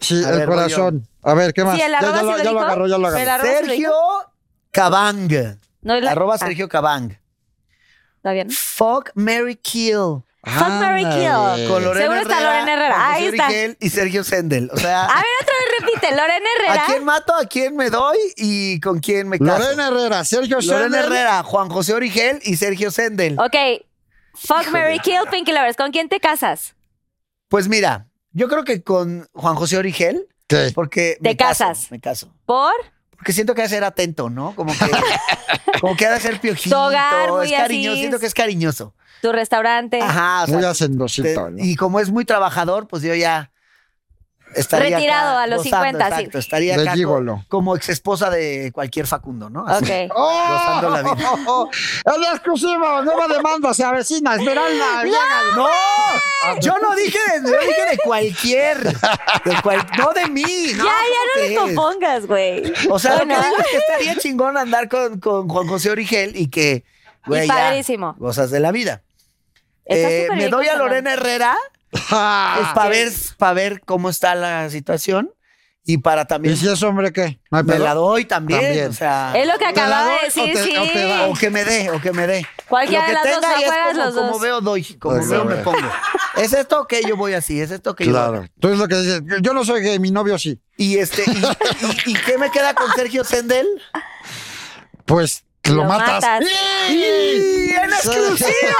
Speaker 4: Sí,
Speaker 5: A
Speaker 4: el
Speaker 5: ver, voy
Speaker 4: corazón. A ver, ¿qué más?
Speaker 3: Sí, el
Speaker 4: Ya- ya,
Speaker 3: arroba sí
Speaker 4: lo,
Speaker 3: lo
Speaker 4: ya lo
Speaker 3: dijo.
Speaker 4: agarró, ya lo
Speaker 3: El
Speaker 4: agarró.
Speaker 3: arroba sí lo
Speaker 5: Sergio
Speaker 3: dijo.
Speaker 5: Cabang.
Speaker 3: No, es la-
Speaker 5: Arroba
Speaker 3: Ah,
Speaker 5: Sergio Cabang.
Speaker 3: Está bien.
Speaker 5: Fuck Mary Kill.
Speaker 3: Fuck, marry,
Speaker 4: Ándale.
Speaker 3: kill.
Speaker 5: Con Lorena
Speaker 3: Seguro está
Speaker 5: Herrera,
Speaker 3: Lorena Herrera.
Speaker 5: Juan
Speaker 3: Ahí
Speaker 5: José
Speaker 3: está. Ah,
Speaker 5: Origel y Sergio Sendel. O sea,
Speaker 3: A ver, otra vez repite, Lorena Herrera.
Speaker 5: ¿a quién mato? ¿A quién me doy? ¿Y con quién me caso?
Speaker 4: Lorena Herrera, Sergio
Speaker 5: Lorena
Speaker 4: Sender.
Speaker 5: Herrera, Juan José Origel y Sergio Sendel.
Speaker 3: Ok. Fuck Mary Kill Pinky Lovers. ¿Con quién te casas?
Speaker 5: Pues mira, yo creo que con Juan José Origel,
Speaker 4: ¿Qué?
Speaker 5: porque
Speaker 3: Te
Speaker 5: me caso,
Speaker 3: casas.
Speaker 5: me caso.
Speaker 3: Por
Speaker 5: Porque siento que ha de ser atento, ¿no? Como que, como que ha de ser piojito.
Speaker 3: Tu hogar, muy
Speaker 5: es cariñoso,
Speaker 3: así.
Speaker 5: siento que es cariñoso.
Speaker 3: tu restaurante.
Speaker 5: Ajá, o sea,
Speaker 4: Muy
Speaker 5: te-
Speaker 4: hacendosito. ¿no?
Speaker 5: y como es muy trabajador, pues yo ya estaría acá
Speaker 3: Retirado a los
Speaker 5: gozando,
Speaker 3: 50, sí.
Speaker 5: exacto, estaría
Speaker 4: De
Speaker 5: acá co-
Speaker 4: gigolo.
Speaker 5: como exesposa de cualquier Facundo, ¿no? Así,
Speaker 3: Ok.
Speaker 4: ¡Oh!
Speaker 5: Gozando la vida.
Speaker 4: ¡El exclusivo! ¡Nueva demanda! ¡Se avecina! ¡Esmeralda! ¡Llega!
Speaker 5: ¡No! Yo no dije de, yo dije de cualquier. de cual- no de mí. No,
Speaker 3: ya,
Speaker 5: ¿cómo
Speaker 3: ya no te
Speaker 5: crees?
Speaker 3: compongas, güey.
Speaker 5: O sea, lo
Speaker 3: Bueno.
Speaker 5: que digo es que estaría chingón andar con, con Juan José Origel y que, güey,
Speaker 3: Y
Speaker 5: ya,
Speaker 3: padrísimo.
Speaker 5: cosas de la vida.
Speaker 3: Está
Speaker 5: Eh,
Speaker 3: súper
Speaker 5: me
Speaker 3: bien
Speaker 5: doy a
Speaker 3: conservado.
Speaker 5: Lorena Herrera pues,
Speaker 4: ¡Ah!
Speaker 5: para ver, para ver cómo está la situación y para también...
Speaker 4: ¿Y si es hombre qué? ¿No hay
Speaker 5: me
Speaker 4: pedo?
Speaker 5: la doy también,
Speaker 4: También.
Speaker 5: o sea...
Speaker 3: Es lo que
Speaker 4: ¿Te la
Speaker 3: acababa
Speaker 4: doy
Speaker 3: de
Speaker 4: o
Speaker 3: decir,
Speaker 4: te-
Speaker 3: sí.
Speaker 4: o te da?
Speaker 5: O que me dé, o que me dé.
Speaker 3: Cualquiera
Speaker 5: Lo que
Speaker 3: de las dos,
Speaker 5: tenga
Speaker 3: no
Speaker 5: y es
Speaker 3: juegas
Speaker 5: como,
Speaker 3: los
Speaker 5: como
Speaker 3: dos.
Speaker 5: veo, doy. Como
Speaker 4: Ay,
Speaker 5: veo,
Speaker 4: no,
Speaker 5: me
Speaker 4: güey.
Speaker 5: pongo. ¿Es esto que yo voy así? ¿Es esto que yo voy
Speaker 4: Claro. Tú es lo que dices. Yo no soy gay, mi novio sí.
Speaker 5: Y este, y, y- y qué me queda con Sergio Sendel?
Speaker 4: Pues lo,
Speaker 3: Lo
Speaker 4: matas.
Speaker 3: matas.
Speaker 4: ¡Y en exclusiva!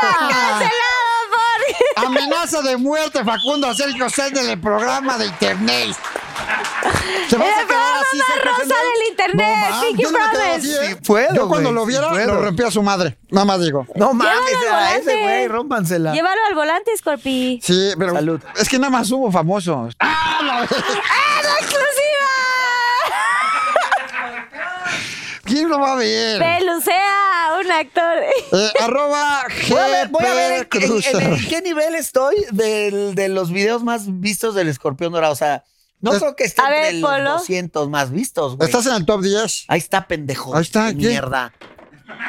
Speaker 4: Amenaza de muerte, Facundo, a Sergio Sende en el programa de internet. Se va
Speaker 3: El programa más rosa del internet, Pinky
Speaker 4: yo no me quedaba
Speaker 3: Promise.
Speaker 4: así, ¿eh?
Speaker 5: Sí puedo,
Speaker 4: Yo cuando
Speaker 5: güey,
Speaker 4: lo
Speaker 5: sí
Speaker 4: viera,
Speaker 5: puedo.
Speaker 4: lo rompía a su madre. Nada más digo.
Speaker 5: No mames,
Speaker 3: Llévalo al
Speaker 5: a ese
Speaker 3: volante.
Speaker 5: güey, rómpansela.
Speaker 3: Llévalo al volante, Scorpi.
Speaker 4: Sí, pero
Speaker 5: Salud.
Speaker 4: es que nada más hubo famosos.
Speaker 3: ¡La exclusiva!
Speaker 4: ¿Quién lo va a ver?
Speaker 3: Pelucea un actor.
Speaker 4: Eh, arroba
Speaker 5: Voy a ver, voy a ver en,
Speaker 4: GP Cruiser.
Speaker 5: en- en- en qué nivel estoy del- de los videos más vistos del Escorpión Dorado. O sea, no
Speaker 4: Es-
Speaker 5: creo que esté
Speaker 3: A ver,
Speaker 5: entre los
Speaker 3: Polo.
Speaker 5: 200 más vistos, güey.
Speaker 4: Estás en el top 10.
Speaker 5: Ahí está, pendejo.
Speaker 4: Ahí está,
Speaker 5: Qué
Speaker 4: ¿qué?
Speaker 5: Mierda.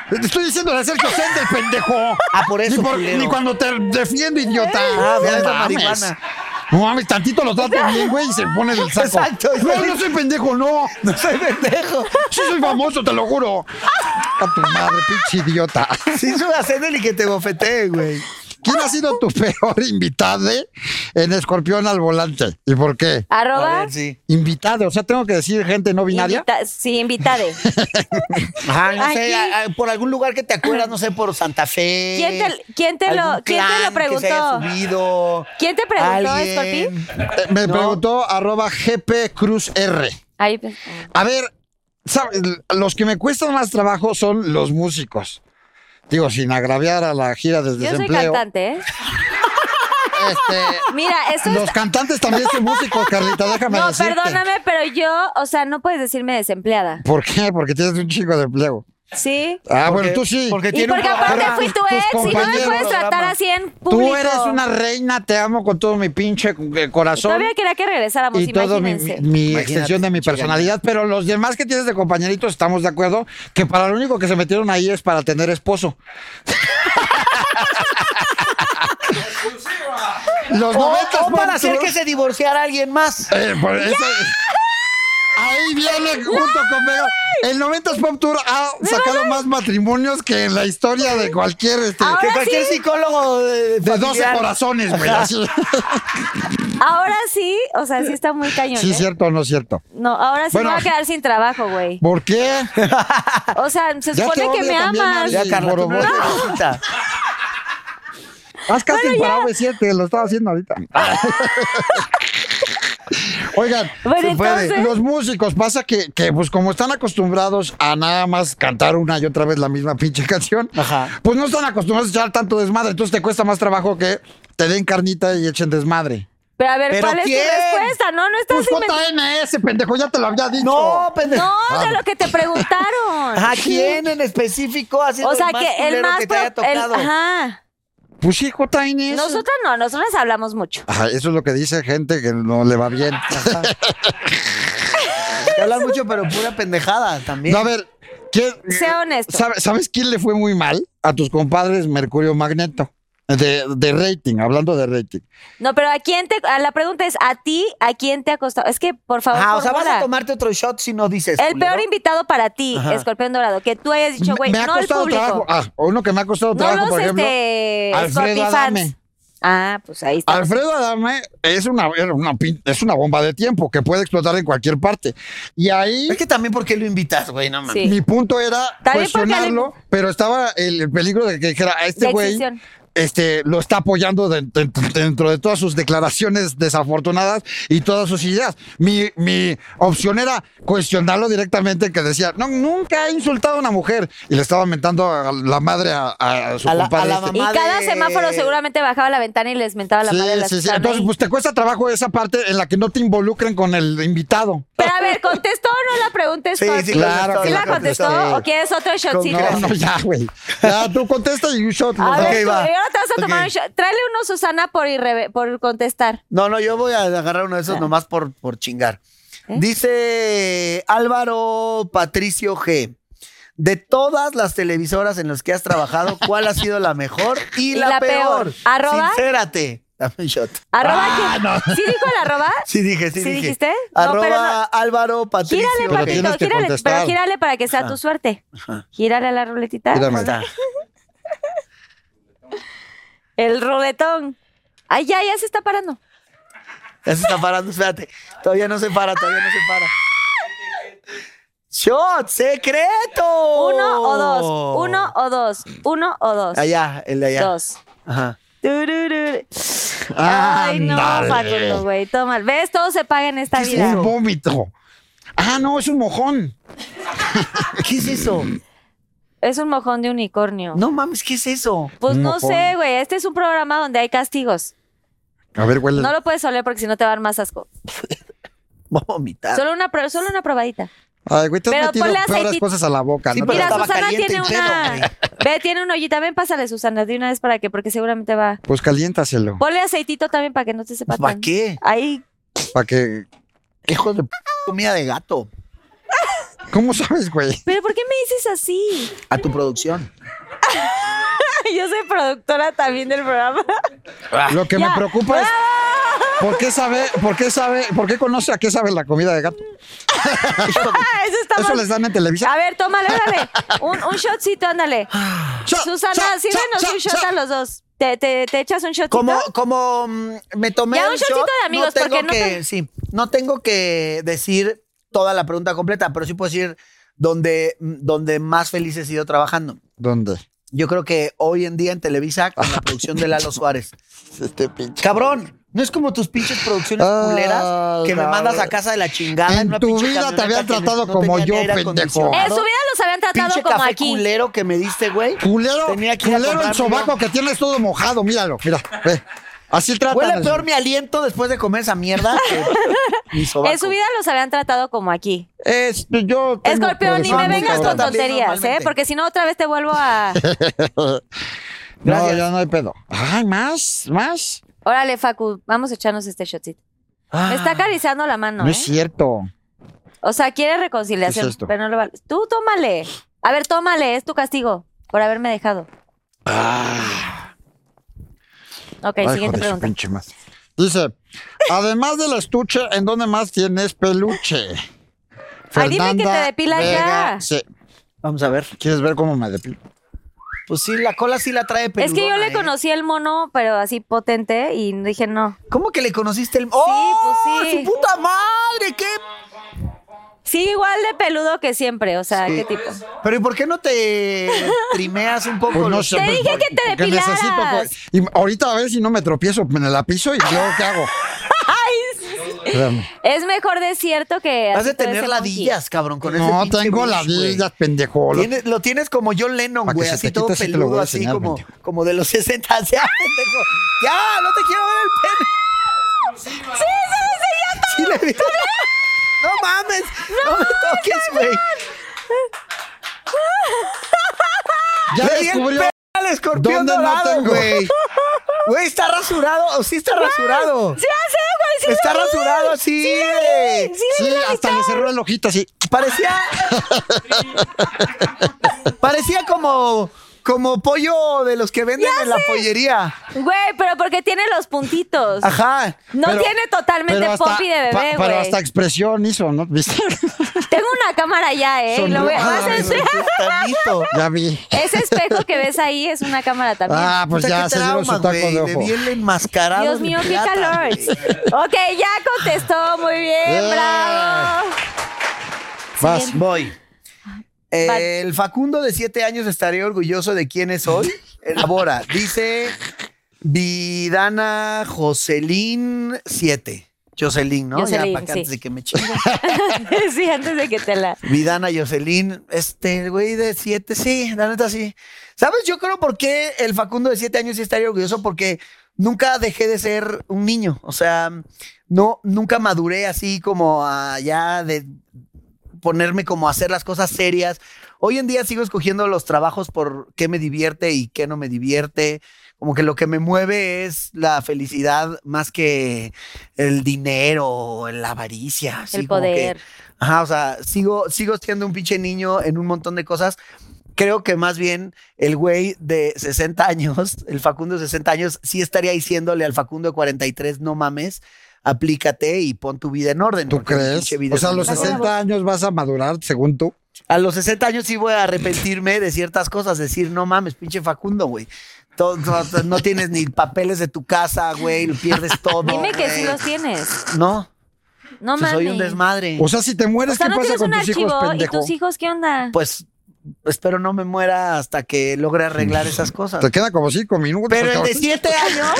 Speaker 4: Te estoy diciendo de Sergio Sendel, pendejo.
Speaker 5: Ah, por eso,
Speaker 4: Ni,
Speaker 5: culero.
Speaker 4: ni cuando te defiendo, idiota.
Speaker 5: Ah, vea esa
Speaker 4: no mames.
Speaker 5: marihuana.
Speaker 4: No mames, tantito lo trato bien, güey, y se pone el saco.
Speaker 5: Exacto.
Speaker 4: No, no soy pendejo, no.
Speaker 5: No soy pendejo.
Speaker 4: Sí soy famoso, te lo juro. A tu madre, pinche idiota.
Speaker 5: Sí, sube a Sendel y que te bofetee, güey.
Speaker 4: ¿Quién ha sido tu peor invitado en Escorpión al Volante? ¿Y por qué?
Speaker 5: A
Speaker 3: Arroba.
Speaker 5: ver, sí.
Speaker 4: Invitado, o sea, tengo que decir gente no binaria.
Speaker 3: invita- sí, invitade.
Speaker 5: Ajá, no sé,
Speaker 3: Aquí-
Speaker 5: a- a- por algún lugar que te acuerdas, no sé, por Santa Fe.
Speaker 3: ¿Quién te, quién te lo,
Speaker 5: algún
Speaker 3: ¿quién te lo
Speaker 5: clan que se haya
Speaker 3: preguntó?
Speaker 5: subido,
Speaker 3: ¿Quién te preguntó,
Speaker 5: alguien.
Speaker 3: Scorpi?
Speaker 4: Eh, me preguntó arroba GP Cruz R.
Speaker 3: Ahí.
Speaker 4: A ver, ¿sabes? los que me cuestan más trabajo son los músicos. Digo, sin agraviar a la gira del
Speaker 3: Yo soy
Speaker 4: desempleo.
Speaker 3: cantante, ¿eh?
Speaker 4: Este,
Speaker 3: Mira, eso
Speaker 4: los
Speaker 3: es.
Speaker 4: cantantes también son músicos, Carlita, déjame
Speaker 3: No,
Speaker 4: decirte.
Speaker 3: perdóname, pero yo, o sea, no puedes decirme desempleada.
Speaker 4: ¿Por qué? Porque tienes un chico de empleo.
Speaker 3: ¿Sí?
Speaker 4: Ah,
Speaker 5: Porque-
Speaker 4: bueno, tú sí.
Speaker 5: porque
Speaker 3: Y
Speaker 5: tiene un
Speaker 3: porque aparte
Speaker 5: programa.
Speaker 3: fui tu
Speaker 4: Tus
Speaker 3: ex y no me
Speaker 4: compañeros.
Speaker 3: puedes tratar
Speaker 5: Programa.
Speaker 3: así en público.
Speaker 4: tú eres una reina, te amo con todo mi pinche eh, corazón.
Speaker 3: Todavía quería que regresáramos,
Speaker 4: y todo mi, mi-
Speaker 3: imagínense.
Speaker 4: mi
Speaker 5: Imagínate,
Speaker 4: extensión de mi
Speaker 5: chica.
Speaker 4: personalidad, pero los demás que tienes de compañeritos estamos de acuerdo que para lo único que se metieron ahí es para tener esposo. los
Speaker 3: Oh,
Speaker 5: O,
Speaker 4: noventas
Speaker 5: o para
Speaker 4: fueron
Speaker 5: hacer
Speaker 4: tu-
Speaker 5: que se divorciara alguien más.
Speaker 3: ¿Ah,
Speaker 4: Eh, por eso- Ahí viene junto conmigo. El 90s Pop Tour ha sacado más matrimonios que en la historia de cualquier este,
Speaker 5: que cualquier psicólogo
Speaker 4: de
Speaker 5: de,
Speaker 4: 12
Speaker 5: Ah, familiar.
Speaker 4: corazones, güey. así.
Speaker 3: Ahora sí, o sea, sí está muy cañón.
Speaker 4: Sí,
Speaker 3: ¿eh?
Speaker 4: cierto o no cierto.
Speaker 3: No, ahora sí
Speaker 4: Bueno.
Speaker 3: me voy a quedar sin trabajo, güey.
Speaker 4: ¿Por qué?
Speaker 3: O sea, se
Speaker 4: te
Speaker 3: supone que
Speaker 4: odio
Speaker 3: me
Speaker 4: también,
Speaker 3: amas.
Speaker 4: Ari.
Speaker 5: Ya, Carla, tú no eres jovencita.
Speaker 4: Haz casting para V7, lo estaba haciendo ahorita. Oigan,
Speaker 3: Bueno,
Speaker 4: se puede.
Speaker 3: entonces-
Speaker 4: los músicos, pasa que, que, pues como están acostumbrados a nada más cantar una y otra vez la misma pinche canción,
Speaker 5: Ajá.
Speaker 4: pues no están acostumbrados a echar tanto desmadre, entonces te cuesta más trabajo que te den carnita y echen desmadre.
Speaker 3: Pero a ver,
Speaker 5: ¿Pero
Speaker 3: ¿cuál
Speaker 5: quién?
Speaker 3: es tu respuesta? No, no estás
Speaker 4: Pues
Speaker 3: inventando.
Speaker 4: JNS, pendejo, ya te lo había dicho.
Speaker 5: No, pendejo.
Speaker 4: Ah,
Speaker 3: No, de lo que te preguntaron.
Speaker 5: ¿A quién en específico ha sido
Speaker 3: O sea,
Speaker 5: el más
Speaker 3: que el
Speaker 5: culero
Speaker 3: más.
Speaker 5: que te
Speaker 3: pro-
Speaker 5: haya
Speaker 3: el-
Speaker 5: tocado?
Speaker 3: ajá.
Speaker 4: Pues sí, JNS.
Speaker 3: Nosotras no, nosotras hablamos mucho.
Speaker 4: Ajá, eso es lo que dice gente que no le va bien.
Speaker 5: que hablan mucho, pero pura pendejada también.
Speaker 4: No, a ver, ¿quién-
Speaker 3: Sé honesto.
Speaker 4: ¿sabe- ¿sabes quién le fue muy mal? A tus compadres Mercurio Magneto. De, de rating, hablando de rating.
Speaker 3: No, pero a quién te. a la pregunta es: ¿a ti a quién te ha costado? Es que, por favor.
Speaker 5: Ah, o
Speaker 3: por
Speaker 5: sea, vas
Speaker 3: bola.
Speaker 5: a tomarte otro shot si no dices.
Speaker 3: El
Speaker 5: culero.
Speaker 3: peor invitado para ti, Escorpión Dorado, que tú hayas dicho, güey,
Speaker 4: me ha
Speaker 3: no el
Speaker 4: costado
Speaker 3: público.
Speaker 4: trabajo. Ah, uno que me ha costado
Speaker 3: no
Speaker 4: trabajo,
Speaker 3: los
Speaker 4: por ejemplo.
Speaker 3: este,
Speaker 4: Alfredo
Speaker 3: Scorpifans.
Speaker 4: Adame.
Speaker 3: Ah, pues ahí está.
Speaker 4: Alfredo Adame es una, era una pin- es una bomba de tiempo que puede explotar en cualquier parte. Y ahí
Speaker 5: Es que también porque lo invitas, güey, no mames.
Speaker 3: Sí.
Speaker 4: mi punto era
Speaker 3: También porque
Speaker 4: cuestionarlo, pero estaba el el peligro de que dijera, "A este
Speaker 3: La
Speaker 4: güey
Speaker 3: excisión.
Speaker 4: este, lo está apoyando de- de- dentro de todas sus declaraciones desafortunadas y todas sus ideas. Mi, mi opción era cuestionarlo directamente, que decía, no, nunca he insultado a una mujer. Y le estaba mentando a la madre a, a su
Speaker 5: A la-
Speaker 4: compadre.
Speaker 5: a la
Speaker 4: este.
Speaker 3: Y
Speaker 5: Mamá
Speaker 3: cada
Speaker 5: de-
Speaker 3: semáforo seguramente bajaba la ventana y les mentaba la
Speaker 4: Sí,
Speaker 3: madre. a las
Speaker 4: sí, sí.
Speaker 3: Susana.
Speaker 4: Entonces, pues te cuesta trabajo esa parte en la que no te involucren con el invitado.
Speaker 3: Pero a ver, ¿contestó o no la pregunta es
Speaker 5: Sí, sí,
Speaker 4: claro,
Speaker 3: ¿Sí la contestó
Speaker 4: contestó.
Speaker 3: o quieres otro shotcito?
Speaker 4: No, no, ya, güey. Ya, tú contesta y un shot.
Speaker 3: A
Speaker 4: nos da.
Speaker 3: ver,
Speaker 5: Ok,
Speaker 3: tú, y
Speaker 5: va.
Speaker 3: ahora te vas a tomar
Speaker 5: Ok.
Speaker 3: un shot. Tráele uno, Susana, por, irreve- por contestar.
Speaker 5: No, no, yo voy a agarrar uno de esos nomás por, por chingar.
Speaker 3: ¿Eh?
Speaker 5: Dice Álvaro Patricio G. De todas las televisoras en las que has trabajado, ¿cuál ha sido la mejor y, la, peor?
Speaker 3: ¿Arroba?
Speaker 5: Sincérate. Dame un shot.
Speaker 4: Ah,
Speaker 3: ¿Arroba qué? ¿Sí dijo el arroba?
Speaker 5: Sí dije, sí,
Speaker 3: ¿Sí
Speaker 5: dije.
Speaker 3: dijiste? No,
Speaker 5: Arroba
Speaker 3: pero no.
Speaker 5: Álvaro Patricio.
Speaker 3: Gírale,
Speaker 4: Pero
Speaker 3: papito,
Speaker 4: tienes que
Speaker 3: gírale. Pero
Speaker 4: contestar.
Speaker 3: gírale para que sea tu suerte. Gírale a la ruletita.
Speaker 4: Mírame.
Speaker 5: Está.
Speaker 3: El ruletón. Ay, ya, ya se está parando.
Speaker 5: Ya se está parando, espérate. Todavía no se para, todavía no se para. ¡Shot secreto!
Speaker 3: Uno o dos. Uno o dos. Uno o dos.
Speaker 5: Allá, Ah, el de allá.
Speaker 3: Dos.
Speaker 5: Ajá.
Speaker 3: Turururu. Ay, no,
Speaker 4: Ándale.
Speaker 3: Facundo, güey. Toma. ¿Ves? Todo se paga en esta vida.
Speaker 4: Un vómito. Ah, no, es un mojón.
Speaker 5: ¿Qué es eso?
Speaker 3: Es un mojón de unicornio.
Speaker 5: No mames, ¿qué es eso?
Speaker 3: Pues
Speaker 4: Un
Speaker 3: no
Speaker 4: mojón.
Speaker 3: sé, güey. Este es un programa donde hay castigos.
Speaker 4: A ver, huele.
Speaker 3: No lo puedes oler porque si no te va a dar más asco.
Speaker 5: Voy a
Speaker 4: Ah.
Speaker 5: vomitar.
Speaker 3: Solo una, pro- solo una probadita.
Speaker 4: Ay, güey, te has
Speaker 3: Pero
Speaker 4: metido
Speaker 3: ponle
Speaker 4: peores
Speaker 3: aceitito.
Speaker 4: cosas a la boca.
Speaker 5: Sí,
Speaker 4: ¿no?
Speaker 5: pero
Speaker 3: Mira,
Speaker 5: estaba
Speaker 3: Susana
Speaker 5: caliente
Speaker 3: tiene
Speaker 5: el pedo,
Speaker 3: una.
Speaker 5: güey.
Speaker 3: Ve, tiene una ollita. Ven, pásale, Susana, de una vez para que, porque seguramente va.
Speaker 4: Pues caliéntaselo.
Speaker 3: Ponle aceitito también para que no te sepa
Speaker 5: ¿Para
Speaker 3: tan-
Speaker 5: Pues, qué?
Speaker 3: Ahí.
Speaker 4: Para que.
Speaker 5: Hijos de p- comida de gato.
Speaker 4: ¿Cómo sabes, güey?
Speaker 3: ¿Pero por qué me dices así?
Speaker 5: A tu producción.
Speaker 3: Yo soy productora también del programa.
Speaker 5: Ah.
Speaker 4: Lo que
Speaker 3: Ya. Ah.
Speaker 4: me preocupa es. ¿Por qué sabe, por qué sabe, por qué conoce a qué sabe la comida de gato?
Speaker 3: Ah, Eso está
Speaker 4: Eso
Speaker 3: mal.
Speaker 4: les dan en televisión.
Speaker 3: A ver, tómale, órale. Un, un shotcito, ándale.
Speaker 5: Ah.
Speaker 3: Susana, sírvenos un shot a los dos. ¿Te, te, te echas un shotcito?
Speaker 5: Como, como mm, me tomé
Speaker 3: Ya, un
Speaker 5: el
Speaker 3: shotcito
Speaker 5: shot,
Speaker 3: de amigos,
Speaker 5: no tengo
Speaker 3: porque no
Speaker 5: que,
Speaker 3: te-
Speaker 5: sí, no tengo que decir toda la pregunta completa, pero sí puedo decir donde, mm, donde más feliz he sido trabajando.
Speaker 4: ¿Dónde?
Speaker 5: Yo creo que hoy en día en Televisa con la producción de Lalo Suárez.
Speaker 4: Este pinche.
Speaker 5: Cabrón, no es como tus pinches producciones
Speaker 4: Ay,
Speaker 5: culeras que me
Speaker 4: Ah, cabrón.
Speaker 5: mandas a casa de la chingada.
Speaker 4: En
Speaker 5: una
Speaker 4: tu
Speaker 5: pinche
Speaker 4: vida te
Speaker 5: camioneta
Speaker 4: habían
Speaker 5: que no-
Speaker 4: tratado
Speaker 5: no
Speaker 4: como
Speaker 5: tenía
Speaker 4: yo,
Speaker 5: aire
Speaker 4: pendejo.
Speaker 3: En
Speaker 5: acondicionado.
Speaker 3: su vida los habían tratado
Speaker 5: Pinche
Speaker 3: como
Speaker 5: café
Speaker 3: aquí.
Speaker 5: culero que me diste, güey.
Speaker 4: Culero,
Speaker 5: Tenía que ir a
Speaker 4: culero el
Speaker 5: comprármelo.
Speaker 4: sobaco que tienes todo mojado, míralo, mira, ve. Así tratan.
Speaker 5: Huele
Speaker 4: el-
Speaker 5: peor mi aliento después de comer esa mierda que mi sobaco.
Speaker 3: En su vida los habían tratado como aquí.
Speaker 4: Es, yo
Speaker 5: Pues
Speaker 4: tengo
Speaker 3: Escorpión, ni me
Speaker 4: problemas,
Speaker 3: vengas
Speaker 4: cabrón.
Speaker 3: con
Speaker 5: También
Speaker 3: tonterías, ¿eh?
Speaker 5: normalmente.
Speaker 3: Porque si no, otra vez te vuelvo a.
Speaker 4: No,
Speaker 5: Gracias.
Speaker 4: ya no hay pedo. Ay, más, más.
Speaker 3: Órale, Facu, vamos a echarnos este shotcito. Me está acariciando la
Speaker 4: Ah. No,
Speaker 3: mano,
Speaker 4: es
Speaker 3: ¿eh?
Speaker 4: cierto.
Speaker 3: O sea, quiere reconciliación,
Speaker 4: ¿Qué es esto?
Speaker 3: pero no lo vale. Tú tómale. A ver, tómale, es tu castigo por haberme dejado. Ok,
Speaker 4: Ah. Ay, hijo
Speaker 3: siguiente
Speaker 4: de su
Speaker 3: pregunta.
Speaker 4: pinche madre. Dice, además del estuche, ¿en dónde más tienes peluche?
Speaker 3: Ay, dime que te
Speaker 4: Fernanda
Speaker 3: depilas
Speaker 4: Vega.
Speaker 3: ya.
Speaker 4: Sí.
Speaker 5: Vamos a ver.
Speaker 4: ¿Quieres ver cómo me depilo?
Speaker 5: Pues sí, la cola sí la trae
Speaker 3: es que yo
Speaker 5: peludona,
Speaker 3: le
Speaker 5: ¿eh?
Speaker 3: conocí el mono, pero así potente, y dije no.
Speaker 5: ¿Cómo que le conociste el... ¡Oh,
Speaker 3: pues sí.
Speaker 5: su puta madre! ¿Qué?
Speaker 3: Sí, igual de peludo que siempre, o sea, Ah, ¿qué tipo?
Speaker 5: Pero ¿y por qué no te trimeas un poco?
Speaker 4: Pues no
Speaker 5: los-
Speaker 4: sé,
Speaker 3: Te
Speaker 4: pues,
Speaker 3: dije
Speaker 4: porque-
Speaker 3: que te
Speaker 4: porque
Speaker 3: depilaras.
Speaker 4: necesito, pues, y ahorita a ver si no me tropiezo en el piso y luego qué hago. Espérame.
Speaker 3: Es mejor desierto que...
Speaker 5: Has
Speaker 3: así
Speaker 5: de
Speaker 3: todo
Speaker 5: tener
Speaker 3: ese
Speaker 5: ladillas, cabrón, con ese
Speaker 4: No,
Speaker 5: pinche
Speaker 4: tengo
Speaker 5: bush,
Speaker 4: las
Speaker 5: güey.
Speaker 4: ligas, pendejo. Lo-
Speaker 5: Tienes- lo tienes como John Lennon,
Speaker 4: Pa' que
Speaker 5: güey,
Speaker 4: se
Speaker 5: así
Speaker 4: te
Speaker 5: todo
Speaker 4: quite, sí te lo voy
Speaker 5: peludo,
Speaker 4: a
Speaker 5: así
Speaker 4: enseñar,
Speaker 5: como,
Speaker 4: pendejo.
Speaker 5: como de los 60. Ya, pendejo. Ya, no te quiero ver el pene. Sí, se le todo. No mames, no, me toques, güey.
Speaker 4: Ya
Speaker 5: Le di el
Speaker 4: descubrió
Speaker 5: pene al escorpión
Speaker 4: dónde no
Speaker 5: dorado,
Speaker 4: tengo.
Speaker 5: güey. Güey, está rasurado, o sí está rasurado.
Speaker 3: ¡Ya sé, güey!
Speaker 5: Está rasurado así. de-
Speaker 4: Sí, hasta le cerró el ojito así.
Speaker 5: Parecía. parecía como. Como pollo de los que venden en la pollería.
Speaker 3: Güey, pero porque tiene los puntitos.
Speaker 5: Ajá.
Speaker 3: No
Speaker 4: Pero-
Speaker 3: tiene totalmente
Speaker 4: pero hasta-
Speaker 3: popi de
Speaker 4: pa-
Speaker 3: bebé,
Speaker 4: Pero
Speaker 3: güey.
Speaker 4: hasta expresión hizo, ¿no? ¿Viste?
Speaker 3: Tengo una cámara ya, ¿eh?
Speaker 4: Sonri-
Speaker 3: Lo voy a-
Speaker 4: Ah,
Speaker 3: vas a-
Speaker 4: eso.
Speaker 5: Platanito.
Speaker 4: Ya vi.
Speaker 3: Ese espejo que ves ahí es una cámara también.
Speaker 4: Ah, pues
Speaker 5: Puta,
Speaker 4: ya
Speaker 5: qué
Speaker 4: se dieron su
Speaker 5: trauma,
Speaker 4: taco
Speaker 5: güey,
Speaker 4: de
Speaker 5: Le
Speaker 4: ojo.
Speaker 5: vi el enmascarado.
Speaker 3: Dios
Speaker 5: de
Speaker 3: mío, qué
Speaker 5: plata.
Speaker 3: calor. Ok, ya contestó, muy bien,
Speaker 4: Yeah.
Speaker 3: bravo.
Speaker 4: Eh. Vas.
Speaker 5: Voy. Eh, el Facundo de 7 años estaría orgulloso de quién es hoy. Elabora. Dice Vidana Jocelyn 7. Jocelyn, ¿no?
Speaker 3: Jocelyn,
Speaker 5: ya, para que
Speaker 3: sí.
Speaker 5: antes de que me chingue.
Speaker 3: sí, antes de que te la...
Speaker 5: Vidana Jocelyn, este, el güey de 7, sí, la neta sí. ¿Sabes? Yo creo por qué el Facundo de 7 años sí estaría orgulloso, porque nunca dejé de ser un niño. O sea, no, nunca maduré así como a ya de ponerme como a hacer las cosas serias. Hoy en día sigo escogiendo los trabajos por qué me divierte y qué no me divierte. Como que lo que me mueve es la felicidad más que el dinero, o la avaricia. así
Speaker 3: El
Speaker 5: como que-
Speaker 3: poder.
Speaker 5: Ajá, o sea, sigo, sigo siendo un pinche niño en un montón de cosas. Creo que más bien el güey de 60 años, el Facundo de 60 años, sí estaría diciéndole al Facundo de 43, no mames, aplícate y pon tu vida en orden.
Speaker 4: ¿Tú
Speaker 5: porque mi
Speaker 4: crees?
Speaker 5: pinche vida
Speaker 4: O
Speaker 5: es
Speaker 4: sea, a
Speaker 5: un
Speaker 4: los
Speaker 5: cabrón.
Speaker 4: 60 años vas a madurar, según tú.
Speaker 5: A los 60 años sí voy a arrepentirme de ciertas cosas, decir, no mames, pinche Facundo, güey. Todo- no, no tienes ni papeles de tu casa, güey, lo pierdes todo.
Speaker 3: Dime que
Speaker 5: güey.
Speaker 3: sí los tienes.
Speaker 5: No,
Speaker 3: No
Speaker 5: pues
Speaker 3: mames.
Speaker 5: soy un desmadre.
Speaker 4: O sea, si te
Speaker 3: O
Speaker 4: mueres,
Speaker 3: sea,
Speaker 4: ¿qué
Speaker 3: no
Speaker 4: pasa
Speaker 3: tienes
Speaker 4: con
Speaker 3: un
Speaker 4: tus hijos,
Speaker 3: archivo. ¿Y
Speaker 4: pendejo?
Speaker 3: tus hijos qué onda?
Speaker 5: pues espero no me muera hasta que logre arreglar esas cosas.
Speaker 4: Te queda como cinco minutos.
Speaker 5: Pero el
Speaker 4: cabrón.
Speaker 5: de siete años,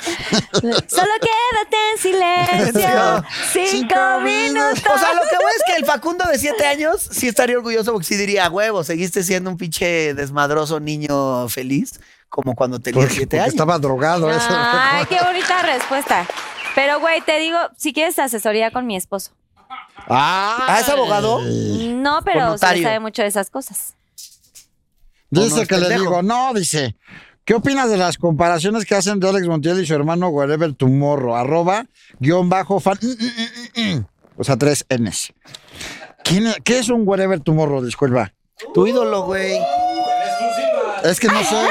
Speaker 3: Solo quédate en silencio. Cinco minutos.
Speaker 5: o sea, lo que voy es que el Facundo de siete años sí estaría orgulloso porque sí diría, huevo, seguiste siendo un pinche desmadroso niño feliz, como cuando tenía
Speaker 4: Porque,
Speaker 5: siete
Speaker 4: porque
Speaker 5: años.
Speaker 4: estaba drogado. eso.
Speaker 3: Ay, qué bonita respuesta. Pero, güey, te digo, si quieres asesoría con mi esposo.
Speaker 4: Ah,
Speaker 5: Ah, ¿es abogado?
Speaker 3: No,
Speaker 5: Con
Speaker 3: pero sí
Speaker 5: notario.
Speaker 3: sabe mucho de esas cosas.
Speaker 4: Dice
Speaker 5: ¿O no es
Speaker 4: que le
Speaker 5: pendejo?
Speaker 4: digo, no, dice. ¿Qué opinas de las comparaciones que hacen de Alex Montiel y su hermano Wherever Tomorrow? Arroba, guión bajo, fan. mm, mm, mm, mm, mm. O sea, tres Ns. ¿Quién es- ¿Qué es un Wherever Tomorrow? Disculpa.
Speaker 5: Tu ídolo, güey.
Speaker 4: Es que no sé.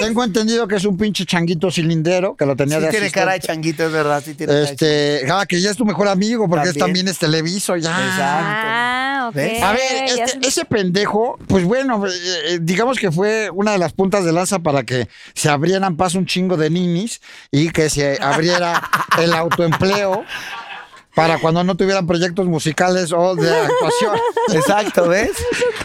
Speaker 4: Tengo entendido que es un pinche changuito cilindero que lo tenía
Speaker 5: Sí
Speaker 4: de
Speaker 5: tiene
Speaker 4: asistente.
Speaker 5: cara de changuito, es verdad, sí tiene cara de
Speaker 4: Este, ah, que ya es tu mejor amigo porque es-
Speaker 5: También.
Speaker 4: también es televiso ya.
Speaker 5: Exacto.
Speaker 3: Ah, ok.
Speaker 5: ¿Ves?
Speaker 4: A ver,
Speaker 3: Ya
Speaker 4: este-
Speaker 3: sé.
Speaker 4: ese pendejo, pues bueno, eh, eh, digamos que fue una de las puntas de lanza para que se abrieran paso un chingo de ninis y que se abriera el autoempleo para cuando no tuvieran proyectos musicales o de actuación.
Speaker 5: changuito. Exacto, ¿ves?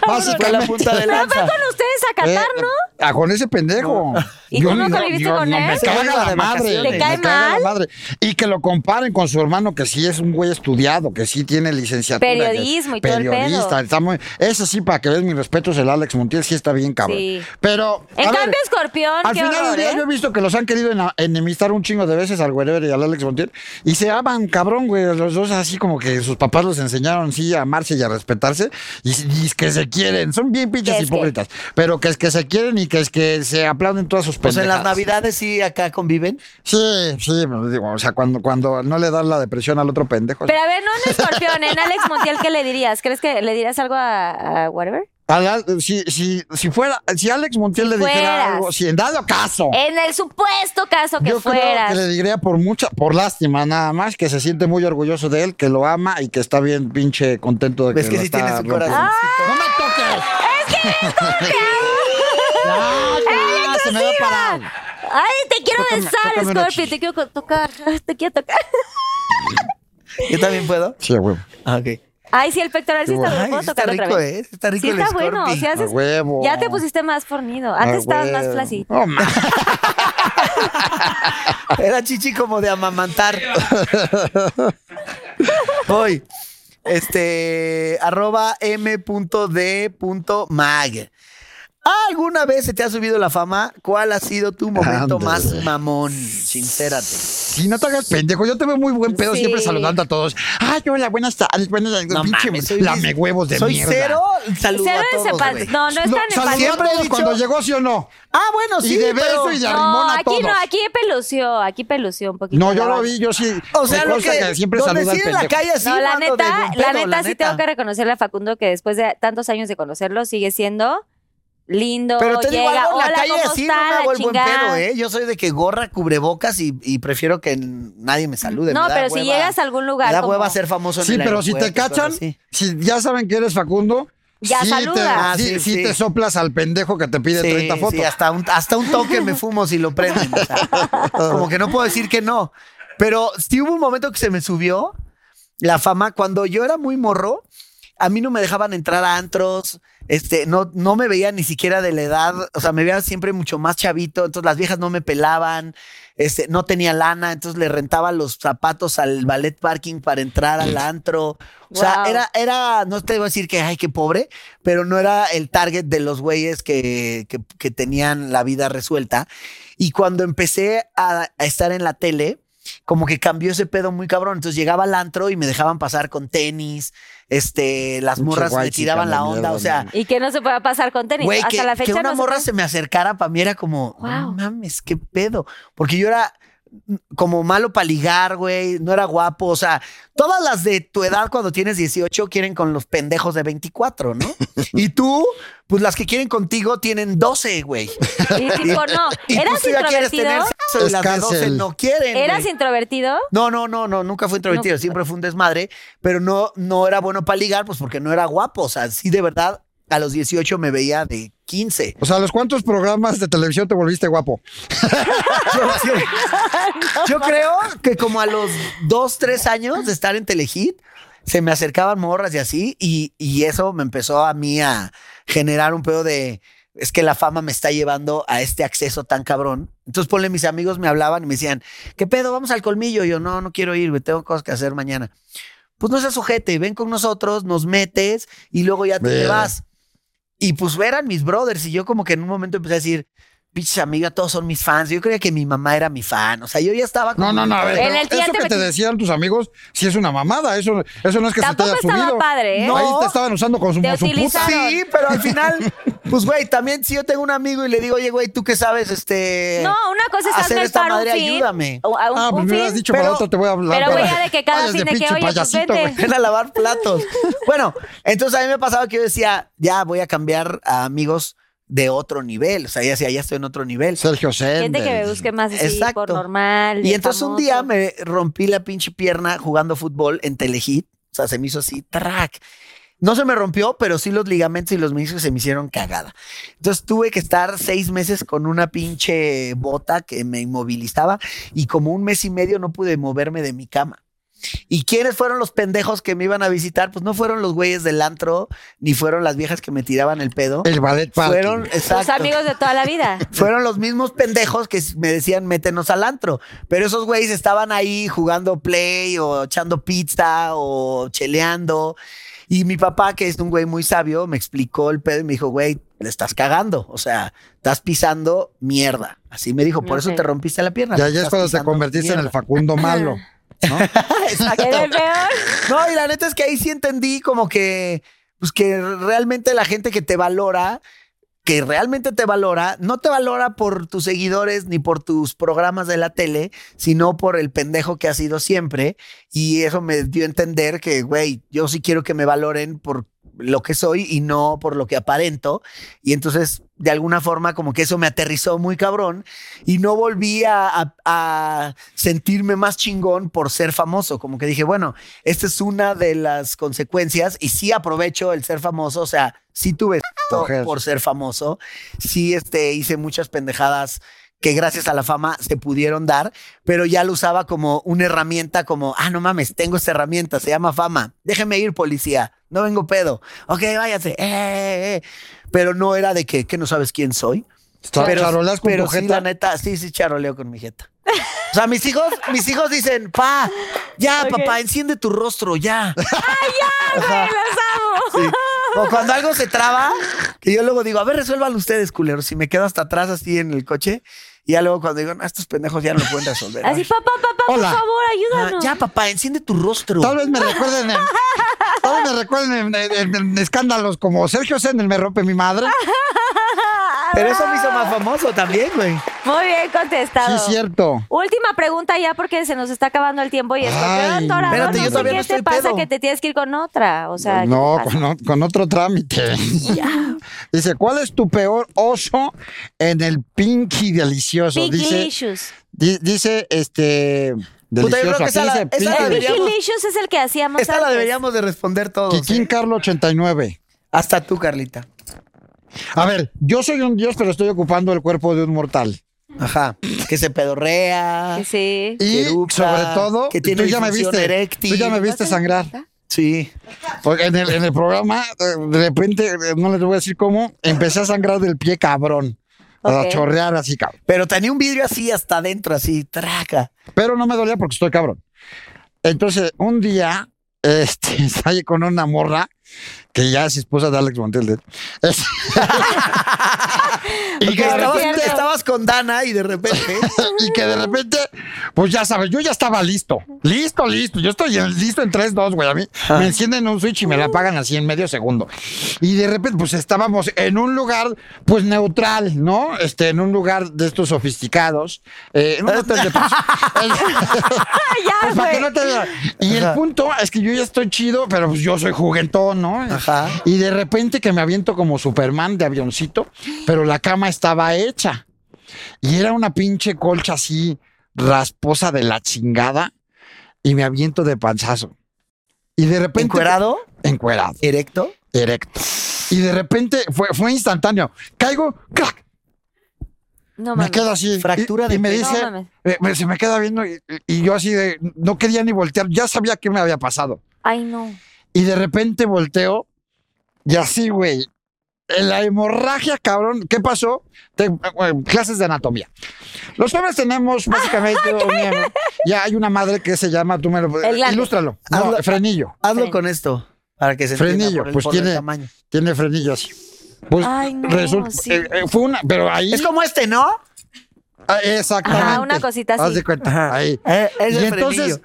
Speaker 5: Vamos con la punta de
Speaker 3: Pero fue
Speaker 5: lanza.
Speaker 3: con ustedes a Qatar,
Speaker 4: Eh,
Speaker 3: ¿no?
Speaker 4: ah, con ese pendejo.
Speaker 3: ¿Y tú no conviviste con
Speaker 4: no,
Speaker 3: él?
Speaker 4: Me
Speaker 5: Se
Speaker 4: caga
Speaker 5: iba
Speaker 4: la
Speaker 5: de
Speaker 4: madre.
Speaker 5: vacaciones.
Speaker 4: me
Speaker 3: ¿Te cae
Speaker 4: caga la
Speaker 3: mal?
Speaker 4: madre. Y que lo comparen con su hermano, que sí es un güey estudiado, que sí tiene licenciatura. que es
Speaker 3: Periodismo y todo el pedo.
Speaker 4: Periodista. Está muy, ese sí, para que veas mis respetos, el Alex Montiel sí está bien cabrón.
Speaker 3: Sí.
Speaker 4: Pero,
Speaker 3: En
Speaker 4: a ver,
Speaker 3: cambio, Escorpión,
Speaker 4: al
Speaker 3: qué
Speaker 4: final
Speaker 3: horror,
Speaker 4: del día
Speaker 3: ¿eh?
Speaker 4: yo he visto que los han querido ena- enemistar un chingo de veces al Wherever y al Alex Montiel. Y se aman, cabrón, güey. Los dos así como que sus papás los enseñaron, sí, a amarse y a respetarse. Y, y es que se quieren. Son bien pinches
Speaker 3: Que es que-
Speaker 4: hipócritas. Pero que es que se quieren y que es que se aplauden todas sus
Speaker 5: Pues en las
Speaker 4: pendejadas.
Speaker 5: navidades sí acá conviven.
Speaker 4: Sí, sí. pues, digo, o sea, cuando, cuando no le dan la depresión al otro pendejo.
Speaker 3: Pero a ver, no en Escorpión, en Alex Montiel, ¿qué le dirías? ¿Crees que le dirías algo a, a whatever?
Speaker 4: A la- si, si, si fuera, si Alex Montiel
Speaker 3: Si
Speaker 4: le dijera
Speaker 3: fueras.
Speaker 4: algo, si en dado caso.
Speaker 3: En el supuesto caso que
Speaker 4: Yo
Speaker 3: fueras.
Speaker 4: creo que le diría por mucha, por lástima nada más, que se siente muy orgulloso de él, que lo ama y que está bien pinche contento de que,
Speaker 5: Ves Pues que
Speaker 4: lo
Speaker 5: sí
Speaker 4: está
Speaker 5: tiene su
Speaker 4: rompiendo.
Speaker 5: corazón.
Speaker 4: ¡No me toques! ¡Es que
Speaker 3: ¡Ay,
Speaker 4: ya, se me va a
Speaker 3: exclusiva!
Speaker 4: parar.
Speaker 3: Ay, te quiero
Speaker 4: Tócame-
Speaker 3: besar,
Speaker 4: tócame una
Speaker 3: Scorpio,
Speaker 4: chichi.
Speaker 3: te quiero co- tocar, te quiero tocar.
Speaker 5: Yo también puedo.
Speaker 4: Sí, a huevo.
Speaker 5: Ah, ok.
Speaker 3: Ay, sí, el pectoral sí está,
Speaker 4: bueno.
Speaker 3: bueno,
Speaker 5: Ay,
Speaker 3: puedo
Speaker 5: está
Speaker 3: tocar otra
Speaker 5: rico,
Speaker 3: vez.
Speaker 5: ¿eh? Está rico
Speaker 3: Sí
Speaker 5: el
Speaker 3: está bueno,
Speaker 5: Scorpi.
Speaker 3: si haces-
Speaker 4: A huevo.
Speaker 3: ya te pusiste más fornido. Antes
Speaker 4: A
Speaker 3: estabas más
Speaker 4: huevo.
Speaker 3: flácido.
Speaker 4: No, ma-
Speaker 5: Era chichi como de amamantar. Voy. Este, arroba m.d.mag. ¿Alguna vez se te ha subido la fama? ¿Cuál ha sido tu momento
Speaker 4: Ándale.
Speaker 5: más mamón? Sincérate.
Speaker 4: Si no te hagas pendejo, yo te veo muy buen pedo
Speaker 3: Sí.
Speaker 4: siempre saludando a todos. Ay, hola, buenas tardes, buenas tardes.
Speaker 5: No
Speaker 4: pinche
Speaker 5: mames, soy-
Speaker 4: lame huevos de
Speaker 5: soy
Speaker 4: mierda.
Speaker 5: cero, saludo
Speaker 3: Cero
Speaker 5: a
Speaker 3: es
Speaker 5: todos,
Speaker 3: empa-
Speaker 5: güey.
Speaker 3: No, no es
Speaker 4: No,
Speaker 3: tan
Speaker 4: saludó
Speaker 3: empático.
Speaker 4: a
Speaker 5: Siempre he
Speaker 4: todos
Speaker 5: dicho-
Speaker 4: cuando llegó, ¿sí o no?
Speaker 5: Ah, bueno, sí,
Speaker 4: y de
Speaker 5: pero-
Speaker 4: beso y de arrimón
Speaker 3: No,
Speaker 4: a
Speaker 3: aquí
Speaker 4: todos.
Speaker 3: no, aquí pelució, aquí pelució un poquito.
Speaker 4: No, yo
Speaker 3: la
Speaker 4: lo
Speaker 3: banda.
Speaker 4: vi, yo sí.
Speaker 5: O sea,
Speaker 4: me
Speaker 5: lo
Speaker 4: consta
Speaker 5: que,
Speaker 4: siempre
Speaker 5: donde
Speaker 4: saluda al
Speaker 5: sí en la
Speaker 4: pendejo.
Speaker 5: calle así
Speaker 3: No, la
Speaker 5: ando de
Speaker 3: neta,
Speaker 5: buen pedo,
Speaker 3: la neta sí tengo
Speaker 5: neta.
Speaker 3: que reconocerle a Facundo que después de tantos años de conocerlo sigue siendo lindo,
Speaker 5: Pero te
Speaker 3: llega,
Speaker 5: digo algo, en
Speaker 3: hola,
Speaker 5: la calle
Speaker 3: ¿cómo
Speaker 5: así no
Speaker 3: están?
Speaker 5: me
Speaker 3: La
Speaker 5: hago el buen
Speaker 3: chingada.
Speaker 5: pedo, ¿eh? Yo soy de que gorra, cubrebocas y, y prefiero que n- nadie me salude.
Speaker 3: No,
Speaker 5: me da
Speaker 3: pero si
Speaker 5: hueva-
Speaker 3: llegas a algún lugar
Speaker 5: Me da
Speaker 3: como-
Speaker 5: hueva ser famoso en
Speaker 4: Sí,
Speaker 5: el
Speaker 4: pero si te
Speaker 5: aeropuerto,
Speaker 4: cachan,
Speaker 5: cosas así.
Speaker 4: si ya saben que eres Facundo,
Speaker 3: Ya
Speaker 4: sí
Speaker 3: saludas.
Speaker 4: Te,
Speaker 3: Ah,
Speaker 4: sí,
Speaker 5: sí,
Speaker 4: sí
Speaker 5: sí.
Speaker 4: te soplas al pendejo que te pide
Speaker 5: Sí,
Speaker 4: 30 fotos.
Speaker 5: sí, hasta un, hasta un toque me fumo si lo prenden. o sea, como que no puedo decir que no. Pero sí hubo un momento que se me subió la fama. Cuando yo era muy morro, a mí no me dejaban entrar a antros. Este, no, no me veía ni siquiera de la edad. O sea, me veía siempre mucho más chavito. Entonces las viejas no me pelaban. Este, no tenía lana. Entonces le rentaba los zapatos al ballet parking para entrar al antro. O sea,
Speaker 3: Wow.
Speaker 5: era, era, no te iba a decir que, ay, qué pobre, pero no era el target de los güeyes que, que- que tenían la vida resuelta. Y cuando empecé a, a estar en la tele, como que cambió ese pedo muy cabrón. Entonces llegaba al antro y me dejaban pasar con tenis, este, las
Speaker 4: Mucho
Speaker 5: morras me
Speaker 4: guay, chica,
Speaker 5: tiraban la
Speaker 4: la
Speaker 5: onda.
Speaker 4: mierda,
Speaker 5: o sea,
Speaker 4: no.
Speaker 3: Y que no se pueda pasar con tenis.
Speaker 5: güey,
Speaker 3: Hasta
Speaker 5: que,
Speaker 3: la
Speaker 5: que
Speaker 3: fecha
Speaker 5: una
Speaker 3: no se
Speaker 5: morra
Speaker 3: puede-
Speaker 5: se me acercara para mí era como, no
Speaker 3: Wow.
Speaker 5: mames, qué pedo. Porque yo era mm, como malo para ligar, güey, no era guapo. O sea, todas las de tu edad cuando tienes 18 quieren con los pendejos de 24, ¿no? y tú, pues las que quieren contigo tienen 12, güey.
Speaker 3: Y tipo, no,
Speaker 5: Y
Speaker 3: eras
Speaker 5: pues tú ya quieres tener
Speaker 3: introvertido.
Speaker 5: sexo y
Speaker 4: Es
Speaker 5: las de 12
Speaker 4: cárcel.
Speaker 5: no quieren.
Speaker 3: Eras
Speaker 5: güey.
Speaker 3: introvertido.
Speaker 5: No, no, no, no, nunca fui introvertido,
Speaker 3: No.
Speaker 5: siempre fue un desmadre, pero no, no era bueno para ligar, pues porque no era guapo, o sea, sí de verdad, a los 18 me veía de 15.
Speaker 4: O sea, ¿los cuántos programas de televisión te volviste guapo?
Speaker 5: Yo creo que como a los dos, tres años de estar en Telehit, se me acercaban morras y así, y, y eso me empezó a mí a generar un pedo de, es que la fama me está llevando a este acceso tan cabrón. Entonces, ponle, mis amigos me hablaban y me decían, ¿qué pedo? Vamos al colmillo. Y yo, no, no quiero ir, güey, tengo cosas que hacer mañana. Pues no seas ojete, ven con nosotros, nos metes y luego ya te, te
Speaker 4: Verga.
Speaker 5: vas. Y pues eran mis brothers y yo como que en un momento empecé a decir, pinches amiga, todos son mis fans. Yo creía que mi mamá era mi fan. O sea, yo ya estaba como-
Speaker 4: No, no, no, a ver.
Speaker 3: En
Speaker 4: pero
Speaker 3: el día
Speaker 4: eso
Speaker 3: te
Speaker 4: que te
Speaker 3: metí-
Speaker 4: decían tus amigos, sí es una mamada. Eso, eso no es que
Speaker 3: Tampoco
Speaker 4: se te haya
Speaker 3: estaba
Speaker 4: subido.
Speaker 3: padre, ¿eh?
Speaker 4: Ahí te estaban usando con su,
Speaker 3: Te
Speaker 4: con su puta.
Speaker 3: utilizaron.
Speaker 5: Sí, pero al final, pues güey, también si yo tengo un amigo y le digo, oye, güey, ¿tú qué sabes? Este...
Speaker 3: No, una cosa es
Speaker 5: hacer
Speaker 3: hazme
Speaker 5: esta
Speaker 3: para un
Speaker 5: madre,
Speaker 3: fin.
Speaker 5: ayúdame.
Speaker 3: o a un-
Speaker 4: Ah, pues
Speaker 3: un
Speaker 4: me hubieras
Speaker 3: fin,
Speaker 4: dicho,
Speaker 5: pero-
Speaker 4: para otra te voy a hablar.
Speaker 3: pero voy a de que cada
Speaker 4: Vayas
Speaker 3: fin de que,
Speaker 4: pinche
Speaker 3: oye, pues
Speaker 4: payasito,
Speaker 3: vete.
Speaker 4: güey.
Speaker 5: Ven a lavar platos. Bueno, entonces a mí me pasaba que yo decía, ya voy a cambiar a amigos de otro nivel. O sea, ya decía, ya estoy en otro nivel.
Speaker 4: Sergio
Speaker 3: Gente que me
Speaker 4: Sender.
Speaker 3: busque más así,
Speaker 5: Exacto.
Speaker 3: por normal.
Speaker 5: Y
Speaker 3: de
Speaker 5: entonces un
Speaker 3: famoso.
Speaker 5: día me rompí la pinche pierna jugando fútbol en Telehit. O sea, se me hizo así, track. No se me rompió, pero sí los ligamentos y los meniscos se me hicieron cagada. Entonces tuve que estar seis meses con una pinche bota que me inmovilizaba y como un mes y medio no pude moverme de mi cama. ¿Y quiénes fueron los pendejos que me iban a visitar? Pues no fueron los güeyes del antro, ni fueron las viejas que me tiraban el pedo.
Speaker 4: El ballet parking.
Speaker 5: Fueron,
Speaker 3: Tus
Speaker 5: exacto.
Speaker 3: amigos de toda la vida.
Speaker 5: Fueron los mismos pendejos que me decían, métenos al antro. Pero esos güeyes estaban ahí jugando play o echando pizza o cheleando. Y mi papá, que es un güey muy sabio, me explicó el pedo y me dijo, güey, le estás cagando. O sea, estás pisando mierda. Así me dijo, por eso
Speaker 3: Ok.
Speaker 5: te rompiste la pierna.
Speaker 4: Y
Speaker 5: porque
Speaker 4: ahí es
Speaker 5: estás
Speaker 4: cuando te
Speaker 5: pisando
Speaker 4: convertiste en el
Speaker 5: mierda".
Speaker 4: Facundo malo.
Speaker 5: Exacto.
Speaker 3: Era el peor.
Speaker 5: No, y la neta es que ahí sí entendí como que, pues que realmente la gente que te valora, que realmente te valora, no te valora por tus seguidores ni por tus programas de la tele, sino por el pendejo que has sido siempre. Y eso me dio a entender que, güey, yo sí quiero que me valoren por lo que soy y no por lo que aparento. Y entonces, de alguna forma, como que eso me aterrizó muy cabrón y no volví a, a- a sentirme más chingón por ser famoso. Como que dije, bueno, esta es una de las consecuencias y sí aprovecho el ser famoso. O sea, sí tuve
Speaker 4: Coger.
Speaker 5: por ser famoso. Sí este, hice muchas pendejadas que gracias a la fama se pudieron dar, pero ya lo usaba como una herramienta, como, ah, no mames, tengo esta herramienta, se llama fama, déjeme ir, policía, no vengo pedo, ok, váyase, eh, eh, eh". pero no era de que, que no sabes quién soy,
Speaker 4: Pero, charolas con
Speaker 5: pero
Speaker 4: tu
Speaker 5: sí,
Speaker 4: jeta?
Speaker 5: la neta, sí, sí charoleo con mi jeta. O sea, mis hijos, mis hijos dicen, pa, ya, papá, enciende tu rostro, ya.
Speaker 3: Ay, los amo.
Speaker 5: Sí. O cuando algo se traba, que yo luego digo, a ver, resuélvanlo ustedes, culeros. Si me quedo hasta atrás así en el coche, y ya luego cuando digo, no, estos pendejos ya no lo pueden resolver.
Speaker 3: Así, papá, papá, por
Speaker 4: Hola.
Speaker 3: favor,
Speaker 5: Ah,
Speaker 3: ayúdanos.
Speaker 5: ya, papá, enciende tu rostro.
Speaker 4: Tal vez me recuerden en, tal vez me recuerden en, en- en escándalos como Sergio Sendel me rompe mi madre.
Speaker 5: Pero eso me hizo más famoso también, güey.
Speaker 3: Muy bien contestado.
Speaker 4: Sí, cierto.
Speaker 3: Última pregunta ya porque se nos está acabando el tiempo y es
Speaker 4: Ay,
Speaker 3: porque doctora, no,
Speaker 5: espérate, yo
Speaker 3: sé
Speaker 5: todavía
Speaker 3: qué
Speaker 5: no
Speaker 3: te
Speaker 5: estoy
Speaker 3: pasa
Speaker 5: pedo.
Speaker 3: que te tienes que ir con otra, o sea, ¿qué
Speaker 4: No,
Speaker 3: te pasa?
Speaker 4: con, o- con otro trámite. Dice, ¿cuál es tu peor oso en el Pinky Delicioso?
Speaker 3: Pinky
Speaker 4: Dice,
Speaker 3: Licious.
Speaker 4: di- dice, este,
Speaker 5: yo creo
Speaker 4: delicioso.
Speaker 5: que
Speaker 4: Aquí
Speaker 5: esa la-
Speaker 4: dice
Speaker 5: esa
Speaker 4: Pinky
Speaker 5: la
Speaker 3: El
Speaker 4: Delicioso.
Speaker 3: Pinky
Speaker 5: deberíamos-
Speaker 3: Licious es el que hacíamos
Speaker 5: Esta la
Speaker 3: antes.
Speaker 5: deberíamos de responder todos.
Speaker 4: Kikín
Speaker 5: ¿eh?
Speaker 4: Carlo 89.
Speaker 5: Hasta tú, Carlita.
Speaker 4: A ver, yo soy un dios, pero estoy ocupando el cuerpo de un mortal.
Speaker 5: Ajá. Que se pedorrea.
Speaker 3: Que Sí.
Speaker 4: Y
Speaker 5: Que eructa,
Speaker 4: sobre todo,
Speaker 5: que tiene
Speaker 4: tú ya me
Speaker 5: disfunción
Speaker 4: viste,
Speaker 5: eréctil.
Speaker 4: tú ya me viste sangrar.
Speaker 5: Sí.
Speaker 4: Porque en el, en el programa, eh, de repente, eh, no les voy a decir cómo, empecé a sangrar del pie cabrón. A
Speaker 3: Ok.
Speaker 4: chorrear así, cabrón.
Speaker 5: Pero tenía un vidrio así hasta adentro, así, traca.
Speaker 4: Pero no me dolía porque estoy cabrón. Entonces, un día, este, salí con una morra que ya es esposa de Alex Montiel. de- es- y,
Speaker 5: Porque
Speaker 4: que de
Speaker 5: estabas,
Speaker 4: repente,
Speaker 5: estabas con Dana y de repente.
Speaker 4: y que de repente, pues ya sabes, yo ya estaba listo. Listo, listo. Yo estoy en- listo en 3, 2, güey. A mí me encienden un switch y me la apagan así en medio segundo. Y de repente, pues estábamos en un lugar, pues neutral, ¿no? Este, en un lugar de estos sofisticados. eh, en un hotel de paso.
Speaker 3: ya,
Speaker 4: Pues, para que
Speaker 3: Ah, güey.
Speaker 4: no te vea. Y el
Speaker 5: Ajá.
Speaker 4: punto es que yo ya estoy chido, pero pues yo soy juguetón, ¿no?
Speaker 5: Ajá.
Speaker 4: Y de repente que me aviento como Superman de avioncito, pero la cama estaba hecha. Y era una pinche colcha así rasposa de la chingada y me aviento de panzazo. Y de repente...
Speaker 5: ¿Encuerado?
Speaker 4: Encuerado,
Speaker 5: ¿Erecto?
Speaker 4: erecto. Y de repente fue, fue instantáneo. Caigo, crack,
Speaker 3: No
Speaker 4: me
Speaker 3: mames.
Speaker 4: quedo así.
Speaker 5: Fractura
Speaker 4: y,
Speaker 5: de
Speaker 4: y me
Speaker 5: pene.
Speaker 4: dice,
Speaker 3: No mames.
Speaker 4: eh, me- se me queda viendo y, y yo así de, no quería ni voltear, ya sabía que me había pasado.
Speaker 3: Ay, no.
Speaker 4: Y de repente volteo y así, güey, la hemorragia, cabrón, ¿qué pasó? Te- eh, bueno, clases de anatomía. Los hombres tenemos
Speaker 3: Ah,
Speaker 4: básicamente un miembro. Ya hay una madre que se llama, tú me lo
Speaker 3: El glande.
Speaker 4: ilústralo. No,
Speaker 5: Hazlo.
Speaker 4: frenillo.
Speaker 5: Hazlo
Speaker 3: Fren-
Speaker 5: con esto. Para que se entienda
Speaker 4: Frenillo,
Speaker 5: por el,
Speaker 4: pues
Speaker 5: por el
Speaker 4: tiene-
Speaker 5: tamaño.
Speaker 4: Tiene frenillo así. Pues
Speaker 3: Ay, Ah, no,
Speaker 4: resulta-
Speaker 3: sí.
Speaker 4: eh, eh, fue una, pero ahí
Speaker 5: Es como este, ¿no?
Speaker 4: Ah, Exactamente.
Speaker 3: Ajá, una cosita así.
Speaker 4: Haz de cuenta.
Speaker 5: Ajá.
Speaker 4: Ahí.
Speaker 5: Eh, es
Speaker 4: y
Speaker 5: el
Speaker 4: entonces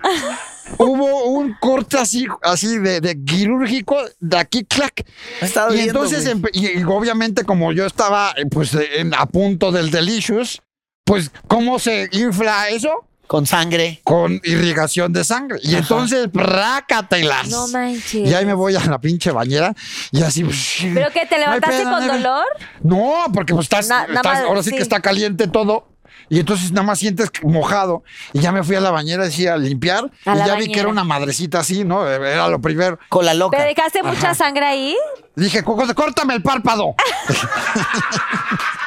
Speaker 4: hubo un corte así, así de, de quirúrgico, de aquí, clac.
Speaker 5: Me está
Speaker 4: Y
Speaker 5: doliendo,
Speaker 4: entonces,
Speaker 5: güey.
Speaker 4: empe- y, y obviamente, como yo estaba eh, pues eh, en- a punto del delicious, pues, ¿cómo se infla eso?
Speaker 5: Con sangre.
Speaker 4: Con irrigación de sangre. Y entonces, rácatelas.
Speaker 3: No manches.
Speaker 4: y ahí me voy a la pinche bañera y así. pues,
Speaker 3: Pero que te
Speaker 4: No hay
Speaker 3: levantaste
Speaker 4: pedo,
Speaker 3: con
Speaker 4: no hay-
Speaker 3: dolor.
Speaker 4: no, porque pues estás,
Speaker 3: Na- nada
Speaker 4: estás-
Speaker 3: más,
Speaker 4: ahora sí,
Speaker 3: sí.
Speaker 4: que está caliente todo. Y entonces nada más sientes mojado. Y ya me fui a la bañera así a limpiar.
Speaker 3: A
Speaker 4: y
Speaker 3: la
Speaker 4: ya vi que
Speaker 3: bañera.
Speaker 4: era una madrecita así, ¿no? Era lo primero.
Speaker 5: Con la
Speaker 3: Pero
Speaker 5: loca.
Speaker 3: dejaste mucha sangre ahí.
Speaker 4: Dije, "Cu- cu- córtame el párpado.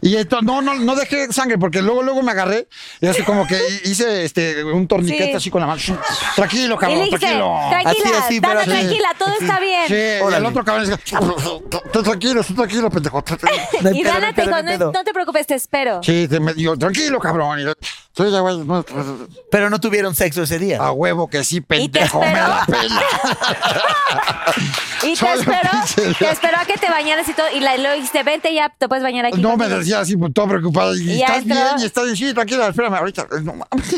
Speaker 4: Y esto, no, no, no dejé sangre, porque luego, luego me agarré y así como que hice este un torniquete
Speaker 3: Sí.
Speaker 4: así con la mano. Tranquilo,
Speaker 3: Y
Speaker 4: cabrón,
Speaker 3: le dijiste,
Speaker 4: tranquilo.
Speaker 3: tranquila,
Speaker 5: Así, así,
Speaker 3: Dana,
Speaker 5: pero así.
Speaker 3: tranquila, todo está bien.
Speaker 4: Sí, y el
Speaker 5: Órale.
Speaker 4: otro cabrón decía, "Tú tranquilo, tú tranquilo, pendejo. tú tranquilo".
Speaker 5: No hay
Speaker 3: y
Speaker 5: pedo, no
Speaker 3: Dana
Speaker 5: hay
Speaker 3: te
Speaker 5: pedo, no
Speaker 3: dijo, no,
Speaker 5: hay pedo.
Speaker 3: no te preocupes, te espero.
Speaker 4: Sí, te me digo, tranquilo, cabrón. Y yo, "Sí, ya, güey, no, pues,
Speaker 5: Pero no tuvieron sexo ese día.
Speaker 4: a huevo que sí, pendejo,
Speaker 3: te
Speaker 4: me da pena.
Speaker 3: Y te
Speaker 4: Solo
Speaker 3: esperó,
Speaker 4: pinche-
Speaker 3: te esperó a que te bañaras y todo. Y la, luego dijiste, vente ya, te puedes bañar aquí.
Speaker 4: No me
Speaker 3: conmigo".
Speaker 4: decía así, pues, todo preocupado. Y,
Speaker 3: Y ya
Speaker 4: estás
Speaker 3: entró.
Speaker 4: bien, y estás bien, sí, tranquila, espérame, ahorita. No mames.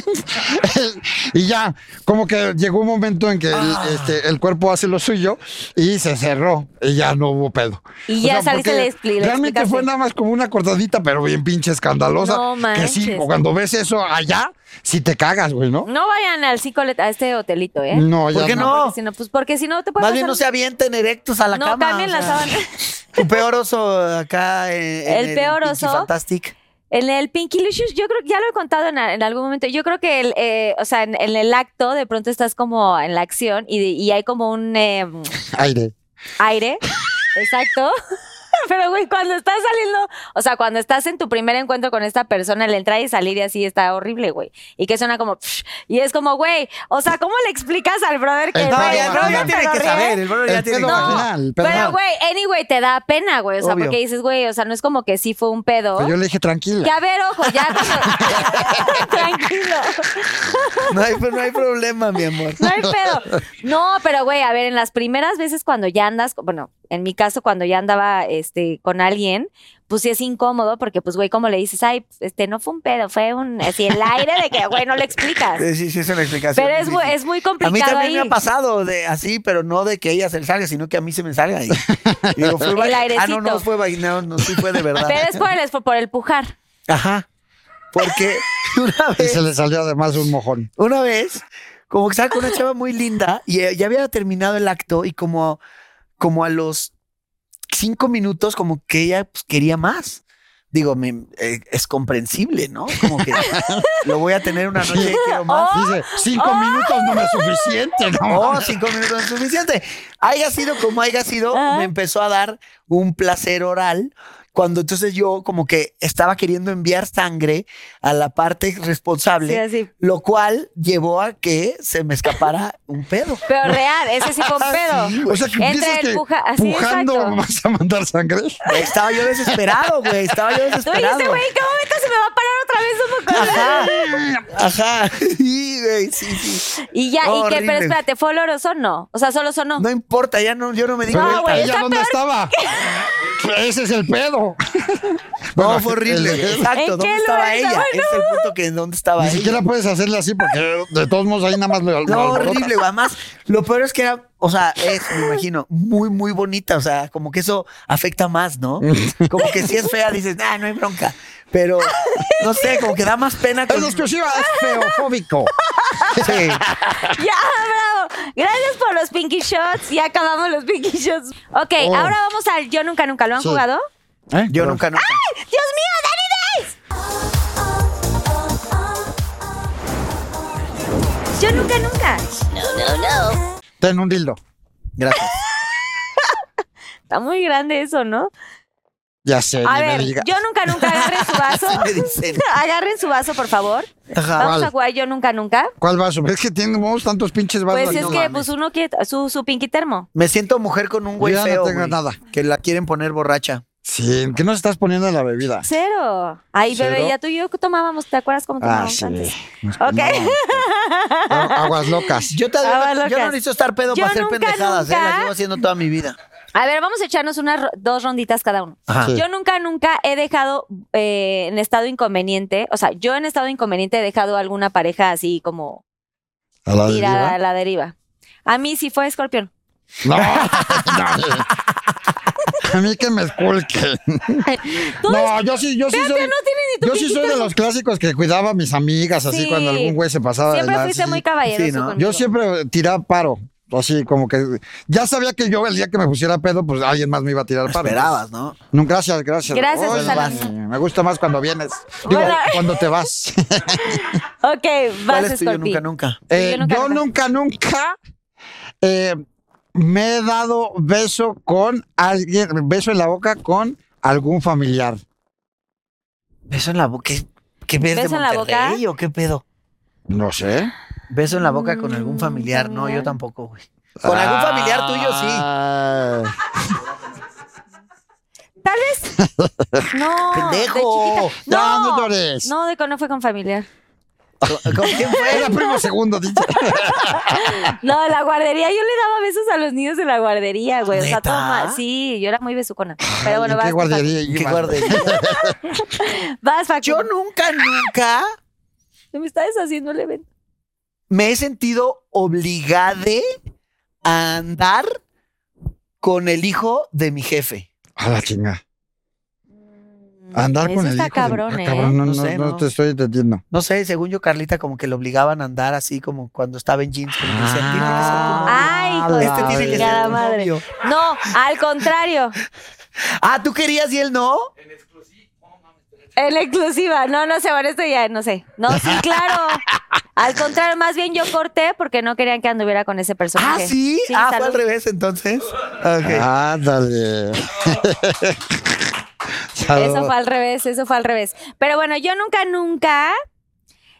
Speaker 4: y ya, como que llegó un momento en que el,
Speaker 3: Ah.
Speaker 4: este, el cuerpo hace lo suyo y se cerró. Y ya no hubo pedo.
Speaker 3: Y ya saliste
Speaker 4: porque
Speaker 3: le expli- le
Speaker 4: Realmente fue
Speaker 3: explicaste.
Speaker 4: nada más como una cortadita, pero bien pinche escandalosa.
Speaker 3: No
Speaker 4: que sí,
Speaker 3: manches.
Speaker 4: cuando ves eso allá, sí te cagas, güey, ¿no?
Speaker 3: No vayan al psicolet a este hotelito, ¿eh?
Speaker 4: No, ya
Speaker 5: ¿Por qué no?
Speaker 3: Porque si no, pues porque si no te puedes
Speaker 5: Más bien no se avienten erectos a la
Speaker 3: No,
Speaker 5: cama.
Speaker 3: cambien
Speaker 5: o
Speaker 3: la
Speaker 5: sea,
Speaker 3: sábana.
Speaker 5: Tu peor oso acá. en- en
Speaker 3: El peor
Speaker 5: Pinky
Speaker 3: oso.
Speaker 5: Fantastic.
Speaker 3: En el Pinky Licious, yo creo que ya lo he contado en, en algún momento. Yo creo que, el, eh, o sea, en, en el acto, de pronto estás como en la acción y, y hay como un eh,
Speaker 4: Aire.
Speaker 3: aire. Exacto. Pero, güey, cuando estás saliendo, o sea, cuando estás en tu primer encuentro con esta persona, el entrar y salir y así está horrible, güey. Y que suena como, psh, y es como, güey, o sea, ¿cómo le explicas al brother que
Speaker 4: El
Speaker 5: No,
Speaker 4: pedo
Speaker 3: güey,
Speaker 5: ya, el
Speaker 4: vaginal.
Speaker 5: brother ya
Speaker 3: te
Speaker 5: tiene
Speaker 3: lo
Speaker 5: que
Speaker 3: ríe?
Speaker 5: saber. El brother ya
Speaker 4: El
Speaker 5: tiene que
Speaker 4: pedo
Speaker 5: saber.
Speaker 4: vaginal, el pedo
Speaker 3: Pero,
Speaker 4: vaginal.
Speaker 3: güey, anyway, te da pena, güey. O sea,
Speaker 5: Obvio. Pues
Speaker 3: porque dices, güey, o sea, no es como que sí fue un pedo.
Speaker 4: Pero pues yo le dije
Speaker 3: Que
Speaker 4: tranquila.
Speaker 3: a ver, ojo, ya cuando- Tranquilo.
Speaker 5: No hay, no hay problema, mi amor.
Speaker 3: No hay pedo. No, pero güey, a ver, en las primeras veces cuando ya andas, bueno, en mi caso, cuando ya andaba este, con alguien, pues sí es incómodo, porque pues, güey, como le dices, ay, este no fue un pedo, fue un así el aire de que, güey, no le explicas.
Speaker 5: Eh, Sí, sí, es una explicación.
Speaker 3: Pero es, mu-
Speaker 5: difícil.
Speaker 3: es muy
Speaker 5: A mí
Speaker 3: complicado
Speaker 5: también
Speaker 3: ahí.
Speaker 5: me ha pasado de así, pero no de que ella se le salga, sino que a mí se me salga. Y, y digo, fue
Speaker 3: El
Speaker 5: vagi- Ah,
Speaker 3: airecito.
Speaker 5: no, no fue vaginal, no, sí fue de verdad.
Speaker 3: Pero es por el, esfu- por el pujar.
Speaker 5: Ajá. Porque una
Speaker 4: Y se
Speaker 5: vez,
Speaker 4: le salió además un mojón.
Speaker 5: una vez, como que estaba con una chava muy linda y eh, ya había terminado el acto y como, como a los cinco minutos, como que ella pues, quería más. Digo, me- eh, es comprensible, ¿no? Como que lo voy a tener una noche y quiero más.
Speaker 3: Oh.
Speaker 4: Dice, cinco minutos no me es suficiente, ¿no?
Speaker 5: No, cinco minutos es suficiente. Haya sido como haya sido,
Speaker 3: Ajá.
Speaker 5: me empezó a dar un placer oral. Cuando entonces yo como que estaba queriendo enviar sangre a la parte responsable,
Speaker 3: Sí, así.
Speaker 5: lo cual llevó a que se me escapara un pedo.
Speaker 3: Pero real, ese sí
Speaker 5: Ah,
Speaker 3: fue un pedo.
Speaker 4: O sea, que
Speaker 3: Entre
Speaker 4: piensas
Speaker 3: Pues el
Speaker 4: que
Speaker 3: puja, así
Speaker 4: pujando
Speaker 3: exacto.
Speaker 4: vas a mandar sangre.
Speaker 5: Estaba yo desesperado, güey. Estaba yo
Speaker 3: Tú
Speaker 5: desesperado.
Speaker 3: dijiste, güey, ¿en qué momento se me va a parar otra vez un poco?
Speaker 5: Ajá. Ajá. Sí, güey. Sí, sí.
Speaker 3: Y ya, y que,
Speaker 5: Horrible.
Speaker 3: pero espérate, ¿fue oloroso o no? O sea, solo sonó.
Speaker 5: No importa, ya no, yo no me di
Speaker 3: No,
Speaker 5: cuenta.
Speaker 3: güey,
Speaker 4: ¿Ella
Speaker 3: está
Speaker 4: dónde
Speaker 3: peor.
Speaker 4: estaba? Ese es el pedo.
Speaker 5: No,
Speaker 4: Bueno,
Speaker 5: fue horrible.
Speaker 4: el-
Speaker 5: Exacto.
Speaker 3: ¿En
Speaker 5: ¿Dónde
Speaker 3: qué
Speaker 5: estaba
Speaker 3: lugar
Speaker 5: ella?
Speaker 3: estaba?
Speaker 5: Es el punto que en dónde estaba
Speaker 4: Ni
Speaker 5: ella.
Speaker 4: siquiera puedes hacerle así porque de todos modos ahí nada más lo, lo
Speaker 5: No,
Speaker 4: alborotas.
Speaker 5: horrible, güey. Además, lo peor es que era, o sea, es, me imagino, muy, muy bonita. O sea, como que eso afecta más, ¿no? Como que si es fea, dices, ah, no hay bronca. Pero, no sé, como que da más pena.
Speaker 4: En
Speaker 5: con-
Speaker 4: exclusiva es feofóbico.
Speaker 5: Sí.
Speaker 3: Ya, bravo. Gracias por los Pinky Shots. Ya acabamos los Pinky Shots. Ok,
Speaker 4: Oh.
Speaker 3: ahora vamos al Yo Nunca Nunca. ¿Lo han
Speaker 4: Sí.
Speaker 3: jugado?
Speaker 4: ¿Eh?
Speaker 5: Yo nunca, nunca.
Speaker 3: ¡Dios mío, Dani Days! Yo Nunca Nunca.
Speaker 4: Ten un dildo.
Speaker 5: Gracias.
Speaker 3: Está muy grande eso, ¿no?
Speaker 4: Ya sé,
Speaker 3: A
Speaker 4: ni
Speaker 3: ver,
Speaker 4: me digas.
Speaker 3: Yo Nunca Nunca. Agarren su vaso.
Speaker 5: Sí me dicen.
Speaker 3: Agarren su vaso, por favor.
Speaker 5: Ajá.
Speaker 3: Vamos
Speaker 4: Ah, vale.
Speaker 3: a jugar Yo Nunca Nunca.
Speaker 4: ¿Cuál vaso? Es que tenemos tantos pinches vasos.
Speaker 3: Pues
Speaker 4: aquí,
Speaker 3: es
Speaker 4: no
Speaker 3: que
Speaker 4: mames.
Speaker 3: pues uno quiere su, su Pinky Termo.
Speaker 5: Me siento mujer con un güey
Speaker 4: Yo ya no
Speaker 5: feo.
Speaker 4: tengo
Speaker 5: güey,
Speaker 4: nada.
Speaker 5: Que la quieren poner borracha.
Speaker 4: Sí, ¿qué nos estás poniendo en la bebida?
Speaker 3: Cero. Ay, bebé,
Speaker 4: Cero.
Speaker 3: ya tú y yo tomábamos. ¿Te acuerdas cómo
Speaker 4: Ah,
Speaker 3: tomábamos
Speaker 4: sí.
Speaker 3: antes?
Speaker 4: Nos
Speaker 3: Ok.
Speaker 4: ponemos- Aguas locas.
Speaker 5: Yo, te-
Speaker 3: Ah, va,
Speaker 5: yo
Speaker 3: locas.
Speaker 5: no necesito estar pedo
Speaker 3: Yo
Speaker 5: para hacer
Speaker 3: nunca,
Speaker 5: pendejadas, ¿eh?
Speaker 3: nunca.
Speaker 5: Las llevo haciendo toda mi vida.
Speaker 3: A ver, vamos a echarnos unas ro- dos ronditas cada uno.
Speaker 5: Ajá.
Speaker 4: Sí.
Speaker 3: Yo nunca, nunca he dejado eh, en estado inconveniente, o sea, yo en estado inconveniente he dejado a alguna pareja así como
Speaker 4: A la
Speaker 3: tirada a
Speaker 4: deriva.
Speaker 3: la deriva. A mí sí fue escorpión.
Speaker 4: No, no. A mí que me esculquen.
Speaker 3: Tú
Speaker 4: No, yo sí, yo sí
Speaker 3: Veo
Speaker 4: soy.
Speaker 3: que no tienes ni tu
Speaker 4: Yo sí soy de
Speaker 3: piquito.
Speaker 4: los clásicos que cuidaba a mis amigas, así
Speaker 3: Sí.
Speaker 4: cuando algún güey se pasaba de
Speaker 3: Siempre
Speaker 4: lanza,
Speaker 3: fuiste
Speaker 4: Ah, sí.
Speaker 3: muy caballeroso
Speaker 5: Sí, ¿no?
Speaker 3: conmigo.
Speaker 4: Yo siempre tiraba paro, así como que ya sabía que yo el día que me pusiera pedo, pues alguien más me iba a tirar paro.
Speaker 5: Esperabas, ¿no?
Speaker 4: No, gracias, gracias.
Speaker 3: Gracias, Susana.
Speaker 4: vas. Me gusta más cuando vienes. Digo,
Speaker 3: Bueno.
Speaker 4: cuando te vas.
Speaker 3: Ok,
Speaker 5: ¿Cuál
Speaker 3: vas
Speaker 5: es tu yo nunca,
Speaker 3: escorpión.
Speaker 5: nunca?
Speaker 4: Eh,
Speaker 3: yo nunca,
Speaker 4: yo nunca, nunca eh, me he dado beso con alguien, beso en la boca con algún familiar.
Speaker 5: Beso en la boca. ¿Qué, qué ves
Speaker 3: ¿Beso
Speaker 5: de
Speaker 3: en la boca?
Speaker 5: Monterrey o qué pedo?
Speaker 4: No sé.
Speaker 5: Beso en la boca con algún
Speaker 3: Mm,
Speaker 5: familiar. No, yo
Speaker 3: familiar.
Speaker 5: tampoco, güey. Con
Speaker 4: Ah.
Speaker 5: algún familiar tuyo, sí.
Speaker 4: sí.
Speaker 3: Tal vez. No.
Speaker 5: ¡Pendejo!
Speaker 3: De chiquita.
Speaker 4: Ya,
Speaker 3: No,
Speaker 4: no llores.
Speaker 3: No, de que no fue con familiar.
Speaker 5: ¿Con quién
Speaker 4: Era
Speaker 5: fue?
Speaker 4: primo segundo, dice.
Speaker 3: No, en la guardería. Yo le daba besos a los niños de la guardería, güey. O sea,
Speaker 5: ¿Neta?
Speaker 3: todo mal. Sí, yo era muy besucona. Pero bueno,
Speaker 4: ¿En
Speaker 3: vas.
Speaker 4: qué
Speaker 3: tú, Facu.
Speaker 4: guardería
Speaker 5: ¿Qué
Speaker 4: ibas?
Speaker 5: guardería?
Speaker 3: Vas, Facu.
Speaker 5: Yo nunca, nunca
Speaker 3: Se me está deshaciendo el evento.
Speaker 5: me he sentido obligada a andar con el hijo de mi jefe.
Speaker 4: A la chinga. Andar
Speaker 3: Eso
Speaker 4: con el
Speaker 3: está
Speaker 4: hijo de-
Speaker 3: cabrón,
Speaker 4: Ah,
Speaker 3: ¿eh?
Speaker 4: cabrón, no,
Speaker 5: No
Speaker 4: no,
Speaker 5: sé,
Speaker 4: no
Speaker 5: no.
Speaker 4: te estoy entendiendo.
Speaker 5: No sé, según yo, Carlita, como que lo obligaban a andar así, como cuando estaba en jeans. Como que decían, "Tiene que ser tu novio".
Speaker 3: Ay, hijo de
Speaker 4: Ah,
Speaker 5: este
Speaker 3: tu
Speaker 5: tiene que ser
Speaker 3: chingada
Speaker 5: tu
Speaker 3: madre.
Speaker 5: novio.
Speaker 3: No, al contrario.
Speaker 5: Ah, ¿tú querías y él no?
Speaker 3: En exclusiva. No, no sé, bueno, esto ya no sé. No, sí, claro. Al contrario, más bien yo corté porque no querían que anduviera con ese
Speaker 5: Ah,
Speaker 3: personaje.
Speaker 5: sí. ah, fue al
Speaker 3: salud.
Speaker 5: revés entonces.
Speaker 4: Ah.
Speaker 5: Ok.
Speaker 4: Ándale.
Speaker 3: Eso fue al revés, eso fue al revés. Pero bueno, yo nunca, nunca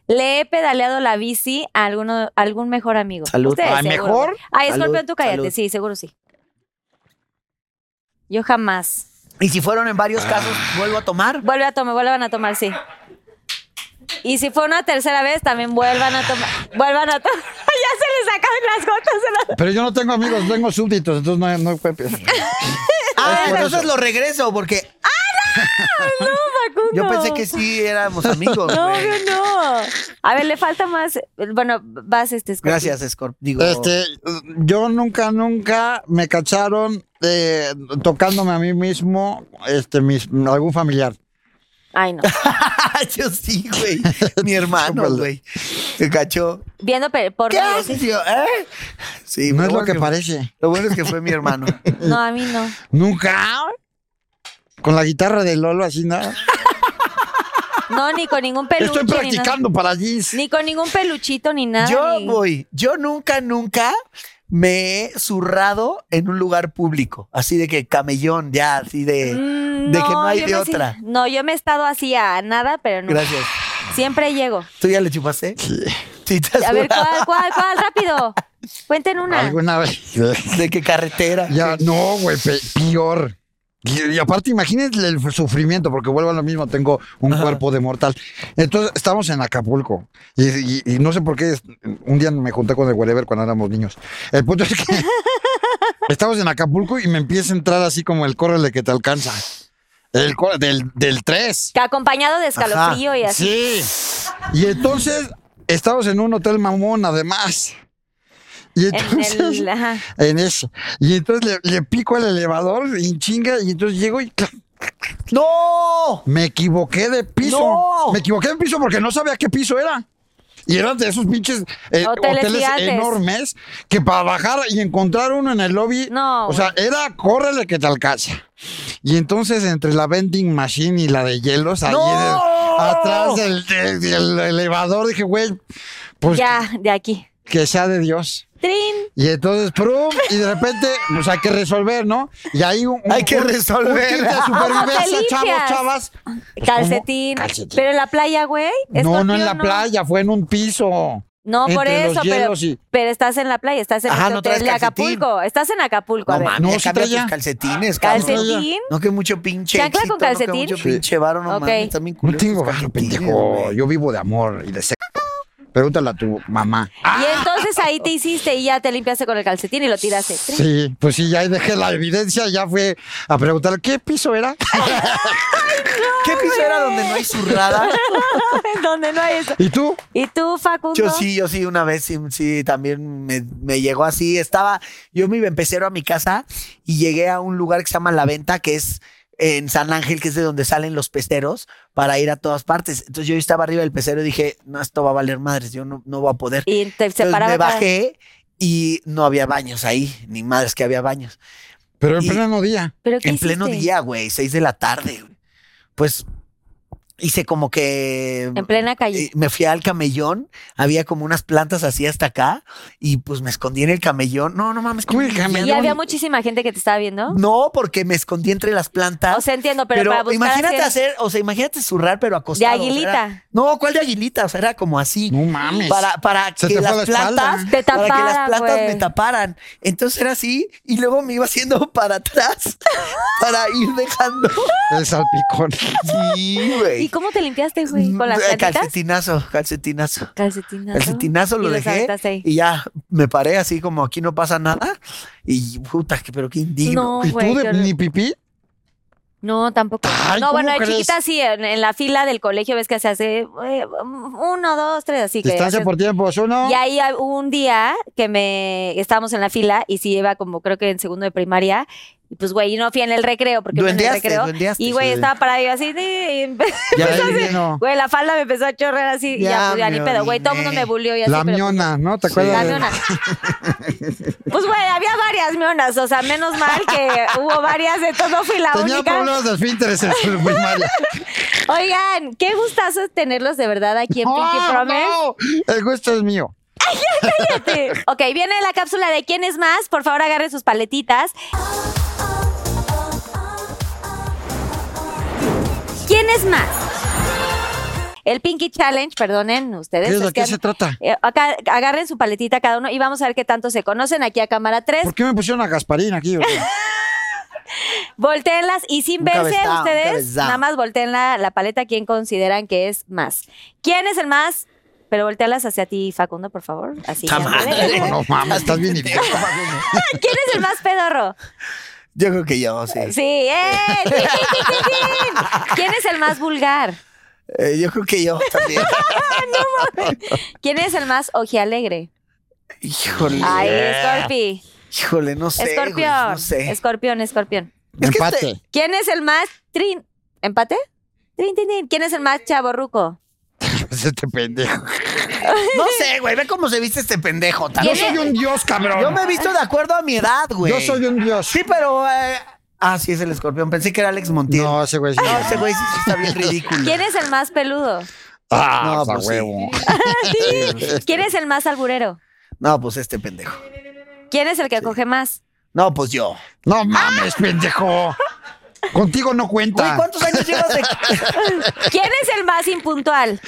Speaker 3: le he pedaleado la bici a alguno, a algún mejor amigo.
Speaker 5: Salud.
Speaker 3: Ustedes
Speaker 4: Ay,
Speaker 3: seguro.
Speaker 4: mejor.
Speaker 3: Ay,
Speaker 5: Salud,
Speaker 3: Scorpio, tú cállate.
Speaker 5: salud.
Speaker 3: Sí, seguro sí. Yo jamás.
Speaker 5: Y si fueron en varios casos,
Speaker 4: Ah.
Speaker 5: vuelvo a tomar.
Speaker 3: Vuelve a tomar, vuelvan a tomar, sí. Y si fue una tercera vez, también vuelvan a tomar. Vuelvan a tomar. ya se les acaban las gotas. de la-
Speaker 4: Pero yo no tengo amigos, tengo súbditos, entonces no, no fue-
Speaker 5: Ah, entonces lo regreso porque
Speaker 3: Facundo.
Speaker 5: yo pensé que sí éramos amigos.
Speaker 3: No,
Speaker 5: güey.
Speaker 3: obvio no. A ver, le falta más. Bueno, vas este Scorpio.
Speaker 5: Gracias, Scorp. Digo,
Speaker 4: Este, yo nunca, nunca me cacharon eh, tocándome a mí mismo, este, mis, algún familiar.
Speaker 3: Ay, no.
Speaker 5: yo sí, güey. Mi hermano,
Speaker 4: Chúpalo.
Speaker 5: güey. Se cachó.
Speaker 3: Viendo pe- por
Speaker 5: ¿Qué
Speaker 3: videos,
Speaker 5: haces, tío? ¿Eh? Sí,
Speaker 4: No
Speaker 5: pero
Speaker 4: es lo
Speaker 5: bueno
Speaker 4: que parece.
Speaker 5: Lo bueno es que fue mi hermano.
Speaker 3: No, a mí no.
Speaker 4: Nunca. Con la guitarra de Lolo así nada.
Speaker 3: No, ni con ningún peluche.
Speaker 4: Estoy
Speaker 3: ni, nada.
Speaker 4: practicando para jeans.
Speaker 3: Ni con ningún peluchito ni nada.
Speaker 5: Yo
Speaker 3: ni-
Speaker 5: voy. Yo nunca, nunca me he zurrado en un lugar público. Así de que camellón, ya, así de,
Speaker 3: Mm,
Speaker 5: de que no hay
Speaker 3: yo
Speaker 5: de
Speaker 3: me sí-
Speaker 5: otra.
Speaker 3: No, yo me he estado así a nada, pero no.
Speaker 5: Gracias.
Speaker 3: Siempre llego.
Speaker 5: ¿Tú ya le chupaste? Sí. te has
Speaker 3: A ver,
Speaker 5: zurrado?
Speaker 3: ¿cuál, cuál, cuál? Rápido. Cuenten una.
Speaker 4: Alguna vez.
Speaker 5: ¿De qué carretera?
Speaker 4: Ya, no, güey, pe- peor. Y, y aparte, imagínense el sufrimiento, porque vuelvo a lo mismo, tengo un cuerpo de mortal. Entonces, estamos en Acapulco. Y, y- y no sé por qué, es- un día me junté con el wherever cuando éramos niños. El punto es que estamos en Acapulco y me empieza a entrar así como el córrele que te alcanza. El cor- del, del 3.
Speaker 3: Que Acompañado de escalofrío y así.
Speaker 4: Sí. Y entonces, estamos en un hotel mamón, además. Y
Speaker 3: En
Speaker 4: entonces
Speaker 3: el- ajá.
Speaker 4: en eso. Y entonces le, le pico al elevador y chinga, y entonces llego y clac,
Speaker 5: ¡No!
Speaker 4: me equivoqué de piso.
Speaker 5: ¡No!
Speaker 4: Me equivoqué de piso porque no sabía qué piso era. Y eran de esos pinches eh,
Speaker 3: Hoteles
Speaker 4: hoteles,
Speaker 3: gigantes.
Speaker 4: enormes que para bajar y encontrar uno en el lobby,
Speaker 3: No,
Speaker 4: o sea, era córrele que te alcanza. Y entonces entre la vending machine y la de hielos, ahí
Speaker 5: ¡No!
Speaker 4: en el- atrás del, del- del elevador, dije, güey, pues
Speaker 3: Ya, de aquí.
Speaker 4: que sea de Dios.
Speaker 3: Trin.
Speaker 4: Y entonces, prum, y de repente, pues hay que resolver, ¿no? Y ahí un, un-
Speaker 5: Hay que
Speaker 4: un- un
Speaker 5: resolver.
Speaker 4: kit de supervivencia,
Speaker 3: ¿Cómo te limpias?
Speaker 4: chavos, chavas.
Speaker 5: pues,
Speaker 3: Calcetín.
Speaker 4: Calcetín.
Speaker 3: Pero en la playa, güey.
Speaker 4: No, no
Speaker 3: Escorpio,
Speaker 4: en la playa, fue en un piso.
Speaker 3: No, por
Speaker 4: Entre los
Speaker 3: eso, pero,
Speaker 4: hielos y-
Speaker 3: pero estás en la playa, estás en
Speaker 5: Ajá,
Speaker 3: este
Speaker 5: no
Speaker 3: hotel
Speaker 5: traes
Speaker 3: de
Speaker 5: calcetín.
Speaker 3: Acapulco. Estás en Acapulco, a
Speaker 5: No
Speaker 3: ver.
Speaker 4: No,
Speaker 5: mames,
Speaker 4: sí
Speaker 5: cambia tus
Speaker 4: traía.
Speaker 5: calcetines, cabrón.
Speaker 3: Calcetín.
Speaker 5: No, que mucho pinche.
Speaker 3: ¿Chancla con
Speaker 5: éxito, no, que
Speaker 3: calcetín?
Speaker 5: mucho pinche varo, no
Speaker 3: Ok.
Speaker 5: mames, también
Speaker 4: No
Speaker 5: culeros
Speaker 4: tengo
Speaker 5: tus
Speaker 4: barro,
Speaker 5: calcetines,
Speaker 4: pendejo.
Speaker 5: güey.
Speaker 4: Yo vivo de amor y de sexo. Pregúntale a tu mamá.
Speaker 3: Y
Speaker 5: Ah.
Speaker 3: entonces ahí te hiciste y ya te limpiaste con el calcetín y lo tiraste. Trin.
Speaker 4: Sí, pues sí, ya ahí dejé la evidencia, ya fue a preguntar qué piso era.
Speaker 5: ¿Qué piso era donde no hay zurrada?
Speaker 3: Donde no hay eso.
Speaker 4: ¿Y tú?
Speaker 3: ¿Y tú, Facundo?
Speaker 5: Yo sí, yo sí, una vez sí, sí, también me, me llegó así. Estaba, yo me iba en pecero a mi casa y llegué a un lugar que se llama La Venta, que es en San Ángel, que es de donde salen los peceros para ir a todas partes. Entonces yo estaba arriba del pecero y dije, no, esto va a valer madres, yo no, no voy a poder.
Speaker 3: Y te
Speaker 5: Entonces
Speaker 3: separaba.
Speaker 5: Pues me
Speaker 3: cada-
Speaker 5: bajé y no había baños ahí, ni madres que había baños.
Speaker 4: Pero en
Speaker 5: Y-
Speaker 4: pleno día.
Speaker 3: ¿Pero qué
Speaker 5: en pleno
Speaker 3: hiciste?
Speaker 5: día, güey, seis de la tarde. güey. Pues hice como que
Speaker 3: En plena calle.
Speaker 5: eh, me fui al camellón, había como unas plantas así hasta acá y pues me escondí en el camellón. No, no mames,
Speaker 4: ¿Cómo el
Speaker 5: ¿cómo me
Speaker 4: camellón?
Speaker 3: Y
Speaker 5: llamo?
Speaker 3: había muchísima gente que te estaba viendo.
Speaker 5: No, porque me escondí entre las plantas.
Speaker 3: O sea, entiendo, pero,
Speaker 5: pero
Speaker 3: para buscar.
Speaker 5: imagínate
Speaker 3: así-
Speaker 5: hacer, o sea, imagínate zurrar pero acostado.
Speaker 3: De
Speaker 5: o sea,
Speaker 3: aguilita.
Speaker 5: era- no, ¿cuál de aguilita? O sea, era como así.
Speaker 4: No mames.
Speaker 5: Para, para
Speaker 4: Se
Speaker 5: que
Speaker 4: te fue
Speaker 5: las
Speaker 4: la espalda.
Speaker 5: plantas
Speaker 3: Te
Speaker 5: para que
Speaker 3: taparan,
Speaker 5: las plantas
Speaker 3: güey.
Speaker 5: me taparan. Entonces era así y luego me iba haciendo para atrás para ir dejando.
Speaker 4: El salpicón.
Speaker 5: Sí, güey.
Speaker 3: ¿Y cómo te limpiaste, güey? ¿Con las
Speaker 5: Eh,
Speaker 3: plantitas?
Speaker 5: Calcetinazo, calcetinazo.
Speaker 3: Calcetinazo.
Speaker 5: Calcetinazo
Speaker 3: Y
Speaker 5: lo
Speaker 3: los
Speaker 5: dejé
Speaker 3: aventaste ahí.
Speaker 5: y ya me paré así como aquí no pasa nada. Y puta, que- pero qué indigno.
Speaker 3: No,
Speaker 4: ¿Y
Speaker 3: güey.
Speaker 4: tú
Speaker 3: qué
Speaker 4: de
Speaker 3: horror.
Speaker 4: ni pipí?
Speaker 3: No, tampoco.
Speaker 4: Ay,
Speaker 3: no,
Speaker 4: ¿cómo
Speaker 3: bueno, de
Speaker 4: crees?
Speaker 3: chiquita sí, en, en la fila del colegio ves que se hace eh, uno, dos, tres, así que.
Speaker 4: Distancia
Speaker 3: haces-
Speaker 4: por tiempo, uno.
Speaker 3: Y ahí ah, hubo un día que me estábamos en la fila y sí iba como creo que en segundo de primaria. Y pues, güey, y no fui en el recreo porque fui en el
Speaker 5: Duendeaste,
Speaker 3: recreo.
Speaker 5: duendeaste,
Speaker 3: y güey,
Speaker 5: sí.
Speaker 3: estaba parada yo así, de- y empe-
Speaker 4: Ya ahí vino
Speaker 3: güey, la falda me empezó a chorrear así y ya,
Speaker 5: Ya
Speaker 3: pues ya ni
Speaker 5: me
Speaker 3: pedo, güey, todo el mundo me
Speaker 5: oriné.
Speaker 3: bulió y así.
Speaker 4: La
Speaker 3: pero- pues,
Speaker 4: miona, ¿no? ¿Te acuerdas?
Speaker 3: La
Speaker 4: de-
Speaker 3: miona. Pues, güey, había varias mionas, o sea, menos mal que hubo varias, entonces no fui la
Speaker 4: Tenía
Speaker 3: única.
Speaker 4: problemas de esfínteres en su primaria.
Speaker 3: Oigan, qué gustazo tenerlos de verdad aquí en Pinky
Speaker 4: ¡Ah,
Speaker 3: Promise.
Speaker 4: no! El gusto es mío.
Speaker 3: Cállate. Ok, viene la cápsula de quién es más. Por favor, agarren sus paletitas. ¿Quién es más? El Pinky Challenge, perdonen ustedes.
Speaker 4: ¿Qué es?
Speaker 3: es
Speaker 4: ¿De
Speaker 3: que-
Speaker 4: qué se trata?
Speaker 3: Eh, acá- agarren su paletita cada uno y vamos a ver qué tanto se conocen aquí a cámara 3.
Speaker 4: ¿Por qué me pusieron a Gasparín aquí? o qué?
Speaker 3: Volteenlas y sin
Speaker 5: Un
Speaker 3: verse
Speaker 5: cabezado, un
Speaker 3: ustedes,
Speaker 5: cabezado.
Speaker 3: nada más volteen la, la paleta quién consideran que es más. ¿Quién es el más? Pero voltealas hacia ti, Facundo, por favor. Así. ya puedes.
Speaker 4: No, no mames, estás bien idiota.
Speaker 3: ¿Quién es el más pedorro?
Speaker 5: Yo creo que yo, sí.
Speaker 3: Sí, ¡eh! ¡Tin, tin, tin, tin, tin! ¿Quién es el más vulgar?
Speaker 5: Eh, yo creo que yo también.
Speaker 3: ¿Quién es el más ojialegre?
Speaker 5: Híjole.
Speaker 3: Ay, Scorpi.
Speaker 5: Híjole, no sé. güey,
Speaker 3: Escorpión.
Speaker 5: no sé.
Speaker 3: Escorpión, escorpión.
Speaker 5: Es que
Speaker 4: Empate.
Speaker 5: este-
Speaker 3: ¿Quién es el más trin? ¿Empate? Trin, tin, tin. ¿Quién es el más chaborruco?
Speaker 4: Pues este pendejo.
Speaker 5: No sé, güey. Ve cómo se viste este pendejo. tan-
Speaker 3: ¿Quién
Speaker 4: Yo Ah, soy
Speaker 3: es-
Speaker 4: un dios, cabrón.
Speaker 5: Yo me he visto de acuerdo a mi edad, güey.
Speaker 4: Yo soy un dios.
Speaker 5: Sí, pero. eh, Ah, sí, es el escorpión. Pensé que era Alex Montiel.
Speaker 4: No, ese güey sí.
Speaker 5: No, ese güey sí, sí está bien ridículo.
Speaker 3: ¿Quién es el más peludo?
Speaker 4: Ah,
Speaker 5: No,
Speaker 4: pues a
Speaker 5: pues sí.
Speaker 4: huevo.
Speaker 3: ¿Quién es el más alburero?
Speaker 5: No, pues este pendejo.
Speaker 3: ¿Quién es el que coge más?
Speaker 5: No, pues yo.
Speaker 4: No mames, pendejo. Contigo no cuenta.
Speaker 5: Güey, ¿cuántos años llevas de.?
Speaker 3: ¿Quién es el más impuntual?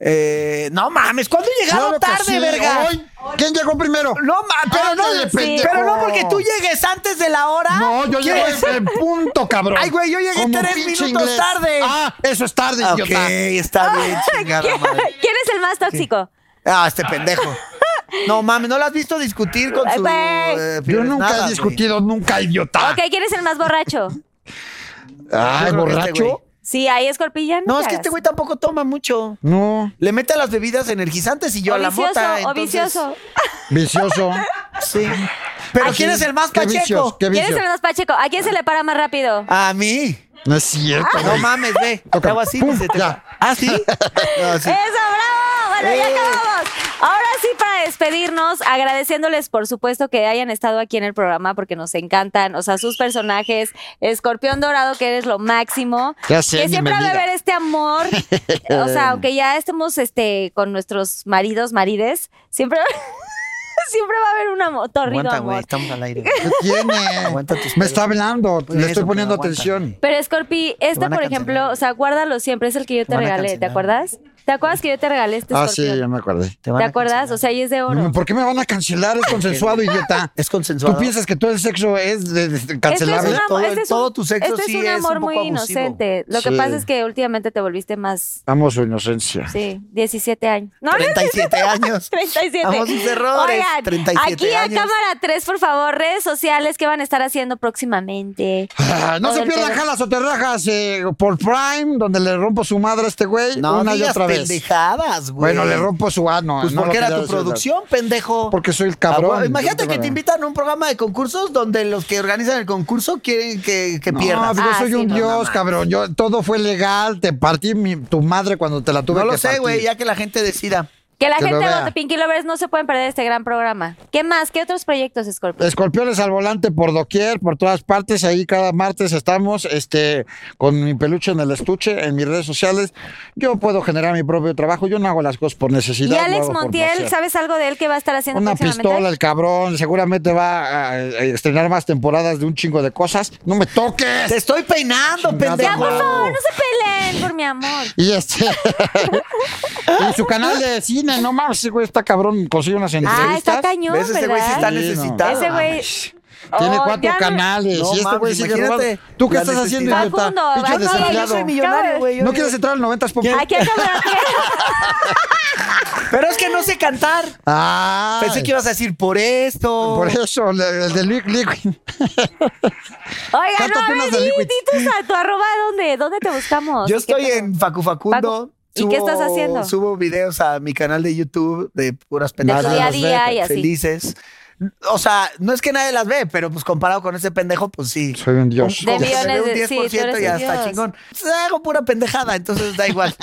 Speaker 5: Eh, no mames, ¿cuándo he llegado
Speaker 4: Claro que
Speaker 5: tarde,
Speaker 4: sí,
Speaker 5: verga?
Speaker 4: hoy. ¿Quién llegó primero?
Speaker 5: No mames, pero no,
Speaker 4: Ándale, pendejo.
Speaker 5: pero no porque tú llegues antes de la hora.
Speaker 4: No, yo llego
Speaker 5: ¿Quieres?
Speaker 4: en punto, cabrón.
Speaker 5: Ay, güey, yo llegué
Speaker 4: Como
Speaker 5: tres
Speaker 4: pinche
Speaker 5: minutos tarde.
Speaker 4: Ah, eso es tarde,
Speaker 5: Ah, Ok,
Speaker 4: idiota.
Speaker 5: está bien, chingada madre.
Speaker 3: ¿Quién es el más tóxico?
Speaker 5: Ah, este pendejo. No mames, ¿no lo has visto discutir con su.
Speaker 3: Güey.
Speaker 5: eh,
Speaker 4: Yo nunca
Speaker 5: nada,
Speaker 4: he
Speaker 5: güey?
Speaker 4: discutido, nunca,
Speaker 5: Ah.
Speaker 4: idiota.
Speaker 3: Ok, ¿quién es el más borracho?
Speaker 4: Ay,
Speaker 5: Yo creo que este
Speaker 4: borracho.
Speaker 5: güey.
Speaker 3: Sí, ahí escorpillán.
Speaker 5: No, es que este güey tampoco toma mucho.
Speaker 4: no,
Speaker 5: Le mete a las bebidas energizantes y yo
Speaker 3: O
Speaker 5: a la
Speaker 3: vicioso,
Speaker 5: mota.
Speaker 3: o
Speaker 5: entonces-
Speaker 3: vicioso.
Speaker 4: vicioso.
Speaker 5: Sí. Pero ¿quién es el más
Speaker 4: ¿Qué vicios?
Speaker 5: pacheco?
Speaker 4: ¿Qué
Speaker 3: ¿Quién es
Speaker 4: vicios?
Speaker 3: el más pacheco? ¿A quién se le para más rápido?
Speaker 5: A mí.
Speaker 4: No es cierto.
Speaker 5: Ah, No
Speaker 4: güey.
Speaker 5: mames, ve.
Speaker 4: Ok,
Speaker 5: Te hago así.
Speaker 4: pum,
Speaker 5: y se te-
Speaker 4: ya.
Speaker 5: Ah, sí. No, sí.
Speaker 3: ¡Eso, bravo! Bueno, ya
Speaker 5: Eh.
Speaker 3: acabamos. Ahora sí, para despedirnos, agradeciéndoles, por supuesto, que hayan estado aquí en el programa porque nos encantan, o sea, sus personajes, Escorpión Dorado, que eres lo máximo.
Speaker 4: Ya sé,
Speaker 3: que
Speaker 4: ni
Speaker 3: siempre
Speaker 4: me
Speaker 3: va a
Speaker 4: diga.
Speaker 3: haber este amor, o sea, aunque ya estemos este, con nuestros maridos, marides, siempre, siempre va a haber un amor, torrido
Speaker 5: Aguanta,
Speaker 3: amor.
Speaker 5: güey. Estamos al aire.
Speaker 4: ¿Qué tiene?
Speaker 5: Aguanta tus
Speaker 4: Me
Speaker 5: pedos.
Speaker 4: está hablando,
Speaker 5: Pues
Speaker 4: le
Speaker 5: eso,
Speaker 4: estoy poniendo
Speaker 5: pero aguanta.
Speaker 4: atención.
Speaker 3: Pero Scorpi, esta
Speaker 5: van a
Speaker 3: por
Speaker 5: cancelar.
Speaker 3: ejemplo, o sea, guárdalo siempre, es el que yo te,
Speaker 5: Te van a
Speaker 3: regalé, ¿te
Speaker 5: cancelar.
Speaker 3: acuerdas? ¿Te acuerdas que yo te regalé este
Speaker 4: Ah, sí,
Speaker 3: escorpión?
Speaker 4: ya me acordé.
Speaker 5: Te van
Speaker 3: ¿Te
Speaker 5: a
Speaker 3: acuerdas?
Speaker 5: cancelar.
Speaker 3: O sea, y es de oro.
Speaker 4: ¿Por qué me van a cancelar? Es consensuado, idiota.
Speaker 5: Es consensuado.
Speaker 4: ¿Tú piensas que todo el sexo es de- de- de-
Speaker 3: Este
Speaker 4: cancelable?
Speaker 3: es un am-
Speaker 5: Todo-
Speaker 3: este es
Speaker 5: todo
Speaker 3: un-
Speaker 5: tu sexo
Speaker 3: este es
Speaker 5: sí
Speaker 3: un
Speaker 5: es un
Speaker 3: amor
Speaker 5: poco
Speaker 3: muy
Speaker 5: abusivo.
Speaker 3: inocente. Lo que
Speaker 4: Sí.
Speaker 3: pasa es que últimamente te volviste más,
Speaker 4: Amo su inocencia.
Speaker 3: sí, 17 años.
Speaker 5: Ah,
Speaker 3: No, no,
Speaker 5: 37 años.
Speaker 3: 37.
Speaker 5: Amo sus errores.
Speaker 3: Oigan,
Speaker 5: 37
Speaker 3: aquí a
Speaker 5: años.
Speaker 3: cámara 3, por favor, redes sociales que van a estar haciendo próximamente.
Speaker 4: Ah, no
Speaker 3: Todo
Speaker 4: se
Speaker 3: el
Speaker 4: pierdan
Speaker 3: pedo.
Speaker 4: jalas o terrajas eh, por Prime, donde le rompo su madre a este güey
Speaker 5: No
Speaker 4: una y
Speaker 5: digas
Speaker 4: otra vez.
Speaker 5: pendejadas, güey.
Speaker 4: Bueno, le rompo su ano.
Speaker 5: Pues
Speaker 4: no
Speaker 5: porque
Speaker 4: lo
Speaker 5: era
Speaker 4: quería
Speaker 5: tu
Speaker 4: decir,
Speaker 5: producción, pendejo.
Speaker 4: Porque soy el
Speaker 5: Ah,
Speaker 4: cabrón.
Speaker 5: bueno, Imagínate que te
Speaker 4: invitan
Speaker 5: invitan a un programa de concursos donde los que organizan el concurso quieren que, que
Speaker 4: No, pues
Speaker 5: pierdas.
Speaker 4: yo
Speaker 3: Ah,
Speaker 4: soy
Speaker 3: sí,
Speaker 4: un
Speaker 3: no,
Speaker 4: dios, cabrón. Yo, todo fue legal. Te partí mi- tu madre cuando te la tuve
Speaker 5: no
Speaker 4: que
Speaker 5: lo sé,
Speaker 4: partir.
Speaker 5: güey, ya que la gente decida.
Speaker 3: Que la
Speaker 4: Que lo
Speaker 3: gente
Speaker 4: vea.
Speaker 3: de Pinky Lovers no se pueden perder este gran programa. ¿Qué más? ¿Qué otros proyectos, Scorpio?
Speaker 4: Escorpiones al volante por doquier, por todas partes. Ahí cada martes estamos este, con mi peluche en el estuche, en mis redes sociales. Yo puedo generar mi propio trabajo. Yo no hago las cosas por necesidad.
Speaker 3: Y
Speaker 4: lo
Speaker 3: Alex
Speaker 4: hago por
Speaker 3: Montiel,
Speaker 4: placer.
Speaker 3: ¿sabes algo de él que va a estar haciendo
Speaker 4: Una
Speaker 3: próximamente?
Speaker 4: pistola, el cabrón. Seguramente va a, a estrenar más temporadas de un chingo de cosas. ¡No me toques!
Speaker 5: Te estoy peinando,
Speaker 4: Chingada
Speaker 3: Ya,
Speaker 5: pendejo.
Speaker 3: por
Speaker 4: Wow.
Speaker 3: favor, no se peleen por mi amor.
Speaker 4: Y este. y su canal de cine, no mames, ese güey está cabrón, consigue unas entrevistas.
Speaker 3: Ah, está cañón,
Speaker 5: ¿Ves? Ese güey sí
Speaker 3: ¿verdad?
Speaker 5: está
Speaker 4: Sí, no.
Speaker 5: necesitado.
Speaker 3: Ese güey.
Speaker 4: Tiene
Speaker 3: Oh,
Speaker 4: cuatro
Speaker 3: ya no-
Speaker 4: canales.
Speaker 5: No
Speaker 4: y este
Speaker 5: mames,
Speaker 4: güey sigue robando.
Speaker 5: imagínate
Speaker 4: ¿Tú qué
Speaker 5: la
Speaker 4: estás haciendo,
Speaker 5: necesidad.
Speaker 4: idiota?
Speaker 3: Facundo,
Speaker 4: Pinche
Speaker 3: Facundo, yo soy
Speaker 4: desempleado.
Speaker 3: millonario.
Speaker 5: güey. yo-
Speaker 4: ¿No quieres entrar al 90s pop?
Speaker 3: Aquí a cámara
Speaker 5: Pero es que no sé cantar.
Speaker 4: Ah,
Speaker 5: Pensé que ibas a decir por esto.
Speaker 4: por eso, le- el de Lick Lick.
Speaker 3: Oiga, no,
Speaker 4: Cántate
Speaker 3: a ver,
Speaker 4: unas de
Speaker 3: di,
Speaker 4: Liquid.
Speaker 3: di tus- tu arroba, ¿dónde? ¿Dónde te buscamos?
Speaker 5: Yo
Speaker 3: ¿Qué
Speaker 5: estoy
Speaker 3: pedo?
Speaker 5: en Facu Facundo.
Speaker 3: Facu- ¿Y qué estás haciendo?
Speaker 5: Subo videos a mi canal de YouTube de puras
Speaker 3: tu
Speaker 5: pendejadas.
Speaker 3: día a día y así.
Speaker 5: Felices. O sea, no es que nadie las ve, pero pues comparado con ese pendejo, pues sí.
Speaker 4: Soy un dios.
Speaker 3: De
Speaker 5: Como que se
Speaker 3: millones
Speaker 5: ve
Speaker 3: de- sí,
Speaker 5: un
Speaker 3: tú eres
Speaker 5: 10% y
Speaker 3: un
Speaker 5: hasta
Speaker 3: dios.
Speaker 5: chingón. Pues, hago pura pendejada, entonces da igual.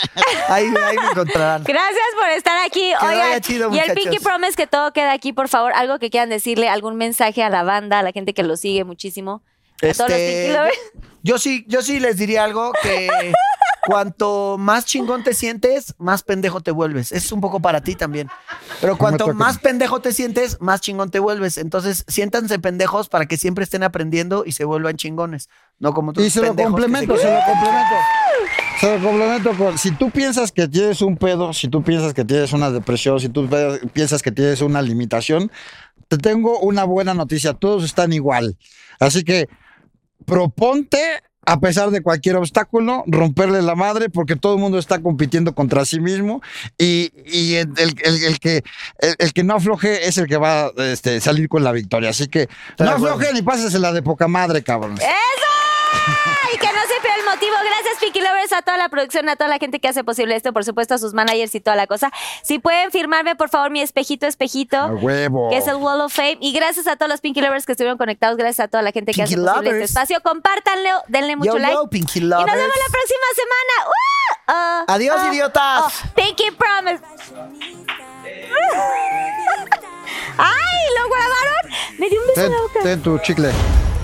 Speaker 5: Ahí, ahí me encontrarán.
Speaker 3: Gracias por estar aquí.
Speaker 5: Que le
Speaker 3: Oigan,
Speaker 5: vaya chido,
Speaker 3: y el
Speaker 5: muchachos.
Speaker 3: Pinky Promise que todo queda aquí, por favor. Algo que quieran decirle, algún mensaje a la banda, a la gente que lo sigue muchísimo. A todos los Pinky
Speaker 5: Este,
Speaker 3: Lovers.
Speaker 5: yo sí, yo sí les diría algo que cuanto más chingón te sientes, más pendejo te vuelves. Es un poco para ti también. Pero cuanto
Speaker 4: toques.
Speaker 5: más pendejo te sientes, más chingón te vuelves. Entonces, siéntanse pendejos para que siempre estén aprendiendo y se vuelvan chingones. No como tú.
Speaker 4: Y se lo complemento, se lo complemento. Se lo complemento con, si tú piensas que tienes un pedo, si tú piensas que tienes una depresión, si tú pe- piensas que tienes una limitación, te tengo una buena noticia, todos están igual. Así que proponte, a pesar de cualquier obstáculo, romperle la madre porque todo el mundo está compitiendo contra sí mismo y, y el, el- el- el que, el, el que no afloje es el que va a salir con la victoria. Así que no afloje ni pásesela de poca madre, cabrón.
Speaker 3: Eh, ¡Eso! Y que no se pierda el motivo. Gracias, Pinky Lovers, a toda la producción, a toda la gente que hace posible esto, por supuesto, a sus managers y toda la cosa. Si pueden firmarme, por favor, mi espejito, espejito.
Speaker 4: A huevo.
Speaker 3: Que es el Wall of Fame. Y gracias a todos los Pinky Lovers que estuvieron conectados. Gracias a toda la gente que
Speaker 5: Pinky
Speaker 3: hace posible este
Speaker 5: lovers.
Speaker 3: espacio. Compártanlo, denle mucho
Speaker 5: Yo,
Speaker 3: like.
Speaker 5: yo, Pinky
Speaker 3: y nos
Speaker 5: Lovers.
Speaker 3: vemos la próxima semana. ¡Uh! Ah,
Speaker 5: Adiós,
Speaker 3: ah,
Speaker 5: idiotas.
Speaker 3: ah. Pinky Promise. ¡Ay! ¿Lo grabaron? Me dio un beso en
Speaker 4: Ten,
Speaker 3: la boca.
Speaker 4: ten tu chicle.